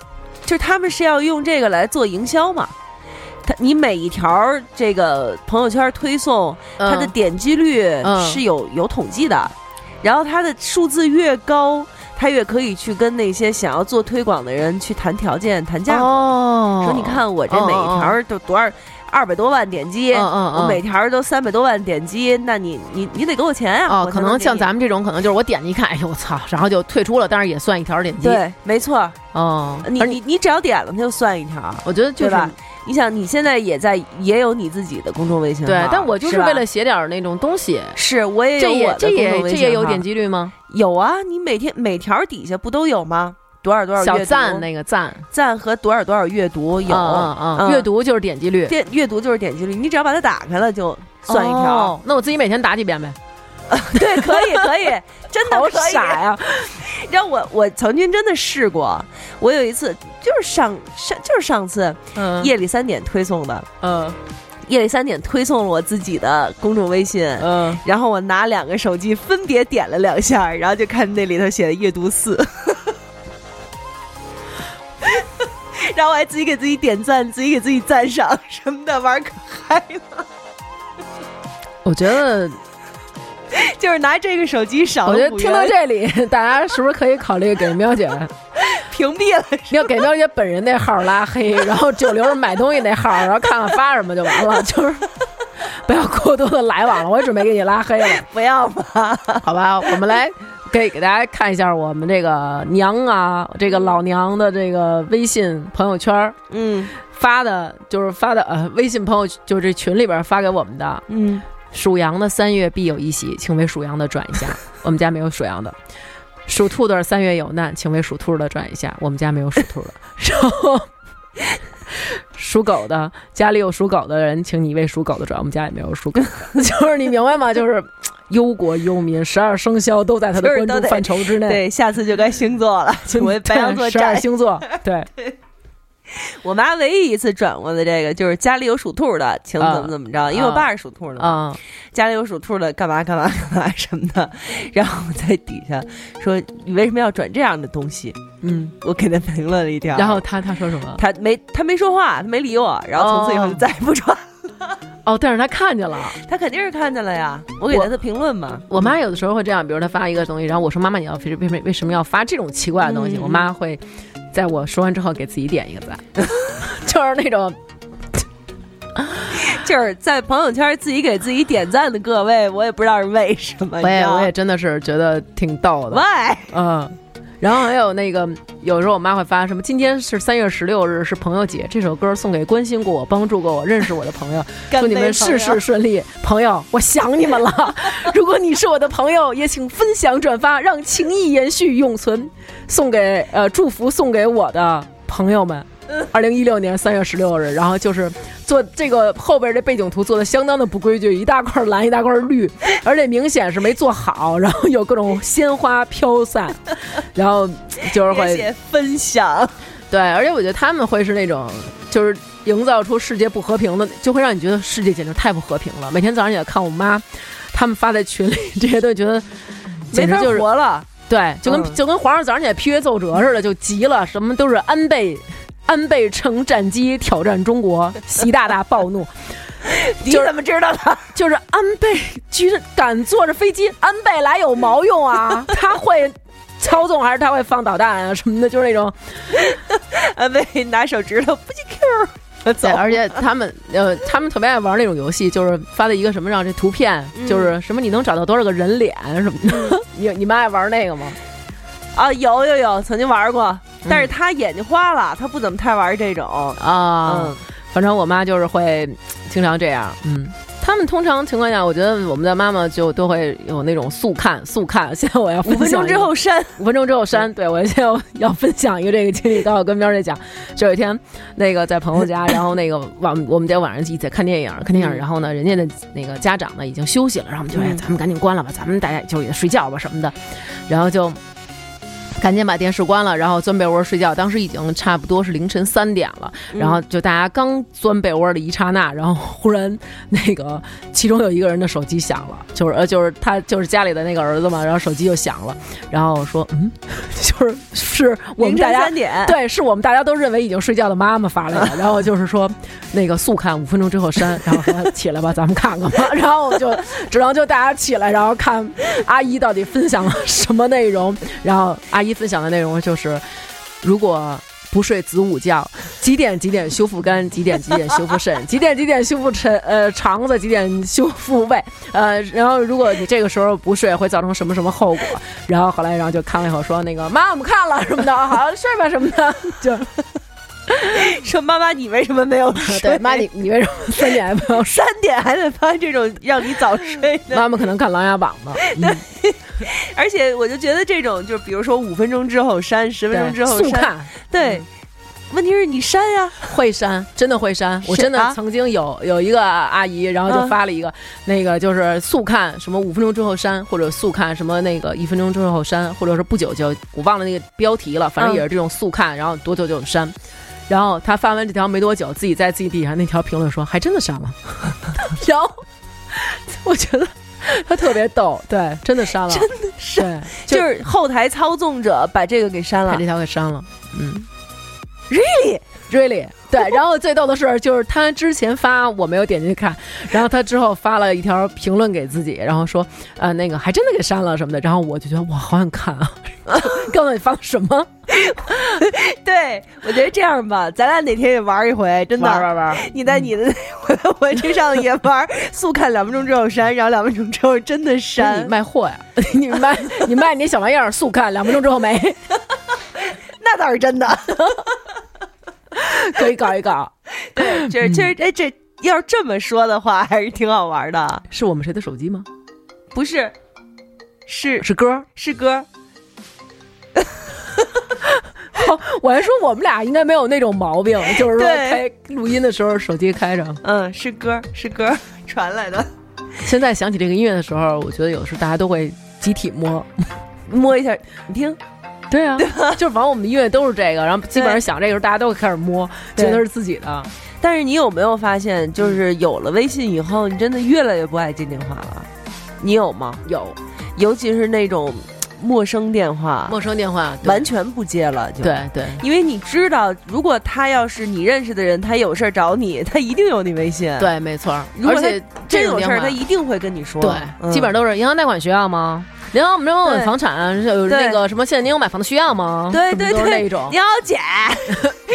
Speaker 1: 就是他们是要用这个来做营销嘛。他你每一条这个朋友圈推送，它的
Speaker 4: 嗯
Speaker 1: 点击率
Speaker 4: 嗯
Speaker 1: 是有、有统计的，然后它的数字越高，它越可以去跟那些想要做推广的人去谈条件、谈价格。
Speaker 4: 哦，
Speaker 1: 说你看我这每一
Speaker 4: 哦
Speaker 1: 条都多少二百多万点击，
Speaker 4: 嗯嗯嗯
Speaker 1: 我每条都三百多万点击，那你你你得给我钱呀、
Speaker 4: 哦
Speaker 1: 我，才
Speaker 4: 可能
Speaker 1: 给
Speaker 4: 像
Speaker 1: 你
Speaker 4: 咱们这种，可能就是我点进一看，哎呦我操，然后就退出了，但是也算一条点击。，
Speaker 1: 对，没错儿，
Speaker 4: 哦，
Speaker 1: 你
Speaker 4: 而
Speaker 1: 你你只要点了，它就算一条。
Speaker 4: 我觉得就
Speaker 1: 对
Speaker 4: 是
Speaker 1: 吧？你想，你现在也在也有你自己的公众微信号，
Speaker 4: 对，但我就是
Speaker 1: 吧
Speaker 4: 为了写点儿那种东西，
Speaker 1: 是我也有
Speaker 4: 这
Speaker 1: 我
Speaker 4: 也
Speaker 1: 的
Speaker 4: 这
Speaker 1: 公
Speaker 4: 也
Speaker 1: 众微
Speaker 4: 这
Speaker 1: 信
Speaker 4: 也有
Speaker 1: 号
Speaker 4: 点击率吗？
Speaker 1: 有啊，你每天每条底下不都有吗？多少多少
Speaker 4: 小
Speaker 1: 阅读
Speaker 4: 赞那个赞
Speaker 1: 赞和多少多少阅读有，
Speaker 4: 嗯嗯嗯，阅读就是点击率，
Speaker 1: 点阅读就是点击率，你只要把它打开了就算一条。
Speaker 4: 哦。那我自己每天打几遍呗。
Speaker 1: 对，可以 可以，真的
Speaker 4: 好
Speaker 1: 可以。
Speaker 4: 傻呀！
Speaker 1: 你知道我我曾经真的试过，我有一次就是上上就是上次
Speaker 4: 嗯
Speaker 1: 夜里三点推送的，
Speaker 4: 嗯
Speaker 1: 夜里三点推送了我自己的公众微信，
Speaker 4: 嗯，
Speaker 1: 然后我拿两个手机分别点了两下，然后就看那里头写的阅读四， 然后我还自己给自己点赞，自己给自己赞赏什么的，玩儿可嗨了。
Speaker 4: 我觉得，
Speaker 1: 就是拿这个手机赏
Speaker 4: 我
Speaker 1: 了
Speaker 4: 觉得
Speaker 1: 五
Speaker 4: 听到
Speaker 1: 元
Speaker 4: 这里， 大家是不是可以考虑给喵姐？
Speaker 1: 屏蔽了，
Speaker 4: 你要给喵姐本人那号儿拉黑，然后就留着买东西那号儿，然后看看发什么就完了，就是不要过多的来往了。我也准备给你拉黑了，
Speaker 1: 不要吧？
Speaker 4: 好吧？我们来给给大家看一下我们这个娘啊，这个老娘的这个微信朋友圈儿
Speaker 1: 嗯
Speaker 4: 发的，就是发的呃，微信朋友就是这群里边儿发给我们的。
Speaker 1: 嗯，
Speaker 4: 属羊的三月必有一喜，请为属羊的转一下。我们家没有属羊的。属兔的三月有难，请为属兔的转一下。我们家没有属兔的。 然后属狗的家里有属狗的人，请你为属狗的转。我们家也没有属狗的， 就是你明白吗？就是忧国忧民，十二生肖都在他的
Speaker 1: 就是
Speaker 4: 关
Speaker 1: 都
Speaker 4: 注
Speaker 1: 得
Speaker 4: 范畴之内。
Speaker 1: 对，下次就该星座了，请为白羊座
Speaker 4: 十二
Speaker 1: 占。
Speaker 4: 星座，对，
Speaker 1: 我妈唯一一次转过的这个就是家里有属兔的，请
Speaker 4: 啊
Speaker 1: 怎么怎么着，因为我
Speaker 4: 啊
Speaker 1: 爸是属兔的嘛，
Speaker 4: 啊、
Speaker 1: 家里有属兔的干嘛干嘛干嘛什么的，然后我在底下说你为什么要转这样的东西？
Speaker 4: 嗯，
Speaker 1: 我给他评论了一条，
Speaker 4: 然后他他说什么？
Speaker 1: 他没他没说话，他没理我，然后从此以后就
Speaker 4: 哦
Speaker 1: 再也不转。
Speaker 4: 哦，但是他看见了。
Speaker 1: 他肯定是看见了呀，我给他
Speaker 4: 我
Speaker 1: 的评论嘛，
Speaker 4: 我妈有的时候会这样，比如她发一个东西，然后我说：“妈妈，你要为为为为什么要发这种奇怪的东西？”
Speaker 1: 嗯
Speaker 4: 我妈会在我说完之后给自己点一个赞， 就是那种
Speaker 1: 就是在朋友圈自己给自己点赞的各位，我也不知道是为什么。
Speaker 4: 我也我也真的是觉得挺逗的，
Speaker 1: 喂，
Speaker 4: 嗯。然后还有那个，有时候我妈会发什么，今天是三月十六日，是朋友节，这首歌送给关心过我、帮助过我、认识我 的朋友，
Speaker 1: 干
Speaker 4: 祝你
Speaker 1: 杯
Speaker 4: 们
Speaker 1: 朋友
Speaker 4: 事事顺利，朋友，我想你们了。 如果你是我的朋友，也请分享转发，让情谊延续永存。送给呃，祝福送给我的朋友们。二零一六年三月十六日，然后就是做这个后边这背景图做的相当的不规矩，一大块蓝，一大块绿，而且明显是没做好，然后有各种鲜花飘散，然后就是
Speaker 1: 而
Speaker 4: 会
Speaker 1: 且分享，
Speaker 4: 对，而且我觉得他们会是那种，就是营造出世界不和平的，就会让你觉得世界简直太不和平了。每天早上起来看我妈，他们发在群里这些东西，觉得
Speaker 1: 没
Speaker 4: 简直
Speaker 1: 法
Speaker 4: 就是
Speaker 1: 活了。
Speaker 4: 对，就跟、
Speaker 1: 嗯
Speaker 4: 就跟皇上早上起来批阅奏折似的，就急了，什么都是安倍。安倍乘战机挑战中国，习大大暴怒，
Speaker 1: 你
Speaker 4: 就是
Speaker 1: 怎么知道的？
Speaker 4: 就是安倍居然敢坐着飞机，安倍来有毛用啊？他会操纵还是他会放导弹啊什么的？就是那种
Speaker 1: 安慰拿手指头不去 Q，走
Speaker 4: 对，，而且他们呃，他们特别爱玩那种游戏，就是发的一个什么让这图片，就是什么你能找到多少个人脸什么 的。嗯你你们爱玩那个吗？
Speaker 1: 啊，有有有，曾经玩过，
Speaker 4: 嗯
Speaker 1: 但是他眼睛花了，他不怎么太玩这种。
Speaker 4: 啊、
Speaker 1: 嗯，
Speaker 4: 反正我妈就是会嗯经常这样，嗯。他们通常情况下，我觉得我们的妈妈就都会有那种速看，速看。 现在我要分
Speaker 1: 五分
Speaker 4: 享
Speaker 1: 钟
Speaker 4: 一
Speaker 1: 之
Speaker 4: 个
Speaker 1: 后删，
Speaker 4: 五分钟之后删。对我现在要分享一个这个经历，刚好跟喵姐讲，就有一天那个在朋友家，然后那个晚我们在晚上一起在看电影，看电
Speaker 1: 嗯
Speaker 4: 影，然后呢，人家的那个家长呢已经休息了，然后我们就哎，咱们赶紧关了吧，咱们大家就也睡觉吧什么的，然后就。赶紧把电视关了，然后钻被窝睡觉。当时已经差不多是凌晨三点了，然后就大家刚钻被窝的一刹那，然后忽然那个其中有一个人的手机响了，就是呃就是他就是家里的那个儿子嘛，然后手机就响了，然后我说嗯， 就是是我们
Speaker 1: 凌晨
Speaker 4: 大家
Speaker 1: 三点，
Speaker 4: 对，是我们大家都认为已经睡觉的妈妈发来的。然后就是说，那个速看五分钟之后删，然后说起来吧，咱们看看吧。然后我们就只能就大家起来，然后看阿姨到底分享了什么内容。然后阿姨分享的内容就是，如果。不睡子午觉，几点几点修复肝，几点几点修复肾，几点几点修复肠呃肠子，几点修复胃，呃，然后如果你这个时候不睡，会造成什么什么后果？然后后来，然后就看了以后说那个妈，我们看了什么的，啊好睡吧什么 的，就
Speaker 1: 说妈妈，你为什么没有睡？
Speaker 4: 对妈你你为什么三点还不 要睡？
Speaker 1: 三点还得发这种让你早睡的，
Speaker 4: 妈妈可能看《琅琊榜》 呢，
Speaker 1: 而且我就觉得这种，就是比如说五分钟之后删，十
Speaker 4: 对
Speaker 1: 分钟之后
Speaker 4: 速
Speaker 1: 删，
Speaker 4: 看嗯
Speaker 1: 对。问题是你删呀，
Speaker 4: 会删，真的会删。我
Speaker 1: 是
Speaker 4: 真的
Speaker 1: 啊
Speaker 4: 曾经有有一个阿姨，然后就
Speaker 1: 嗯
Speaker 4: 发了一个那个就是速看什么五分钟之后删，或者速看什么那个一分钟之后删，或者是不久就我忘了那个标题了，反正
Speaker 1: 嗯
Speaker 4: 也是这种速看，然后多久就删。然后她发完这条没多久，自己在自己底下那条评论说还真的删 了，然后我觉得她特别逗，对，真的删了，真的删，就
Speaker 1: 就是后台操纵者把这个给删
Speaker 4: 把
Speaker 1: 了
Speaker 4: 这。条给删了。嗯，really 哦 really 对。然后最逗的是，就是他之前发我没有点进去看，然后他之后发了一条评论给自己，然后说呃那个还真的给删了什么的。然后我就觉得哇，好想看 啊！告诉你发什么？
Speaker 1: 对，我觉得这样吧，咱俩哪天也玩一回，真的
Speaker 4: 玩玩嗯玩。
Speaker 1: 你在你的，我在我这上也玩儿，速看两分钟之后删，然后两分钟之后真的
Speaker 4: 不是
Speaker 1: 删
Speaker 4: 哎你，卖货呀？ 你卖你卖你那小玩意儿，速看两分钟之后没，
Speaker 1: 那倒是真的。
Speaker 4: 可以搞一搞。
Speaker 1: 对，
Speaker 4: 嗯
Speaker 1: 这确实，哎，这要是这么说的话，还是挺好玩的。
Speaker 4: 是我们谁的手机吗？
Speaker 1: 不是，是
Speaker 4: 是歌儿。
Speaker 1: 是歌，
Speaker 4: 哦我还说我们俩应该没有那种毛病，就是说
Speaker 1: 对
Speaker 4: 开录音的时候手机开着。
Speaker 1: 嗯，是歌，是歌传来的。
Speaker 4: 现在想起这个音乐的时候，我觉得有时候大家都会集体摸，
Speaker 1: 摸一下，你听，
Speaker 4: 对啊， 就是往我们的音乐都是这个，然后基本上想这个时候大家都会开始摸，
Speaker 1: 对
Speaker 4: 觉得是自己的。
Speaker 1: 但是你有没有发现，就是有了微信以后，你真的越来越不爱接电话了？你有吗？
Speaker 4: 有
Speaker 1: 尤其是那种陌生电话，
Speaker 4: 陌生电话，对
Speaker 1: 完全不接了，就。
Speaker 4: 对对
Speaker 1: 因为你知道，如果他要是你认识的人，他有事儿找你，他一定有你微信。，
Speaker 4: 对，没错。
Speaker 1: 如果
Speaker 4: 而
Speaker 1: 他
Speaker 4: 且
Speaker 1: 真
Speaker 4: 这种
Speaker 1: 有
Speaker 4: 电
Speaker 1: 事儿，
Speaker 4: 话
Speaker 1: 他一定会跟你说。
Speaker 4: 对，
Speaker 1: 嗯
Speaker 4: 基本上都是银行贷款需要吗？银行我们这边有
Speaker 1: 对
Speaker 4: 房产，有
Speaker 1: 对
Speaker 4: 那个什么现金有买房的需要吗？
Speaker 1: 对
Speaker 4: 什么
Speaker 1: 对
Speaker 4: 都是
Speaker 1: 对，
Speaker 4: 那种
Speaker 1: 你。好姐，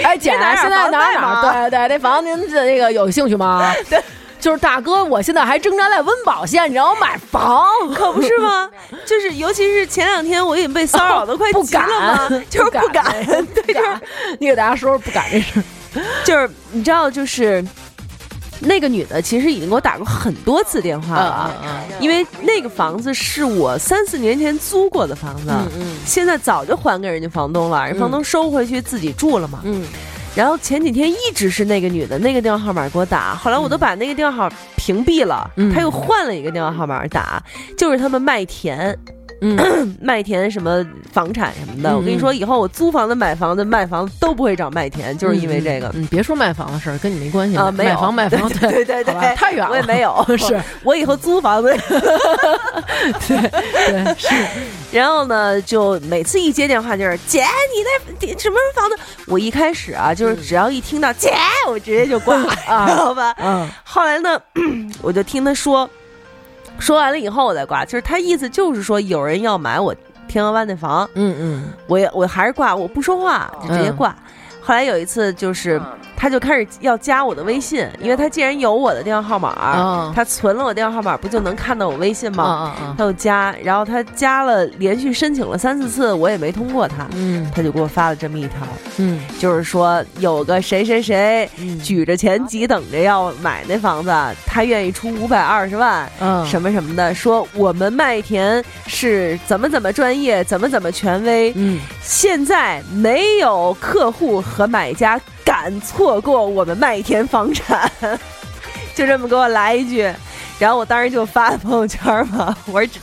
Speaker 4: 哎，姐，
Speaker 1: 现在哪儿啊
Speaker 4: 现在
Speaker 1: 房
Speaker 4: 哪儿
Speaker 1: 贷
Speaker 4: 哪儿？对对，这房您这那个有兴 趣吗？对，就是大哥，我现在还挣扎在温饱线，你让我买房，
Speaker 1: 可哦不是 吗？就是尤其是前两天我已经被骚扰的快
Speaker 4: 不
Speaker 1: 急了嘛，
Speaker 4: 敢，
Speaker 1: 就是
Speaker 4: 不
Speaker 1: 不敢，
Speaker 4: 对，就是你给大家说说不敢这事儿。
Speaker 1: 就是你知道，就是那个女的其实已经给我打过很多次电话了啊。
Speaker 4: 嗯
Speaker 1: 因为那个房子是我三四年前租过的房子，
Speaker 4: 嗯
Speaker 1: 现在早就还给人家房东了，人家房东收回去自己住了嘛。
Speaker 4: 嗯
Speaker 1: 然后前几天一直是那个女的那个电话号码给我打，后来我都把那个电话号屏蔽了，
Speaker 4: 嗯
Speaker 1: 他又换了一个电话号码打，就是他们麦田。
Speaker 4: 嗯，
Speaker 1: 麦田什么房产什么的，
Speaker 4: 嗯
Speaker 1: 我跟你说，以后我租房子、买房子、卖房子都不会找麦田，就是因为这个。
Speaker 4: 嗯，别说卖房的事儿，跟你没关系
Speaker 1: 啊没有
Speaker 4: 买房卖房，对
Speaker 1: 对对对
Speaker 4: 好吧太远了，，
Speaker 1: 我也没有
Speaker 4: 是，
Speaker 1: 我以后租房子。
Speaker 4: 对，是，
Speaker 1: 然后呢，就每次一接电话就是姐，你那什么时候房子？我一开始啊，
Speaker 4: 嗯
Speaker 1: 就是只要一听到姐，我直接就挂， 知道吧？
Speaker 4: 嗯
Speaker 1: 后来呢， 我就听他说，说完了以后我再挂，就是他意思就是说有人要买我天鹅湾那房，
Speaker 4: 嗯嗯，
Speaker 1: 我也我还是挂，我不说话，就直接挂。后来有一次就是，
Speaker 4: 嗯
Speaker 1: 他就开始要加我的微信，因为他既然有我的电话号码，
Speaker 4: 啊
Speaker 1: 他存了我电话号码，不就能看到我微信
Speaker 4: 啊
Speaker 1: 吗？
Speaker 4: 啊啊，
Speaker 1: 他就加，然后他加了，连续申请了三四次，我也没通过他，
Speaker 4: 嗯
Speaker 1: 他就给我发了这么一条，
Speaker 4: 嗯
Speaker 1: 就是说有个谁谁谁
Speaker 4: 嗯
Speaker 1: 举着钱急等着要买那房子，他愿意出五百二十万，
Speaker 4: 嗯
Speaker 1: 什么什么的，说我们麦田是怎么怎么专业，怎么怎么权威，
Speaker 4: 嗯
Speaker 1: 现在没有客户和买家敢错过我们麦田房产， 就这么给我来一句。然后我当时就发朋友圈嘛， 我说这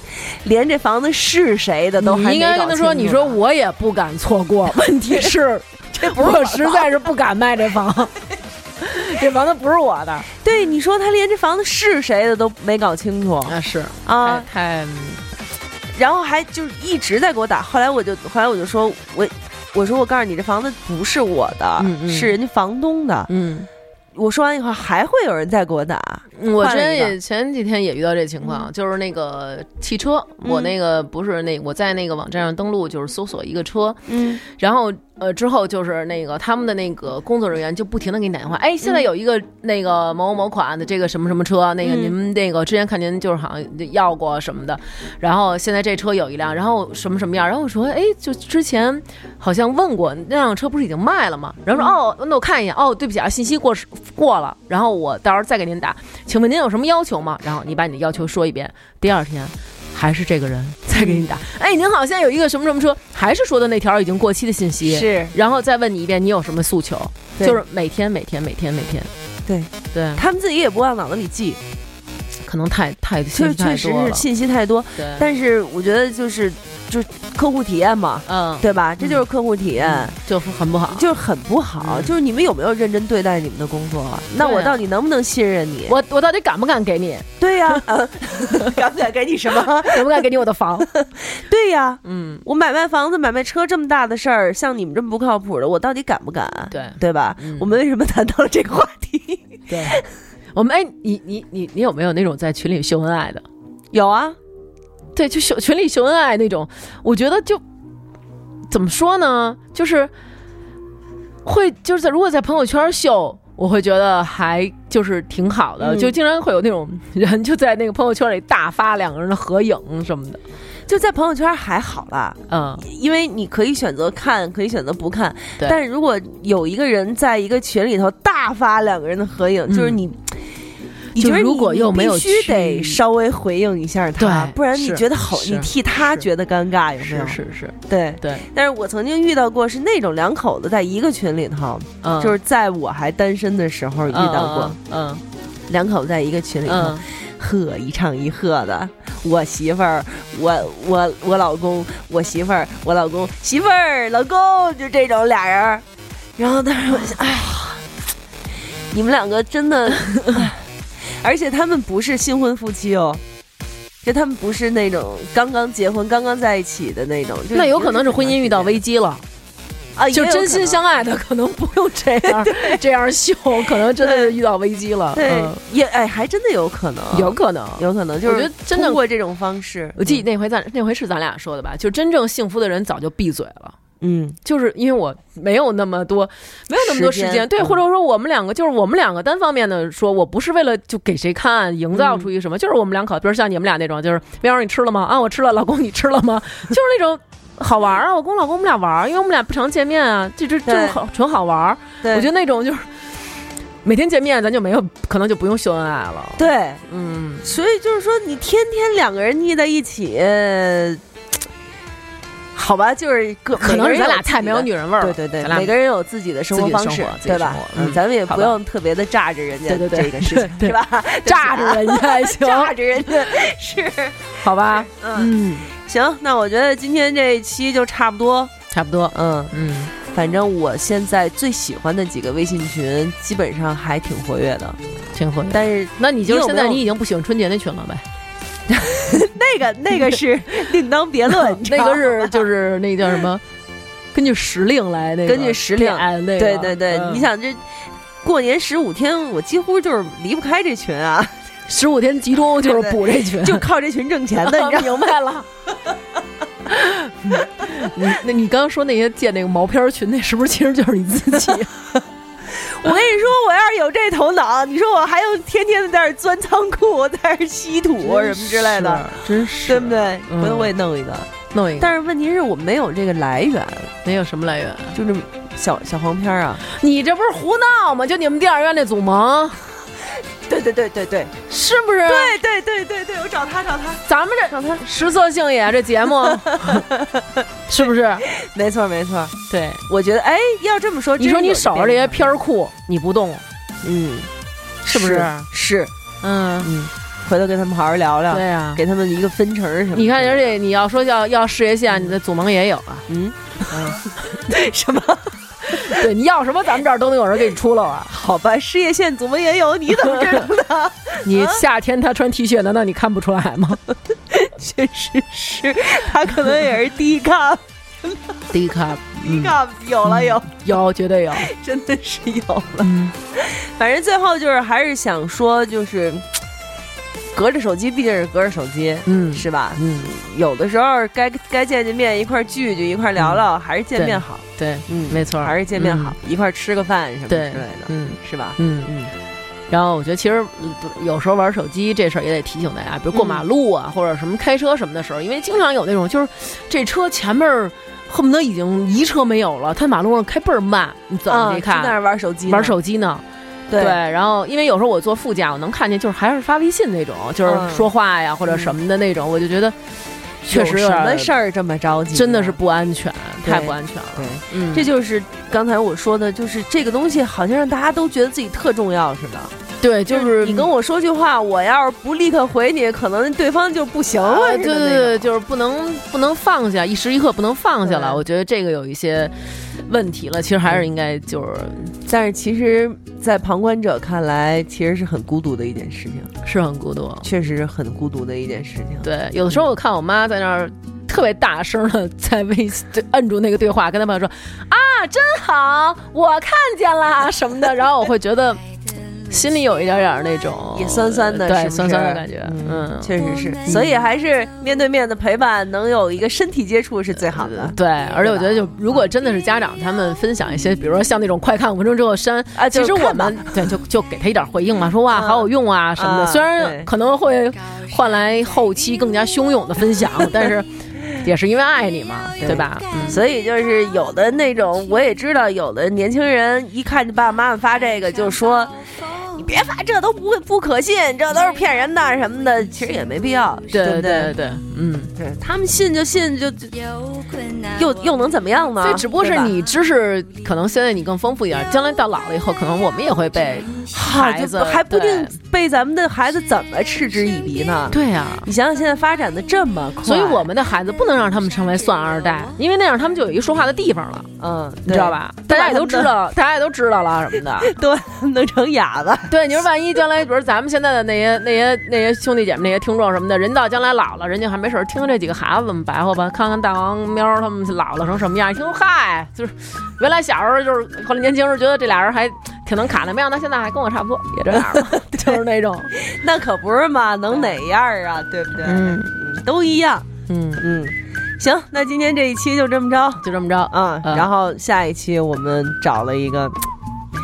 Speaker 1: 连这房子是谁的都还
Speaker 4: 你
Speaker 1: 没
Speaker 4: 应该
Speaker 1: 搞
Speaker 4: 跟他
Speaker 1: 清
Speaker 4: 说，
Speaker 1: 楚
Speaker 4: 你说
Speaker 1: 呢
Speaker 4: 我也不敢错过，问 题是这不是我实在是不敢卖这房， 这房子不是我的，
Speaker 1: 对，你说他连这房子是谁的都没搞清楚
Speaker 4: 那是
Speaker 1: 啊，
Speaker 4: 太
Speaker 1: 然后还就是一直在给我打，后来我就后来我就说我我说我告诉你，这房子不是我的，
Speaker 4: 嗯嗯
Speaker 1: 是人家房东的。
Speaker 4: 嗯。
Speaker 1: 我说完以后还会有人再给我打，
Speaker 4: 我之
Speaker 1: 换了
Speaker 4: 前
Speaker 1: 一个
Speaker 4: 也前几天也遇到这情况，就是那个汽车，
Speaker 1: 嗯
Speaker 4: 我那个不是那我在那个网站上登录，就是搜索一个车，
Speaker 1: 嗯
Speaker 4: 然后呃之后就是那个他们的那个工作人员就不停的给你打电话，哎，现在有一个那个某某某款的这个什么什么车，那个
Speaker 1: 嗯
Speaker 4: 您那个之前看您就是好像要过什么的，然后现在这车有一辆，然后什么什么样，然后我说哎，就之前好像问过那辆车不是已经卖了
Speaker 1: 嗯
Speaker 4: 吗？然后说哦，那我看一眼，哦，对不起啊，信息过时过了，然后我到时候再给您打，请问您有什么要求吗？然后你把你的要求说一遍，第二天。还是这个人再给
Speaker 1: 嗯
Speaker 4: 你打，哎，您好，现在有一个什么什么车，还是说的那条已经过期的信息，
Speaker 1: 是
Speaker 4: 然后再问你一遍，你有什么诉求？
Speaker 1: 对
Speaker 4: 就是每天每天每天每天，
Speaker 1: 对
Speaker 4: 对，
Speaker 1: 他们自己也不往脑子里记，
Speaker 4: 可能太太信
Speaker 1: 确
Speaker 4: 息太
Speaker 1: 确实
Speaker 4: 多
Speaker 1: 是
Speaker 4: 了，
Speaker 1: 信息太多。
Speaker 4: 对，
Speaker 1: 但是我觉得就是就是客户体验嘛，
Speaker 4: 嗯，
Speaker 1: 对吧？这就是客户体验。
Speaker 4: 嗯，就是很不好。
Speaker 1: 就是很不好，
Speaker 4: 嗯
Speaker 1: 就是你们有没有认真对待你们的工作啊？那
Speaker 4: 对啊
Speaker 1: 我到底能不能信任你？
Speaker 4: 我我到底敢不敢 给你？
Speaker 1: 对 呀、呃敢不敢给你什么？
Speaker 4: 敢不敢给你我的房？
Speaker 1: 对呀、
Speaker 4: 嗯，
Speaker 1: 我买卖房子、买卖车这么大的事儿，像你们这么不靠谱的，我到底敢不敢？
Speaker 4: 对
Speaker 1: 对吧？
Speaker 4: 嗯
Speaker 1: 我们为什么谈到了这个话题？
Speaker 4: 对。我们哎，你你你你有没有那种在群里秀恩爱的？
Speaker 1: 有啊，
Speaker 4: 对，就秀群里秀恩爱那种，我觉得就怎么说呢，就是会就是在如果在朋友圈秀，我会觉得还就是挺好的，
Speaker 1: 嗯
Speaker 4: 就经常会有那种人就在那个朋友圈里大发两个人的合影什么的，
Speaker 1: 就在朋友圈还好啦，
Speaker 4: 嗯，
Speaker 1: 因为你可以选择看，可以选择不看。
Speaker 4: 对
Speaker 1: 但如果有一个人在一个群里头大发两个人的合影，就是
Speaker 4: 嗯
Speaker 1: 你。你
Speaker 4: 就
Speaker 1: 觉得你
Speaker 4: 如果又没有
Speaker 1: 你必须
Speaker 4: 去
Speaker 1: 得稍微回应一下他，
Speaker 4: 对
Speaker 1: 不然你
Speaker 4: 是
Speaker 1: 觉得好，
Speaker 4: 是
Speaker 1: 你替他
Speaker 4: 是
Speaker 1: 觉得尴尬，有没
Speaker 4: 是
Speaker 1: 有？
Speaker 4: 是是，
Speaker 1: 对。
Speaker 4: 对，
Speaker 1: 但是我曾经遇到过是那种两口子在一个群里头，
Speaker 4: 嗯，
Speaker 1: 就是在我还单身的时候遇到过，
Speaker 4: 嗯，
Speaker 1: 两口子在一个群
Speaker 4: 嗯
Speaker 1: 里头，
Speaker 4: 嗯
Speaker 1: 呵一唱一和的，我媳妇儿，我我我老公，我媳妇儿，我老公，媳妇儿，老公，就这种俩人儿。然后当时我想，哎呀，你们两个真的， 唉而且他们不是新婚夫妻哦，就他们不是那种刚刚结婚、刚刚在一起的那种，就
Speaker 4: 那有可能是婚姻遇到危机了，
Speaker 1: 啊，也
Speaker 4: 就
Speaker 1: 有
Speaker 4: 真
Speaker 1: 可
Speaker 4: 心
Speaker 1: 能
Speaker 4: 相爱的可能不用这 样啊这样秀，可能真的是遇到危机了，
Speaker 1: 对，
Speaker 4: 嗯
Speaker 1: 也哎，还真的有可能，
Speaker 4: 有可能，
Speaker 1: 有可能，就是
Speaker 4: 我觉得真的
Speaker 1: 通过这种方式，
Speaker 4: 我记得那回咱那回是咱俩说的吧，就真正幸福的人早就闭嘴了。
Speaker 1: 嗯，
Speaker 4: 就是因为我没有那么多，没有那么多时间，
Speaker 1: 时间
Speaker 4: 对，
Speaker 1: 嗯
Speaker 4: 或者说我们两个就是我们两个单方面的说，我不是为了就给谁看，营造
Speaker 1: 嗯
Speaker 4: 出一个什么，就是我们两口，比如像你们俩那种，就是喵儿你吃了吗？啊，我吃了，老公你吃了吗？ 就是那种好玩儿啊，我跟我老公我们俩玩儿，因为我们俩不常见面啊，这这就是
Speaker 1: 对
Speaker 4: 好纯好玩儿。
Speaker 1: 对，
Speaker 4: 我觉得那种就是每天见面，咱就没有可能就不用秀恩爱了。
Speaker 1: 对。
Speaker 4: 嗯，
Speaker 1: 所以就是说，你天天两个人腻在一起，呃好吧，就是各
Speaker 4: 可能是咱俩太没有女
Speaker 1: 人
Speaker 4: 人味儿
Speaker 1: 对对
Speaker 4: 了。咱
Speaker 1: 对，
Speaker 4: 俩
Speaker 1: 每个人有自己的生活方
Speaker 4: 自己
Speaker 1: 式
Speaker 4: 的生活，自己
Speaker 1: 对
Speaker 4: 的
Speaker 1: 吧
Speaker 4: 生活？
Speaker 1: 嗯
Speaker 4: 嗯
Speaker 1: 咱们也不
Speaker 4: 好吧
Speaker 1: 用特别的炸着人家，
Speaker 4: 对对对
Speaker 1: 这个事情
Speaker 4: 对
Speaker 1: 是吧？
Speaker 4: 炸着人家还行，
Speaker 1: 炸着人家是，
Speaker 4: 好吧？
Speaker 1: 嗯，
Speaker 4: 嗯，
Speaker 1: 行，那我觉得今天这一期就差不多，
Speaker 4: 差不多。
Speaker 1: 嗯，
Speaker 4: 嗯，
Speaker 1: 反正我现在最喜欢的几个微信群，基本上还挺活跃的，
Speaker 4: 挺合
Speaker 1: 但是
Speaker 4: 那你就
Speaker 1: 你
Speaker 4: 是
Speaker 1: 有
Speaker 4: 现
Speaker 1: 没有
Speaker 4: 在你已经不喜欢春节那群了呗？
Speaker 1: 那个那个是 另当别 论，你知
Speaker 4: 那
Speaker 1: 道
Speaker 4: 个
Speaker 1: 吗
Speaker 4: 是就是那叫什么？根据时令来那个，
Speaker 1: 根据时令
Speaker 4: 哎，那个
Speaker 1: 对对对，
Speaker 4: 嗯
Speaker 1: 你想这过年十五天，我几乎就是离不开这群 啊，
Speaker 4: 十五天集中就是补这 群，
Speaker 1: 就靠这群挣钱的，你知道吗？
Speaker 4: 哦明白 了。你嗯那你刚刚说那些建那个毛片儿群，那是不是其实就是你自己？啊
Speaker 1: 我跟你说，我要是有这头脑，你说我还用天天的在这儿钻仓库，在这儿吸土什么之类的，，
Speaker 4: 真是
Speaker 1: 对不？对？
Speaker 4: 嗯
Speaker 1: 回头我也弄一个。
Speaker 4: 弄一个，
Speaker 1: 但是问题是我没有这个来源，啊
Speaker 4: 没有什么来源。啊
Speaker 1: 就是小小黄片儿啊。
Speaker 4: 你这不是胡闹吗？就你们电影院那祖萌，
Speaker 1: 对对对对对
Speaker 4: 是不是？，
Speaker 1: 对对对对对，我找他找他
Speaker 4: 咱们
Speaker 1: 找他，
Speaker 4: 这食色性也啊这节 目，是不是？
Speaker 1: 没错没错。
Speaker 4: 对，
Speaker 1: 我觉得哎，要这么说，
Speaker 4: 你说
Speaker 1: 真
Speaker 4: 你
Speaker 1: 有
Speaker 4: 守着
Speaker 1: 变
Speaker 4: 这
Speaker 1: 化，
Speaker 4: 些片儿库，你不动，
Speaker 1: 嗯，
Speaker 4: 是不是？
Speaker 1: 是，
Speaker 4: 嗯，
Speaker 1: 嗯，回头跟他们好好聊聊
Speaker 4: 对，呀。
Speaker 1: 给他们一个分成什么的。
Speaker 4: 你看，而且你要说要要事业线，你的祖萌也有啊。
Speaker 1: 嗯，什么？
Speaker 4: 对，你要什么，咱们这儿都能有人给你出了 啊。
Speaker 1: 好吧，事业线怎么也有？你怎么知道 的？
Speaker 4: 你夏天他穿 T 恤，难道你看不出来吗？
Speaker 1: 确实是，他可能也是低咖，
Speaker 4: 第一看
Speaker 1: 低咖有了有，
Speaker 4: 有，绝对有。
Speaker 1: 真的是有了。
Speaker 4: 嗯，
Speaker 1: 反正最后就是还是想说，就是隔着手机，毕竟是隔着手机，
Speaker 4: 嗯
Speaker 1: 是吧？
Speaker 4: 嗯，
Speaker 1: 有的时候该该见见面，一块儿聚聚，一块儿聊聊，还是见
Speaker 4: 嗯对
Speaker 1: 面好，
Speaker 4: 对，
Speaker 1: 嗯
Speaker 4: 没错，
Speaker 1: 还是见面好，一块儿吃个饭什么之
Speaker 4: 嗯。对
Speaker 1: 类，的，
Speaker 4: 嗯
Speaker 1: 是吧？
Speaker 4: 嗯。
Speaker 1: 嗯，
Speaker 4: 然后我觉得其实嗯不有时候玩手机这事儿也得提醒大家，比如过马路啊，或者什么开车什么的时候，因为经常有那种就是这车前面儿恨不得已经一车没有了，他马路上开倍儿慢，你怎么没
Speaker 1: 啊就在那
Speaker 4: 看？
Speaker 1: 儿玩手机呢，
Speaker 4: 玩手机呢？
Speaker 1: 对
Speaker 4: 然后因为有时候我坐副驾，我能看见，就是还是发微信那种，就是
Speaker 1: 嗯
Speaker 4: 说话呀、或者什么的那种，我就觉得确实
Speaker 1: 有
Speaker 4: 有
Speaker 1: 什
Speaker 4: 点
Speaker 1: 么事儿这么着急呢？
Speaker 4: 真的是不安全，
Speaker 1: 对
Speaker 4: 太不安全了。
Speaker 1: 对。
Speaker 4: 嗯，
Speaker 1: 这就是刚才我说的，就是这个东西好像让大家都觉得自己特重要似的。
Speaker 4: 对，就是
Speaker 1: 你跟我说句话，我要是不立刻回你，可能对方就不行了
Speaker 4: 啊，
Speaker 1: 似的
Speaker 4: 对
Speaker 1: 那种。
Speaker 4: 对对，就是不能不能放下，一时一刻不能放下了。
Speaker 1: 对
Speaker 4: 我觉得这个有一些问题了，其实还是应该就是
Speaker 1: 但是其实，在旁观者看来，其实是很孤独的一件事情，
Speaker 4: 是很孤独。
Speaker 1: 确实是很孤独的一件事情。
Speaker 4: 对，有的时候我看我妈在那儿特别大声的在微 信对摁住那个对话，跟她朋友说啊，真好，我看见啦什么的，然后我会觉得心里有一点点儿那 种
Speaker 1: 也酸酸的，
Speaker 4: 对
Speaker 1: 是不是
Speaker 4: 酸酸的感觉，嗯。
Speaker 1: 确实是，所以还是面对面的陪伴，能有一个身体接触是最好的。
Speaker 4: 对，而且我觉得，就如果真的是家长，他们分享一些，比如说像那种快看五分钟之后删
Speaker 1: 啊就
Speaker 4: 其
Speaker 1: 是
Speaker 4: 实我
Speaker 1: 看吧
Speaker 4: 们对就就给他一点回应嘛，说哇好有用啊什么的，
Speaker 1: 啊
Speaker 4: 虽
Speaker 1: 对
Speaker 4: 然可能会换来后期更加汹涌的 分享，但是也是因为爱你嘛，对吧？嗯，
Speaker 1: 所以就是有的那种，我也知道有的年轻人一看见爸爸妈妈发这个，就说你别发，这都不会不可信，这都是骗人的什么的，其实也没必要，对
Speaker 4: 嗯对
Speaker 1: 不
Speaker 4: 对
Speaker 1: 对？
Speaker 4: 对，嗯。
Speaker 1: 对他们信就信，就就又又能怎么样呢？
Speaker 4: 所以只不过是
Speaker 1: 对吧
Speaker 4: 你知识可能现在你更丰富一点，将来到老了以后，可能我们也 会被
Speaker 1: 啊
Speaker 4: 孩
Speaker 1: 就
Speaker 4: 子
Speaker 1: 不还不
Speaker 4: 对
Speaker 1: 定被咱们的孩子怎么嗤之以鼻呢？
Speaker 4: 对啊。
Speaker 1: 你想想，现在发展的这么快，
Speaker 4: 所以我们的孩子不能让他们成为算二代，因为那样他们就有一说话的地方了，
Speaker 1: 嗯，
Speaker 4: 你知道吧？大
Speaker 1: 对
Speaker 4: 家也都知道，大家也都知道了什么的。
Speaker 1: 对， 都弄成哑巴。
Speaker 4: 对，你说万一将来，比如咱们现在的那些、那些、那些兄弟姐妹、那些听众什么的，人到将来老了，人家还没事儿听这几个孩子们白话吧，看看大王喵儿他们老了成什么样，一听说嗨，就是原来小时候就是后来年轻时候觉得这俩人还挺能侃的，没想到现在还跟我差不多，也这样 了，就是那种，
Speaker 1: 那可不是嘛，能哪样儿啊？对不对？
Speaker 4: 嗯
Speaker 1: 嗯都一样。
Speaker 4: 嗯，
Speaker 1: 嗯，行，那今天这一期就这么着
Speaker 4: 就这么着。
Speaker 1: 啊。
Speaker 4: 嗯
Speaker 1: 然后下一期我们找了一个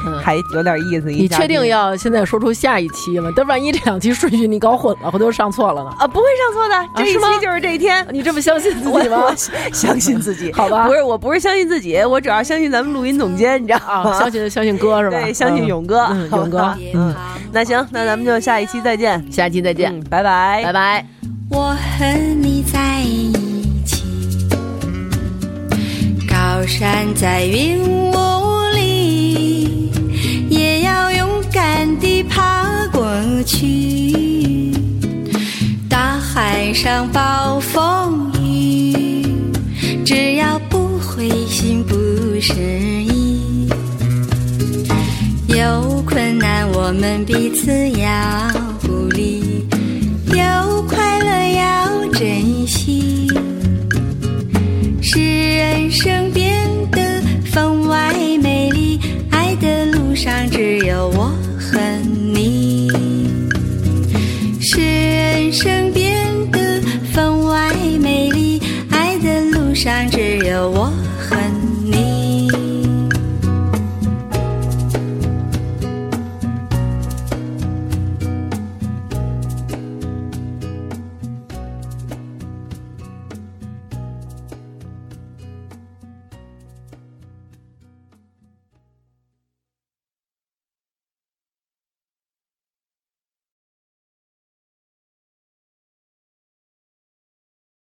Speaker 4: 嗯
Speaker 1: 还有点意思一
Speaker 4: 你
Speaker 1: 嘉宾
Speaker 4: 确定要现在说出下一期吗？但万一这两期顺序你搞混了，回头上错了呢？
Speaker 1: 啊？不会上错的，这一
Speaker 4: 是吗
Speaker 1: 期就是这一天。
Speaker 4: 你这么相信自
Speaker 1: 我
Speaker 4: 己吗
Speaker 1: 我？相信自己，
Speaker 4: 好吧
Speaker 1: 不是，我不是相信自己，我主要相信咱们录音总监，你知道
Speaker 4: 啊，
Speaker 1: 吗？
Speaker 4: 相信相信哥是吧？
Speaker 1: 对，相信
Speaker 4: 嗯
Speaker 1: 勇哥，
Speaker 4: 嗯
Speaker 1: 好吧
Speaker 4: 勇哥
Speaker 1: 嗯，那行，那咱们就下一期再见，
Speaker 4: 下期再见，
Speaker 1: 嗯，拜拜
Speaker 4: 拜拜。
Speaker 5: 我和你在一起，山在云雾里，也要勇敢地爬过去。大海上暴风雨，只要不灰心不失意。有困难我们彼此要鼓励，有快乐要珍惜，使人生变得分外美丽。爱的路上只有我和你，使人生变得分外美丽。爱的路上只有我和你。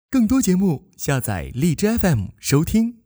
Speaker 6: 更多节目，下载荔枝 FM 收听。